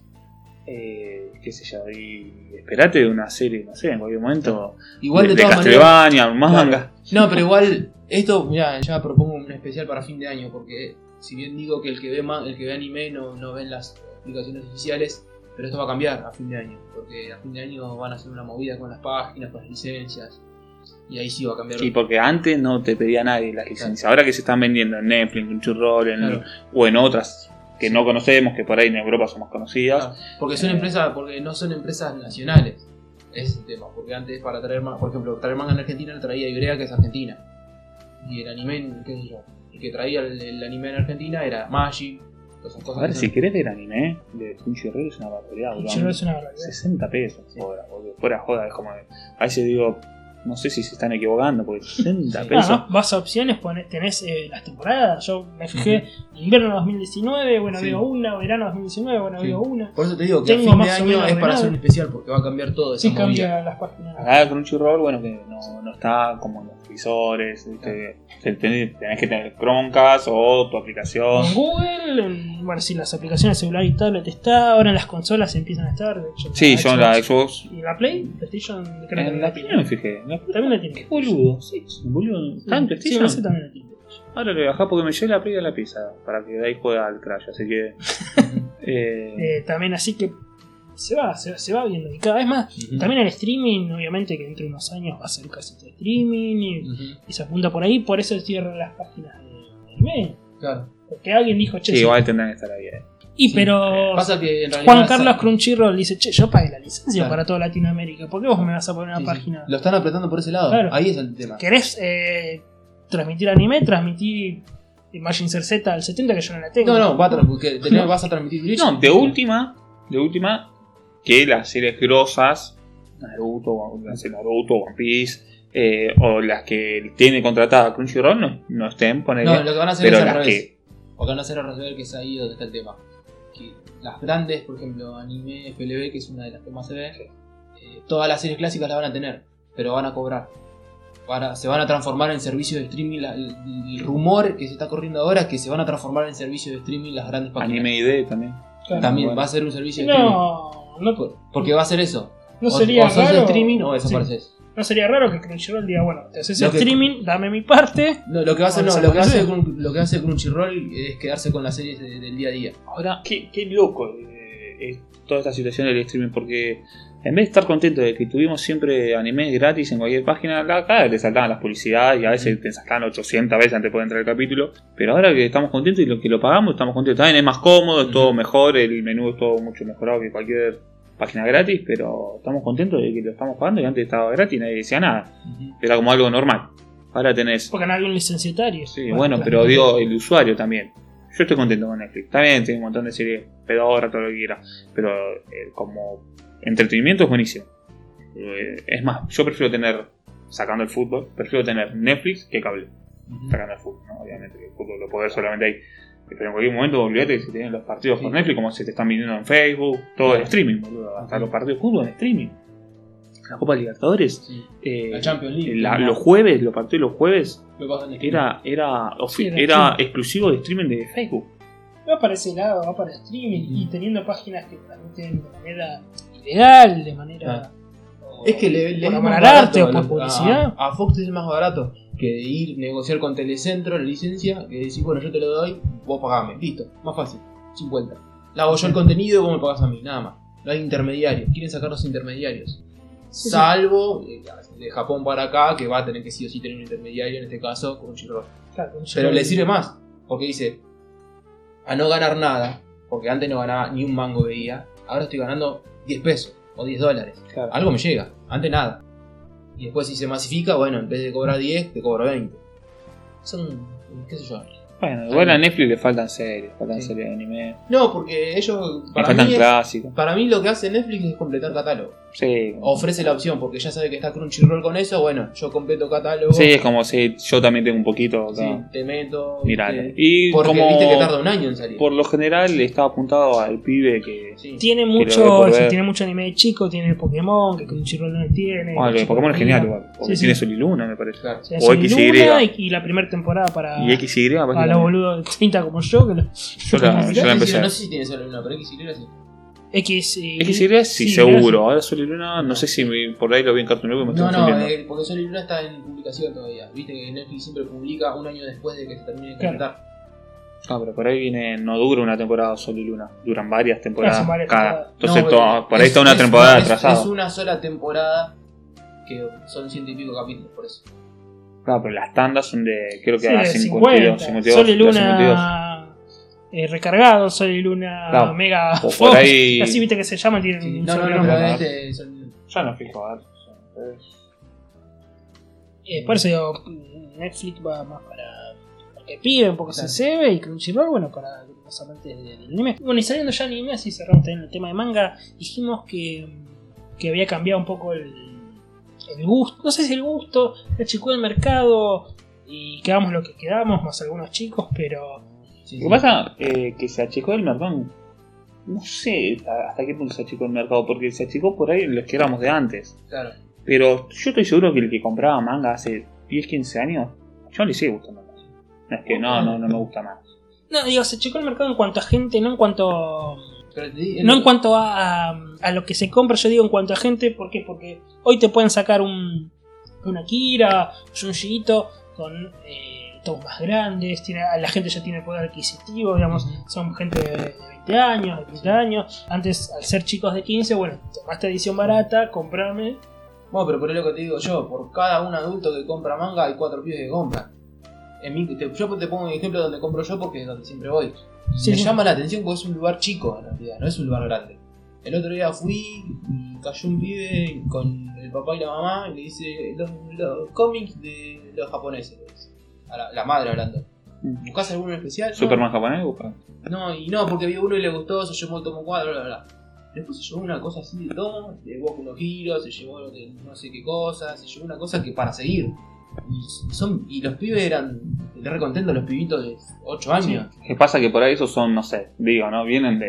S1: Eh, qué sé yo, y esperate de una serie, no sé, en cualquier momento.
S3: Igual
S1: de,
S3: de,
S1: de
S3: todas maneras.
S1: Castlevania, un manga.
S3: No, pero igual, esto ya, ya propongo un especial para fin de año, porque si bien digo que el que ve man- el que ve anime no, no ven las aplicaciones oficiales, pero esto va a cambiar a fin de año, porque a fin de año van a hacer una movida con las páginas, con las licencias, y ahí sí va a cambiar.
S1: Y porque antes no te pedía nadie las licencias. Ahora que se están vendiendo en Netflix, en Churroll, en,
S3: Claro,
S1: o en otras que
S3: Sí.
S1: no conocemos, que por ahí en Europa son más conocidas.
S3: claro, porque son empresas, porque no son empresas nacionales. Ese es el tema, porque antes para traer manga, por ejemplo, traer manga en Argentina lo traía Ibrea, que es argentina. Y el anime, qué sé yo, el que traía el, el anime en Argentina era Magic, todas esas cosas.
S1: Ahora,
S3: que
S1: si
S3: son-
S1: querés ver anime de Crunchyroll, es una barbaridad, boludo.
S2: Crunchyroll es una barbaridad.
S1: 60 pesos, joda, porque fuera joda, es como. A veces digo, no sé si se están equivocando, porque 60
S3: Sí.
S1: pesos.
S2: Ah, vas a opciones, pone- tenés eh, las temporadas. Yo me fijé invierno 2019, bueno,
S3: Sí.
S2: veo una, verano 2019, bueno,
S3: Sí.
S2: veo una.
S3: Por eso te digo que
S2: Tengo
S3: a fin de
S2: más o
S3: año
S2: menos
S3: es para
S2: ordenado.
S3: hacer un especial porque va a cambiar todo. esa
S2: Sí,
S3: movida.
S2: cambia las páginas.
S1: Acá Crunchyroll, bueno, que no, no está como en los visores, ¿viste? Te- tenés, tenés que tener Chromecast o tu aplicación.
S2: En Google, en- bueno, sí, las aplicaciones celular y tablet está, ahora en las consolas empiezan a estar. de hecho,
S1: Sí, yo en la
S2: Xbox
S1: Xbox.
S2: ¿Y la Play? ¿PlayStation? Creo que
S1: En
S2: también
S1: la Play no me fijé. En la Play-
S2: También la tiene.
S1: Qué boludo, sí, boludo. Está Ah, en
S2: Sí, en
S1: PlayStation.
S2: ese también la tiene.
S1: Ahora le bajá porque me llevé la Play a la pizza para que de ahí juegue al Crash, así que. eh,
S2: Eh, también así que se va, se, se va viendo. Y cada vez más,
S1: Mm.
S3: Ujú.
S2: también el streaming, obviamente que entre unos años va a ser casi todo streaming y,
S3: Ujú.
S2: y se apunta por ahí, por eso cierran las páginas de anime.
S3: Claro.
S2: Porque alguien dijo, che,
S1: sí,
S2: sí.
S1: igual tendrán que estar ahí. eh.
S2: y
S3: Sí.
S2: pero
S3: Pasa que en realidad.
S2: Juan Carlos Crunchyroll dice, che, yo pagué la licencia
S3: Claro.
S2: para toda Latinoamérica, ¿por qué vos me vas a poner una
S3: Sí, sí.
S2: página?
S3: Lo están apretando por ese lado.
S2: Claro.
S3: Ahí es el tema.
S2: ¿Querés eh, transmitir anime? Transmitir Imagine Z al 70 que yo no la tengo.
S3: No, no, va a tra- porque te-
S1: No.
S3: vas a transmitir Bleach.
S1: No, de última, de última, que las series grosas Naruto, no sé, Naruto, One Piece, eh, o las que tiene contratada Crunchyroll, no, no estén, ponele.
S3: No, lo que van a hacer
S1: pero
S3: es al
S1: las
S3: revés.
S1: que-
S3: Porque van a hacer al revés que es ahí donde está el tema. Que las grandes, por ejemplo, anime, FLB, que es una de las que más se ve, eh, todas las series clásicas las van a tener, pero van a cobrar. Van a- se van a transformar en servicio de streaming. la- el, el rumor que se está corriendo ahora es que se van a transformar en servicio de streaming las grandes páginas.
S1: Anime ID también.
S2: Claro.
S3: También
S1: Bueno.
S3: va a ser un servicio de streaming.
S2: No, no,
S3: Por- Porque va a ser eso.
S2: no
S3: o,
S2: sería
S3: o sos de
S2: raro.
S3: streaming o
S2: Sí.
S3: desapareces.
S2: No sería raro que Crunchyroll diga, bueno, te haces
S3: Lo que-
S2: streaming, dame mi parte.
S3: No, lo que va a hacer,
S2: O
S3: no, lo que hace,
S2: desaparecer.
S3: Crun- lo que hace Crunchyroll es quedarse con las series de- del día a día.
S1: Ahora, qué, qué loco eh, es toda esta situación del streaming, porque en vez de estar contentos de que tuvimos siempre animes gratis en cualquier página, acá le saltaban las publicidades y a veces te saltaban 800 veces antes de poder entrar el capítulo. Pero ahora que estamos contentos y lo que lo pagamos, estamos contentos. También es más cómodo, es todo
S3: Ujú.
S1: mejor, el menú es todo mucho mejorado que cualquier página gratis, pero estamos contentos de que lo estamos pagando y antes estaba gratis y nadie decía nada. Era como algo normal. Ahora tenés
S2: Porque no había un licenciatario.
S1: Sí, bueno,
S2: claro.
S1: pero digo, el usuario también. Yo estoy contento con Netflix. También tiene un montón de series pedorra, todo lo que quiera. Pero eh, como entretenimiento es buenísimo. Eh, es más, yo prefiero tener, sacando el fútbol, prefiero tener Netflix que cable. Sacando el fútbol, ¿no? Obviamente, que el fútbol lo podés solamente ahí. Pero en cualquier momento, olvídate si tienen los partidos por
S3: Sí.
S1: Netflix, como se te están viniendo en Facebook, todo el streaming, boludo. Hasta los partidos de fútbol en streaming. La Copa Libertadores.
S3: Sí.
S1: eh,
S3: La Champions League.
S1: la-
S3: ¿no?
S1: los jueves, los partidos los jueves,
S3: Lo pasan en streaming.
S1: era, era,
S2: Sí,
S1: ofi-
S2: era
S1: era
S2: streaming.
S1: exclusivo de streaming de Facebook.
S2: Va para ese lado, va para streaming.
S3: Ujú.
S2: Y teniendo páginas que transmiten de manera ilegal, de
S3: Ah.
S2: manera. o-
S3: Es que le, le
S2: por
S3: es
S2: amor
S3: más
S2: al
S3: barato
S2: arte o
S3: a-
S2: por publicidad.
S3: A, a Fox es más barato que ir negociar con Telecentro la licencia, que decís, bueno, yo te lo doy, vos pagame, listo, más fácil, 50. La hago yo el contenido y vos me pagás a mí, nada más. No hay intermediarios, quieren sacar los intermediarios.
S2: Sí, sí.
S3: Salvo eh, de Japón para acá, que va a tener que sí o sí tener un intermediario, en este caso con Crunchyroll.
S2: Claro, Crunchyroll-
S3: Pero le sirve más, porque dice, a no ganar nada, porque antes no ganaba ni un mango veía, ahora estoy ganando 10 pesos o 10 dólares.
S1: Ah,
S3: Algo me llega, antes nada. Y después si se masifica, bueno, en vez de cobrar 10, te cobro 20. Son, qué sé yo.
S1: Bueno, igual a
S3: También.
S1: Netflix le faltan series, faltan
S3: Sí.
S1: series de anime,
S3: No, porque ellos,
S1: le
S3: para
S1: faltan
S3: mí, es-
S1: clásicos.
S3: para mí lo que hace Netflix es completar catálogo.
S1: Sí.
S3: Ofrece la opción, porque ya sabe que está Crunchyroll con eso, bueno, yo completo catálogo,
S1: Sí, es como si yo también tengo un poquito
S3: sí,
S1: acá.
S3: te meto...
S1: Miralo.
S3: te-
S1: Y
S3: porque
S1: como
S3: viste que tarda un año en salir.
S1: por lo general está apuntado al pibe que.
S3: Sí.
S2: Tiene
S1: Pero
S2: mucho,
S1: por ver.
S2: tiene mucho anime de chico, tiene el Pokémon, que Crunchyroll no tiene.
S1: Bueno, lo de Ah, Pokémon es genial igual, porque
S2: Sí, sí.
S1: tiene Sol y Luna, me parece.
S3: Claro.
S2: Se
S1: O
S2: hace
S1: XY.
S2: Luna y, y la primera temporada para,
S3: Ah,
S1: Y XY, me parece
S2: para los
S1: también.
S2: boludos de 30 como yo. Que lo-
S1: Yo la- yo la empecé.
S3: No sé si tiene solo una, pero X y era así.
S2: X y-
S1: XY sí,
S2: sí,
S1: seguro. Ahora Sol y Luna, no sé si me- por ahí lo vi en Cartoon Network y me
S3: No,
S1: estoy
S3: no,
S1: confundiendo.
S3: eh, porque Sol y Luna está en publicación todavía. Viste que Netflix siempre publica un año después de que se termine de
S2: Claro.
S3: completar.
S1: Ah, pero por ahí viene, no dura una temporada Sol y Luna, duran varias temporadas
S2: Son varias
S1: cada.
S2: temporadas.
S1: Entonces
S3: No,
S1: to- por ahí
S3: es-
S1: está una
S3: es
S1: temporada
S3: es-
S1: atrasada.
S3: Es una sola temporada que son ciento y pico capítulos, por eso.
S1: Claro, pero las tandas son de creo que
S2: Sí,
S1: a
S2: de
S1: 52, 52,
S2: Sol y
S1: de 52.
S2: Luna eh, recargado, Sol y Luna
S1: Claro.
S2: mega
S1: O por
S2: Fox,
S1: ahí-
S2: Así viste que se llaman, tienen
S3: Sí,
S2: un
S3: no, no, no,
S2: sobrenombre.
S3: pero
S1: Mm, no.
S3: este son-
S1: Ya no fijo, a ver.
S2: Eh, por eso digo, Netflix va más para para que pibe, un poco se cebe y Crunchyroll, bueno, para los amantes del del anime. Bueno, y saliendo ya de anime, así cerramos también el tema de manga, dijimos que, que había cambiado un poco el, el gusto, no sé si el gusto, se achicó el mercado y quedamos lo que quedamos, más algunos chicos, pero
S3: sí,
S1: Lo
S3: sí.
S1: que pasa eh, que se achicó el mercado. No sé hasta hasta qué punto se achicó el mercado, porque se achicó por ahí los que éramos de antes.
S3: Claro.
S1: Pero yo estoy seguro que el que compraba manga hace 10, 15 años, yo le sigue gustando más. No es que
S2: Ah,
S1: no, no, no me gusta más.
S2: No, digo, se achicó el mercado en cuanto a gente, no en cuanto.
S3: Pero te di-
S2: No en cuanto a, a, a lo que se compra, yo digo en cuanto a gente, ¿por qué? Porque hoy te pueden sacar un. una Kira, un Shigito, con eh, tomos más grandes, tiene, la gente ya tiene poder adquisitivo, digamos, son gente de 20 años, de 30 años. Antes, al ser chicos de 15, bueno, tomaste edición barata, comprame.
S3: Bueno, pero por ahí lo que te digo yo, por cada un adulto que compra manga hay cuatro pibes que compran. En mi- te- yo te pongo un ejemplo donde compro yo porque es donde siempre voy.
S2: Sí,
S3: me
S2: sí.
S3: llama la atención porque es un lugar chico en realidad, no es un lugar grande. El otro día fui y cayó un pibe con el papá y la mamá y le dice los, los cómics de los japoneses. le dice. A la, la madre hablando.
S2: Mm.
S3: ¿Buscas alguno en especial? No.
S1: Superman japonés, gusta.
S3: No, y no, porque vio uno y le gustó, se llamó el tomo cuadro, bla, bla, bla. Después se llevó una cosa así de todo, de Boku no Hero, se llevó de no sé qué cosa, se llevó una cosa que para seguir. Y, son, y los pibes eran te re contentos los pibitos de 8 años.
S1: Que pasa que por ahí esos son, no sé, digo, ¿no? Vienen de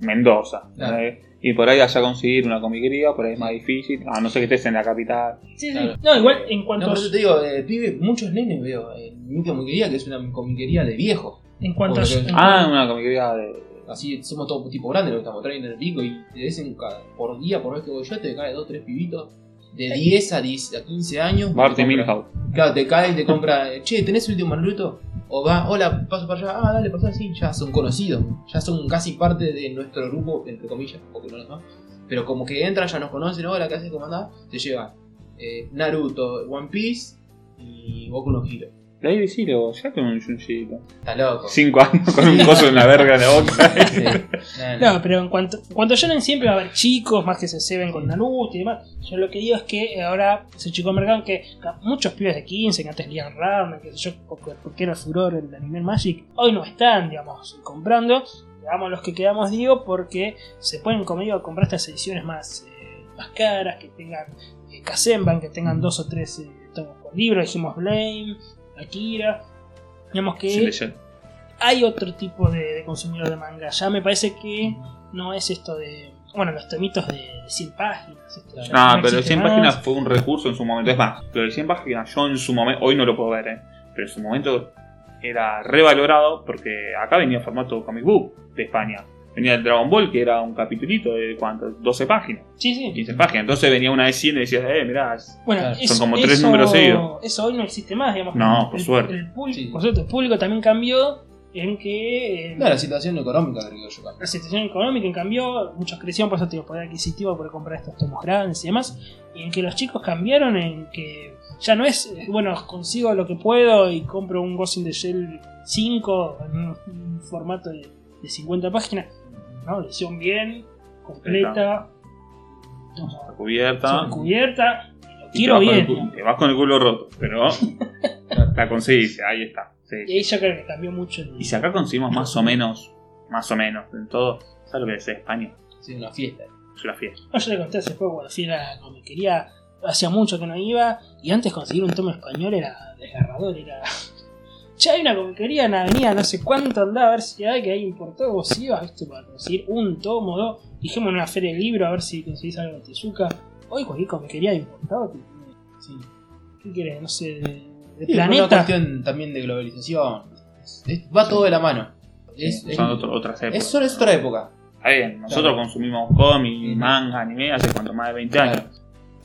S1: Mendoza.
S3: Claro.
S1: ¿eh? Y por ahí allá conseguir una comiquería, por ahí es más difícil, a no ser que estés en la capital.
S2: Sí, sí.
S3: Claro.
S2: No, igual en cuanto,
S3: No,
S2: a,
S3: por eso te digo, eh, pibes, muchos nenes veo eh, en mi comiquería, que es una comiquería de viejos.
S2: en cuanto a-
S3: Porque-
S2: en
S1: Ah, una comiquería de...
S3: Así somos todos tipo grandes los que estamos, 30 y pico, y te dicen ca- por día, por vez que voy yo, te caen 2, 3 pibitos de 10 a, 10 a 15 años.
S1: Barty
S3: Te compran-
S1: Milhouse.
S3: Claro, te cae y te compra, eh, che, ¿tenés el último Naruto? O va, hola, paso para allá, ah, dale, pasá así, ya son conocidos, ya son casi parte de nuestro grupo, entre comillas, porque no lo son, pero como que entran, ya nos conocen, hola, ¿qué haces? ¿Cómo andás? Te lleva eh, Naruto, One Piece y Boku no Hero.
S1: De ahí decirlo, ya con un chunchito.
S3: Está loco.
S1: Cinco años con un coso en la verga en la boca.
S3: Sí. Nah, nah.
S2: No, pero en cuanto, en cuanto a Shonen siempre va a haber chicos más que se ceben con Naruto y demás. Yo lo que digo es que eh, ahora se chicó el mercado en que ca- muchos pibes de 15 que antes leían Ramen, que sé yo, porque, porque era furor el anime Magic, hoy no están, digamos, comprando. Quedamos los que quedamos, digo, porque se pueden, como digo, comprar estas ediciones más, eh, más caras, que tengan eh, Kazenban, que tengan dos o tres eh, tomos por libro. Dijimos Blame, Akira. Digamos que
S1: Sí, leyó.
S2: hay otro tipo de, de consumidor de manga. Ya me parece que no es esto de. Bueno, los tomitos de 100 páginas. esto ya
S1: No, Ah, pero
S2: existe
S1: el 100
S2: más.
S1: páginas fue un recurso en su momento. Es más, lo de 100 páginas yo en su momento, hoy no lo puedo ver, ¿eh? pero en su momento era revalorado porque acá venía formato comic book de España. Venía el Dragon Ball, que era un capitulito de cuánto, 12 páginas,
S2: Sí, sí.
S1: 15 páginas. Entonces venía una de 100 y decías, eh, mirá,
S2: Bueno,
S3: Claro, son
S2: eso-
S1: como tres
S2: eso-
S1: números seguidos.
S2: Eso hoy no existe más, digamos.
S1: No, por
S2: El-
S1: suerte.
S2: El público,
S3: Sí.
S2: por suerte, el público también cambió en que. eh,
S3: No, la situación económica, creo yo.
S2: la situación económica en cambio, muchos crecieron por eso tienen poder adquisitivo por comprar estos tomos grandes y demás, y en que los chicos cambiaron en que ya no es, eh, bueno, consigo lo que puedo y compro un Ghost in the Shell 5 en un, un formato de, de 50 páginas, ¿no? Edición bien, completa,
S1: la
S2: no,
S1: cubierta.
S2: cubierta, lo
S1: y te vas
S2: quiero
S1: con el
S2: bien.
S1: cu- Te vas con el culo roto, pero la conseguiste, ahí está. sí.
S2: Y ahí yo creo que cambió mucho. el-
S1: Y si acá conseguimos más o menos, más o menos, en todo, ¿sabes lo que es España?
S3: Sí, una fiesta.
S1: Es una fiesta.
S2: No, yo le conté hace poco cuando fui a la comiquería, hacía mucho que no iba, y antes conseguir un tomo español era desgarrador, era... Ya hay una comiquería en la avenida, no sé cuánto andaba a ver si hay que ahí importó, vos ibas, viste, para conseguir un tomo, dos, dijimos en una feria de libro a ver si conseguís algo de Tezuka. Hoy cualquier comiquería de importado, te-
S3: Sí.
S2: ¿qué querés? No sé, de, de
S3: Sí, es una
S2: planeta.
S3: cuestión también de globalización. Es- va todo de la mano. Es, es-
S1: ¿eh? Son otro- otras épocas.
S3: es- es otra época.
S1: Está bien, nosotros
S3: Claro.
S1: consumimos cómics,
S3: Ujú.
S1: manga, anime hace cuanto más de 20
S3: Claro.
S1: años.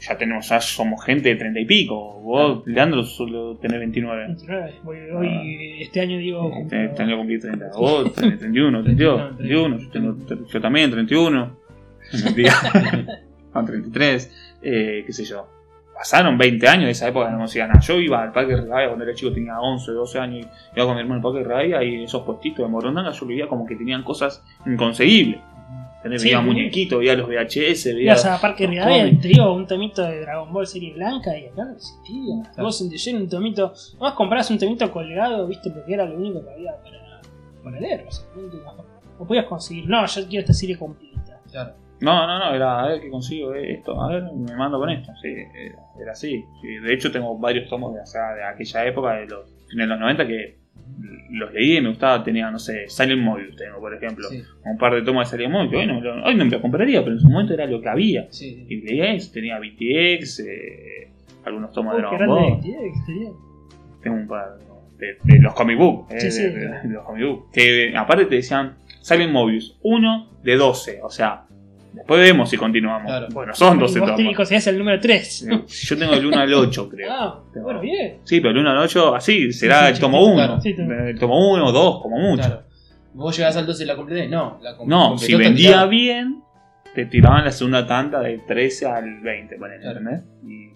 S1: Ya tenemos, ya somos gente de 30 y pico. Vos, Leandro, solo tenés 29.
S2: 29, voy, hoy,
S3: Ah.
S2: este año digo...
S1: Te-
S3: este
S2: cumplo-
S1: Tenés que cumplir 30. Vos tenés 31, 32, 31.
S3: 31,
S1: Yo, tengo- yo también, 31. Mentira. Con 33. Eh, qué sé yo. Pasaron 20 años de esa época que no conocía nada. Yo iba al Parque Rivadavia cuando era chico, tenía 11, 12 años. y Iba con mi hermano al Parque Rivadavia y esos puestitos de Morondanga yo lo veía como que tenían cosas inconseguibles. Tenés,
S2: Sí,
S1: veía
S2: sí.
S1: muñequitos, veía los VHS, veía...
S2: Ibas a Parque
S1: los
S2: Rivadavia,
S1: cómics.
S2: te digo, un tomito de Dragon Ball serie blanca y acá no existía.
S3: Claro.
S2: Vos en The Gen, un tomito. Nomás comprabas un tomito colgado, viste, porque era lo único que había para, para leer. O sea, no, te- no podías conseguir. No, yo quiero esta serie completa.
S3: Claro.
S1: No, no, no, era a ver qué consigo eh, esto, a ver, me mando con esto. Sí, era, era así. Sí, de hecho, tengo varios tomos de, la saga de aquella época, de los fines de los 90, que los leí y me gustaba. Tenía, no sé, Silent Mobius, tengo, por ejemplo,
S3: Sí,
S1: un par de tomos de Silent Mobius, que hoy no, me lo, hoy no me lo compraría, pero en su momento era lo que había.
S3: sí, sí.
S1: Y leía eso, tenía BTX, eh, algunos tomos de
S2: Oh, qué
S1: Dragon
S2: grande
S1: Ball,
S2: que tiene, que tenía.
S1: tengo un par de, de los comic book, eh,
S2: Sí, sí.
S1: de, de- de los comic book, que eh, aparte te decían Silent Mobius, 1 de 12, o sea, después vemos si continuamos.
S3: Claro.
S1: Bueno, son 12
S2: Y vos te
S1: tomos.
S2: conseguías el número 3.
S1: Yo tengo el 1 al 8, creo.
S2: Ah,
S1: Te-
S2: bueno, bien.
S1: Sí, pero el 1 al 8, así,
S3: Sí,
S1: será
S3: sí,
S1: el tomo
S3: chiquito,
S1: 1.
S3: claro.
S2: Sí, te-
S1: El tomo 1 o 2, como mucho.
S3: Claro. ¿Vos llegás al 12 y la completé? No. La com-
S1: No,
S3: completó
S1: si
S3: hasta el
S1: vendía
S3: final.
S1: bien, te tiraban la segunda tanda del 13 al 20, ponele,
S3: Claro.
S1: ¿entendés? Y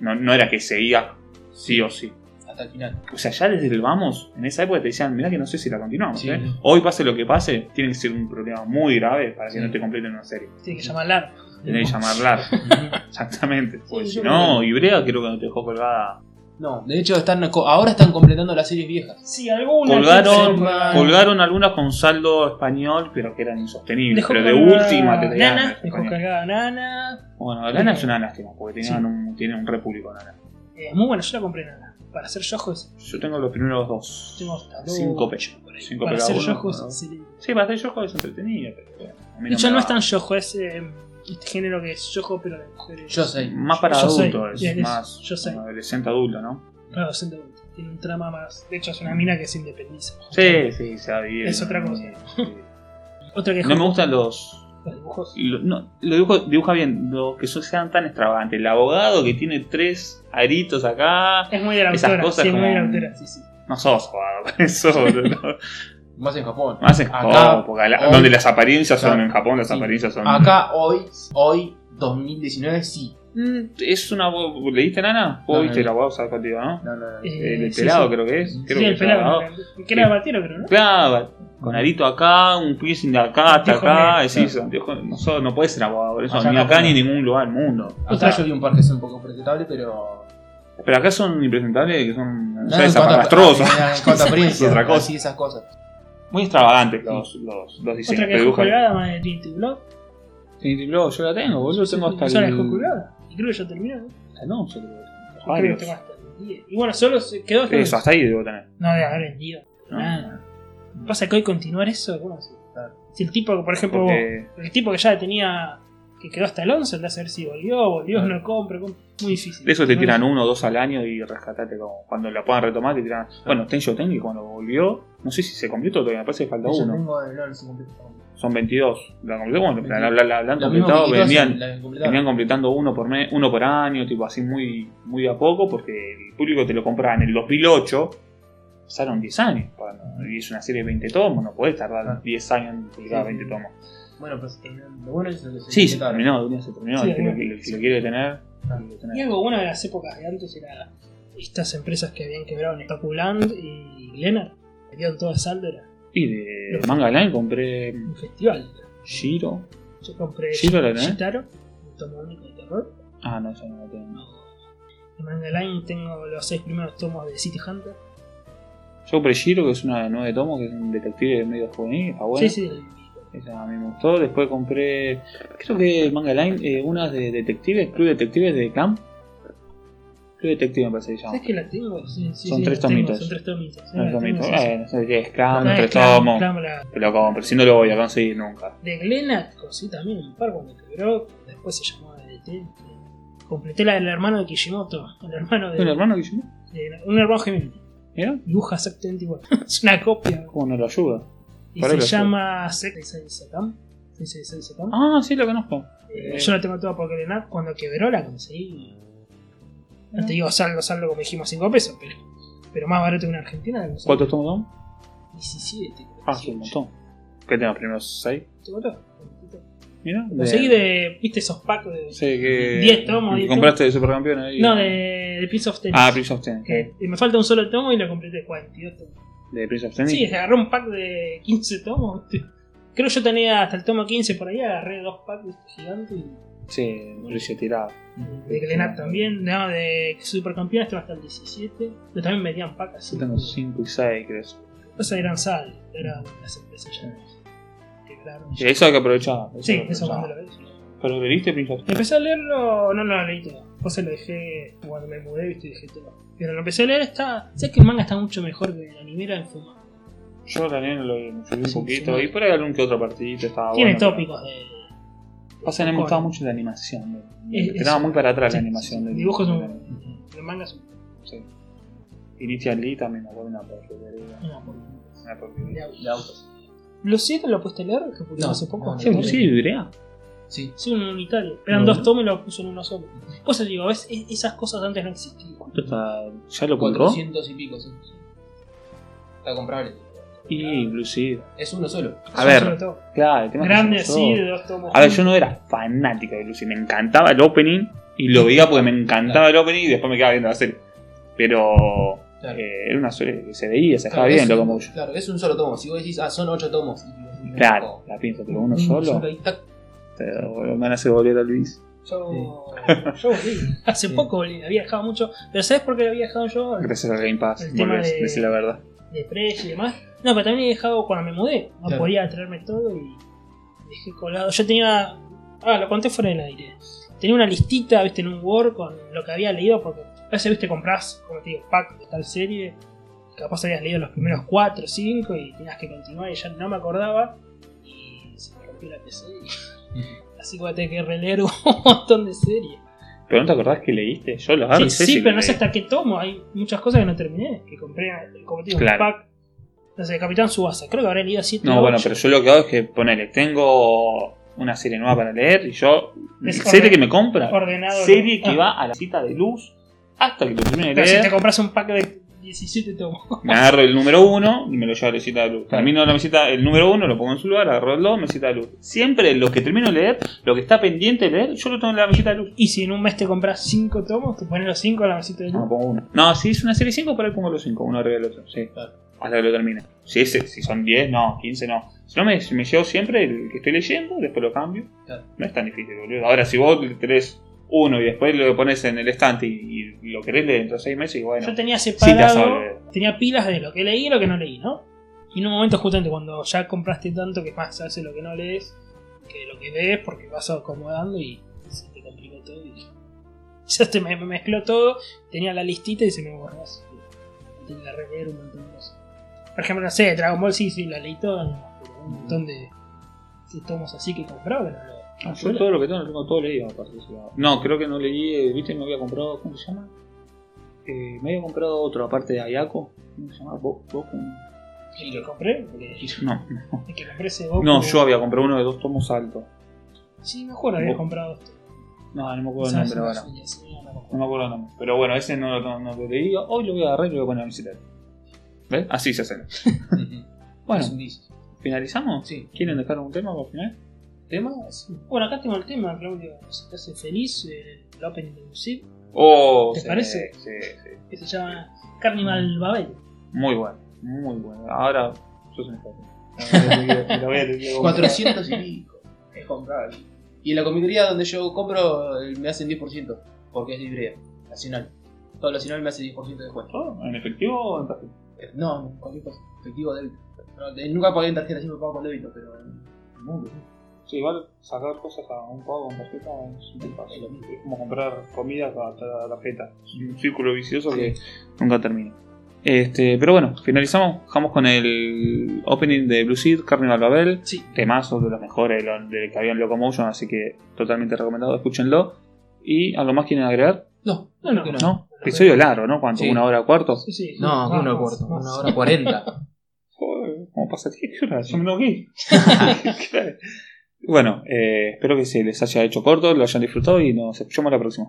S1: no, no era que seguía sí o sí.
S3: Hasta el final.
S1: O sea, ya desde el vamos, en esa época te decían, mirá que no sé si la continuamos.
S3: Sí.
S1: ¿eh? Hoy pase lo que pase, tiene que ser un problema muy grave para que
S3: Sí.
S1: no te completen una serie.
S2: Tiene que llamar largo.
S1: Tenés que llamarla,
S3: Ujú.
S1: exactamente. Porque
S2: Sí,
S1: si
S2: yo
S1: no, Ibrea creo que no te dejó colgada
S3: No, de hecho están co- ahora están completando las series viejas.
S2: Sí, alguna.
S1: Colgaron,
S2: que otra.
S1: colgaron algunas con saldo español, pero que eran insostenibles.
S2: Dejó
S1: pero de
S2: colgada
S1: última te traían
S2: Nana,
S1: español.
S2: dejó cargada Nana.
S1: Bueno, Lana es una lástima, porque
S2: Sí.
S1: tienen un, tienen un repúblico Lana.
S2: Eh, muy bueno, yo la compré Nana. Para hacer yojos,
S1: Yo tengo los primeros dos.
S2: tengo hasta dos.
S1: Cinco pesos. Cinco
S2: Para
S1: pesos
S2: hacer
S1: cada uno,
S2: yojos,
S1: ¿no?
S2: excelente.
S1: Sí, para hacer yojo es entretenido, pero bueno, a mí
S2: De hecho,
S1: me
S2: no
S1: va.
S2: es tan yojo, es eh, este género que es yojo, pero de mujeres.
S3: Yo sé.
S1: Más para
S2: Yo soy,
S1: adultos,
S2: bien,
S1: es
S2: es-
S1: más
S2: yo soy.
S1: como adolescente adulto, ¿no?
S2: Claro, siento- tiene un trama más. De hecho, es una mina que se independiza.
S1: Sí, sí, se va a vivir.
S2: Es otra cosa.
S1: Sí.
S2: Otra que
S1: No me gustan los.
S2: los dibujos.
S1: Lo, no, lo dibujo- dibuja bien, los que son- sean tan extravagantes. El abogado que tiene tres aritos acá.
S2: Es muy de la
S1: Esas
S2: autora,
S1: cosas
S2: sí, es muy de la
S1: como-
S2: autora, sí, sí.
S1: No sos abogado, eso. boludo.
S3: Más en Japón.
S1: Más en
S3: Acá,
S1: Japón, porque la-
S3: hoy-
S1: donde las apariencias son.
S3: Claro.
S1: En Japón las
S3: Sí.
S1: apariencias son.
S3: Acá hoy, hoy 2019 sí.
S1: Mm, Es una. vo- ¿Leíste, Nana? Vos
S3: No,
S1: viste
S3: no.
S1: el abogado, ¿sabes cuál digo, no?
S3: No, no, no.
S2: Eh,
S1: El,
S2: sí,
S1: pelado,
S2: sí.
S1: creo que es.
S3: Sí,
S1: Creo
S2: sí,
S1: que
S2: el
S1: es
S2: pelado.
S1: abogado.
S2: Que, era Batiro, creo, ¿no?
S1: Claro, con arito acá, un piercing de acá hasta
S2: Anteojo
S1: acá,
S2: negro,
S1: decís, anteojo- no, so- no puedes ser abogado por eso,
S3: Allá
S1: ni
S3: no,
S1: acá
S3: no.
S1: ni en ningún lugar del mundo.
S3: Acá yo vi un par que son un poco presentables, pero.
S1: Pero acá son impresentables que son
S3: Nada, en cuanto a-
S1: desapatrostrosos.
S3: En cuanto a apariencia,
S1: Otra cosa.
S3: así esas cosas.
S1: Muy extravagantes los, los, los
S2: Otra
S1: diseños
S2: que
S1: que
S2: dejó
S1: dibujan.
S2: colgada, más de Trinity Block.
S1: Trinity Block, yo la tengo, boludo, tengo hasta
S2: Yo la
S1: el.
S2: dejó colgada. Y creo que ya terminó, ¿no? Yo
S1: hasta el 11, creo que tengo.
S2: creo que
S1: Varios.
S2: tengo hasta el 10. Y bueno, solo se quedó hasta el Ah,
S1: Eso, hasta ahí debo tener.
S2: No, de haber vendido.
S1: ¿no?
S2: Nada. Pasa que hoy continuar eso, ¿cómo se-
S3: Claro.
S2: Si el tipo que, por ejemplo,
S1: Porque
S2: el tipo que ya tenía. que quedó hasta el 11, andá a saber si volvió, volvió, no compra, compra. Muy difícil.
S1: Ah. de eso te
S2: No
S1: tiran
S2: es-
S1: uno o dos al año y rescatate como cuando la puedan retomar, te tiran. Bueno, Tenjo Tengi cuando volvió, no sé si se completó todavía, me parece que falta
S3: Yo
S1: uno.
S3: tengo el- no, no se completa.
S1: son 22. La completó, bueno, la, la,
S3: 22.
S1: la- la- la han
S3: Lo mismo que
S1: completado,
S3: Kitos,
S1: venían,
S3: la incompletaba.
S1: venían completando uno por, mes, uno por año, tipo así muy, muy a poco, porque el público te lo compraba en el 2008, pasaron 10 años, cuando- y es una serie de 20 tomos, no podés
S3: Ah.
S1: tardar 10 años en publicar
S3: Sí, sí.
S1: 20 tomos.
S3: Bueno, pero se terminaron. Lo bueno es que se
S1: Sí, se
S3: completaron.
S1: terminó, de una se terminó,
S2: Sí,
S1: el que,
S2: bueno.
S1: lo- el que lo quiere tener.
S3: Ah.
S1: lo
S2: Y
S1: tenés.
S2: algo bueno de las épocas de antes era estas empresas que habían quebrado en Land y Lennart. Quedaron todas saldo, era
S1: Y de Manga Line compré
S2: un festival.
S1: Shiro.
S2: Yo compré
S1: Shiro, ¿no?
S2: Shitaro, un tomo único de terror.
S1: Ah, no, eso no lo tengo.
S2: En Manga Line tengo los seis primeros tomos de City Hunter.
S1: Yo compré Shiro, que es una de 9 tomos, que es un detective medio juvenil, está bueno.
S2: Sí, sí, el-
S1: Esa a mí me gustó. Después compré, creo que Manga Line, eh, unas de detectives, Club Detectives de Clamp. Club Detective me parece que se llama.
S2: ¿Sabes que la tengo? Sí, sí,
S1: Son
S2: sí,
S1: tres
S2: la tengo,
S1: tomitos.
S2: Son tres tomitos. sí,
S1: No,
S2: la
S1: es lo
S2: tengo,
S1: mismo.
S2: sí, sí.
S1: Eh, no sé si es
S2: Ah,
S1: Clamp,
S2: es
S1: tres
S2: Clam-
S1: tomos.
S2: Clam la-
S1: Te lo compro, si no lo voy a conseguir nunca.
S2: De Glenat cosí también un par cuando quebró. Después se llamó DDT. Completé la del hermano de Kishimoto. El hermano de.
S1: ¿Tiene un hermano que yo?
S2: de- un hermano gemelo.
S1: ¿Mira?
S2: Dibuja exactamente igual. es una copia.
S1: ¿Cómo no lo ayuda?
S2: Y
S1: ¿Cuál
S2: se
S1: es la
S2: llama 666 Satam. 666 Satam.
S1: Ah, sí, lo conozco.
S2: Eh, Yo la tengo toda por Glenat. Cuando quebró la conseguí. No te digo
S1: Ah.
S2: saldo, saldo como dijimos 5 pesos, pero. Pero más barato que una Argentina. la conseguí.
S1: ¿Cuántos tomos son?
S2: 17. creo,
S1: Ah, sí, un
S2: 18.
S1: montón. ¿Qué tengo? ¿Primeros seis?
S2: ¿Te contó?
S1: Mira. de-
S2: Conseguí de. ¿Viste esos pacos de.?
S1: Sí, que.
S2: diez tomos,
S1: que
S2: diez
S1: compraste de Supercampeón ahí.
S2: No, de, de Prince of Tennis.
S1: Ah, Prince of Tennis.
S2: Que- y me falta un solo tomo y lo completé 42 tomos.
S1: De Prince of Tennis.
S2: Sí, agarré un pack de 15 tomos. ¿viste? Creo yo tenía hasta el tomo 15 por ahí, agarré dos packs ¿viste? gigantes. y-
S1: Sí, precio tirado.
S2: De Glenat también, no, de Supercampeones tengo hasta el 17. Pero también vendían packs así.
S1: Yo tengo 5 y 6, creo.
S2: Cosas eran sal, eran las empresas ya. quebraron.
S1: Sí, eso hay que aprovechar.
S2: Sí,
S1: hay que
S2: eso cuando
S1: aprovechar.
S2: lo ves.
S1: ¿Pero lo viste, Prince of Tennis?
S2: Empecé a leerlo, no, no lo leí todo. Después lo dejé cuando me mudé, viste, y dejé todo. Pero lo empecé a leer, está. Sé que el manga está mucho mejor que el anime, era en fuma.
S1: Yo también lo vi, me subí un
S2: Sí,
S1: poquito.
S2: sí.
S1: Y por ahí algún que otro partidito estaba
S2: Tiene
S1: Ah, bueno.
S2: tópicos de.
S1: pero- Pasa que no me gustaba mucho la animación. me- Me
S2: Es-
S1: quedaba
S2: es-
S1: muy para atrás
S2: sí,
S1: la animación.
S2: sí, sí.
S1: del-
S2: Dibujos
S1: del-
S2: son. Los mangas son.
S1: Sí. Initial Lee también me acuerdo una porquería.
S2: no, por-
S1: Una porquería.
S2: de
S3: De autos.
S2: ¿Los 7 lo pudiste leer? Que publicó
S3: No,
S2: hace poco.
S3: no,
S1: Sí, pues sí, Ibrea.
S3: Sí.
S2: Sí, un unitario. Eran
S1: No.
S2: dos tomos y lo puso en uno solo. Pues te digo, ¿ves? E- esas cosas antes no existían.
S1: Esto está- ¿Ya lo publicó?
S3: 400 y pico, sí. Está comprable.
S1: Y Blue Seed.
S3: Es uno solo.
S1: A ver.
S2: Sobre todo.
S1: Claro, el tema es que
S2: Grande,
S1: yo-
S2: sí, de dos tomos.
S1: A ver, yo no era fanático de Lucy, me encantaba el opening y lo veía porque me encantaba el opening y después me quedaba viendo la serie. Pero
S3: Claro.
S1: eh, era una serie que se veía, se dejaba
S3: Claro,
S1: bien,
S3: es
S1: loco
S3: un-
S1: mucho.
S3: Claro, es un solo tomo. Si vos decís, ah, son 8 tomos. y-
S1: Claro, la pienso, pero uno solo,
S3: ahí, tac.
S1: te- me van a hacer volver a Luis.
S2: Yo, yo volví. Hace
S3: Sí.
S2: poco volví. Había viajado mucho. Pero ¿sabes por qué había viajado yo?
S1: Gracias al Game Pass,
S2: El tema
S1: volvés,
S2: de-
S1: decir la verdad.
S2: De precio y demás. No, pero también he dejado cuando me mudé. No
S3: Claro.
S2: podía traerme todo y dejé colado. Yo tenía. Ah, lo conté fuera del aire. Tenía una listita, viste, en un Word con lo que había leído. Porque a veces, viste, compras, como te digo, pack de tal serie. Capaz habías leído los primeros 4 o 5 y tenías que continuar y ya no me acordaba. Y se me rompió la PC. y- Así que voy a tener que releer un montón de series.
S1: ¿Pero no te acordás que leíste? Yo los
S2: Sí,
S1: Ah, no
S2: sí,
S1: sé si
S2: pero no
S1: leí.
S2: sé hasta qué tomo. Hay muchas cosas que no terminé. Que compré, como te digo,
S1: Claro.
S2: un pack. Entonces, Capitán Subasa. Creo que habré leído 7
S1: No, bueno, pero yo lo que hago es que ponele, tengo una serie nueva para leer y yo.
S2: Es
S1: serie
S2: orden-
S1: que me compra.
S2: ordenado,
S1: Serie
S2: ¿no?
S1: que
S2: Ah.
S1: va a la cita de luz hasta que lo termine de
S2: Pero si te
S1: leer.
S2: compras un pack de 17 tomos.
S1: Me agarro el número uno y me lo llevo a la cita de luz. Termino la mesita, el número uno, lo pongo en su lugar, agarro el dos, mesita de luz. Siempre lo que termino de leer, lo que está pendiente de leer, yo lo tengo en la mesita de luz.
S2: Y si en un mes te compras 5 tomos, te pones los 5 a la mesita de
S1: No,
S2: luz.
S1: Ah, pongo uno. No, si es una serie 5, por ahí pongo los 5, uno arriba del otro. Sí,
S3: Claro.
S1: hasta que lo termine. Si, es, si son 10, no, 15, no. Si no, me, me llevo siempre el que estoy leyendo, después lo cambio.
S3: Claro.
S1: No es tan difícil, boludo. Ahora, si vos tenés uno y después lo pones en el estante y, y lo querés leer dentro de 6 meses, y bueno.
S2: Yo tenía
S1: Sí, te vas a
S2: separado,
S1: volver.
S2: tenía pilas de lo que leí y lo que no leí, ¿no? Y en un momento, justamente cuando ya compraste tanto, que más sabes lo que no lees que lo que lees, porque vas acomodando y se te complicó todo. Y ya se me, me mezcló todo, tenía la listita y se me borró. así que Tenía que releer un montón de cosas. Por ejemplo, no sé, Dragon Ball sí, sí, la leí toda, no, pero un montón de, de tomos así que compraba, pero no lo-
S1: Ah, yo todo lo que tengo, lo tengo todo leído. aparte, sí. No, creo que no leí, eh, viste, me había comprado, ¿cómo se llama? Eh, me había comprado otro, aparte de Ayako. ¿Cómo se llama? ¿Vos,
S2: Y lo compré, porque
S1: No,
S2: el que compré ese Goku.
S1: no, yo había comprado uno de dos tomos altos.
S2: Sí, me acuerdo, había
S1: Goku.
S2: comprado esto.
S1: No, no me acuerdo el nombre
S2: Quizás no
S1: ahora.
S2: sé, ya sé, no me acuerdo.
S1: No me acuerdo el nombre. Pero bueno, ese no, lo- no, no lo leí. Hoy lo voy a agarrar y lo voy a poner a mi celular. ¿Ves? Así se hacen. Bueno,
S3: Es un disco.
S1: ¿finalizamos?
S3: Sí.
S1: ¿Quieren dejar un tema para final?
S3: ¿Tema? Sí.
S2: Bueno, acá tengo el tema, Claudio. Si te hace feliz, eh, el opening de Music,
S1: Oh,
S2: ¿Te
S1: sí,
S2: parece?
S1: Sí, sí.
S2: que se llama Carnival Babel.
S1: Muy bueno, muy bueno. Ahora, sos un joven. Me lo voy a tener que comprar.
S3: 400 y pico. Es comprable. Y en la comiquería donde yo compro eh, me hacen 10%, porque es librea, nacional. Todo nacional me hace 10% de descuento.
S1: Oh, ¿En efectivo o en tarjeta?
S3: Eh, No, no, cualquier cosa, efectivo débito. No, de- nunca pagué en tarjeta, siempre pago con débito, pero eh,
S1: Muy bien. Sí, igual sacar cosas a un pago con tarjeta es muy fácil. Es como comprar comida a tra- tarjeta. Es un círculo vicioso que nunca termina. Este, pero bueno, finalizamos. Dejamos con el opening de Blue Seed, Carnival Babel.
S2: Sí.
S1: Temazo de los mejores de lo- de que había en Locomotion, así que totalmente recomendado. Escúchenlo. ¿Y algo más quieren agregar?
S3: No,
S2: No, no,
S3: creo que no.
S1: ¿No? Episodio largo, ¿no? ¿Cuánto?
S3: Sí.
S1: ¿Una hora cuarto?
S2: Sí, sí.
S3: No,
S2: Más,
S3: una
S2: más,
S3: cuarta,
S2: más.
S3: una hora cuarenta.
S1: Joder, ¿cómo pasa el tiempo? Yo me tengo que ir. Claro. Bueno, eh, espero que se les haya hecho corto, lo hayan disfrutado y nos escuchamos la próxima.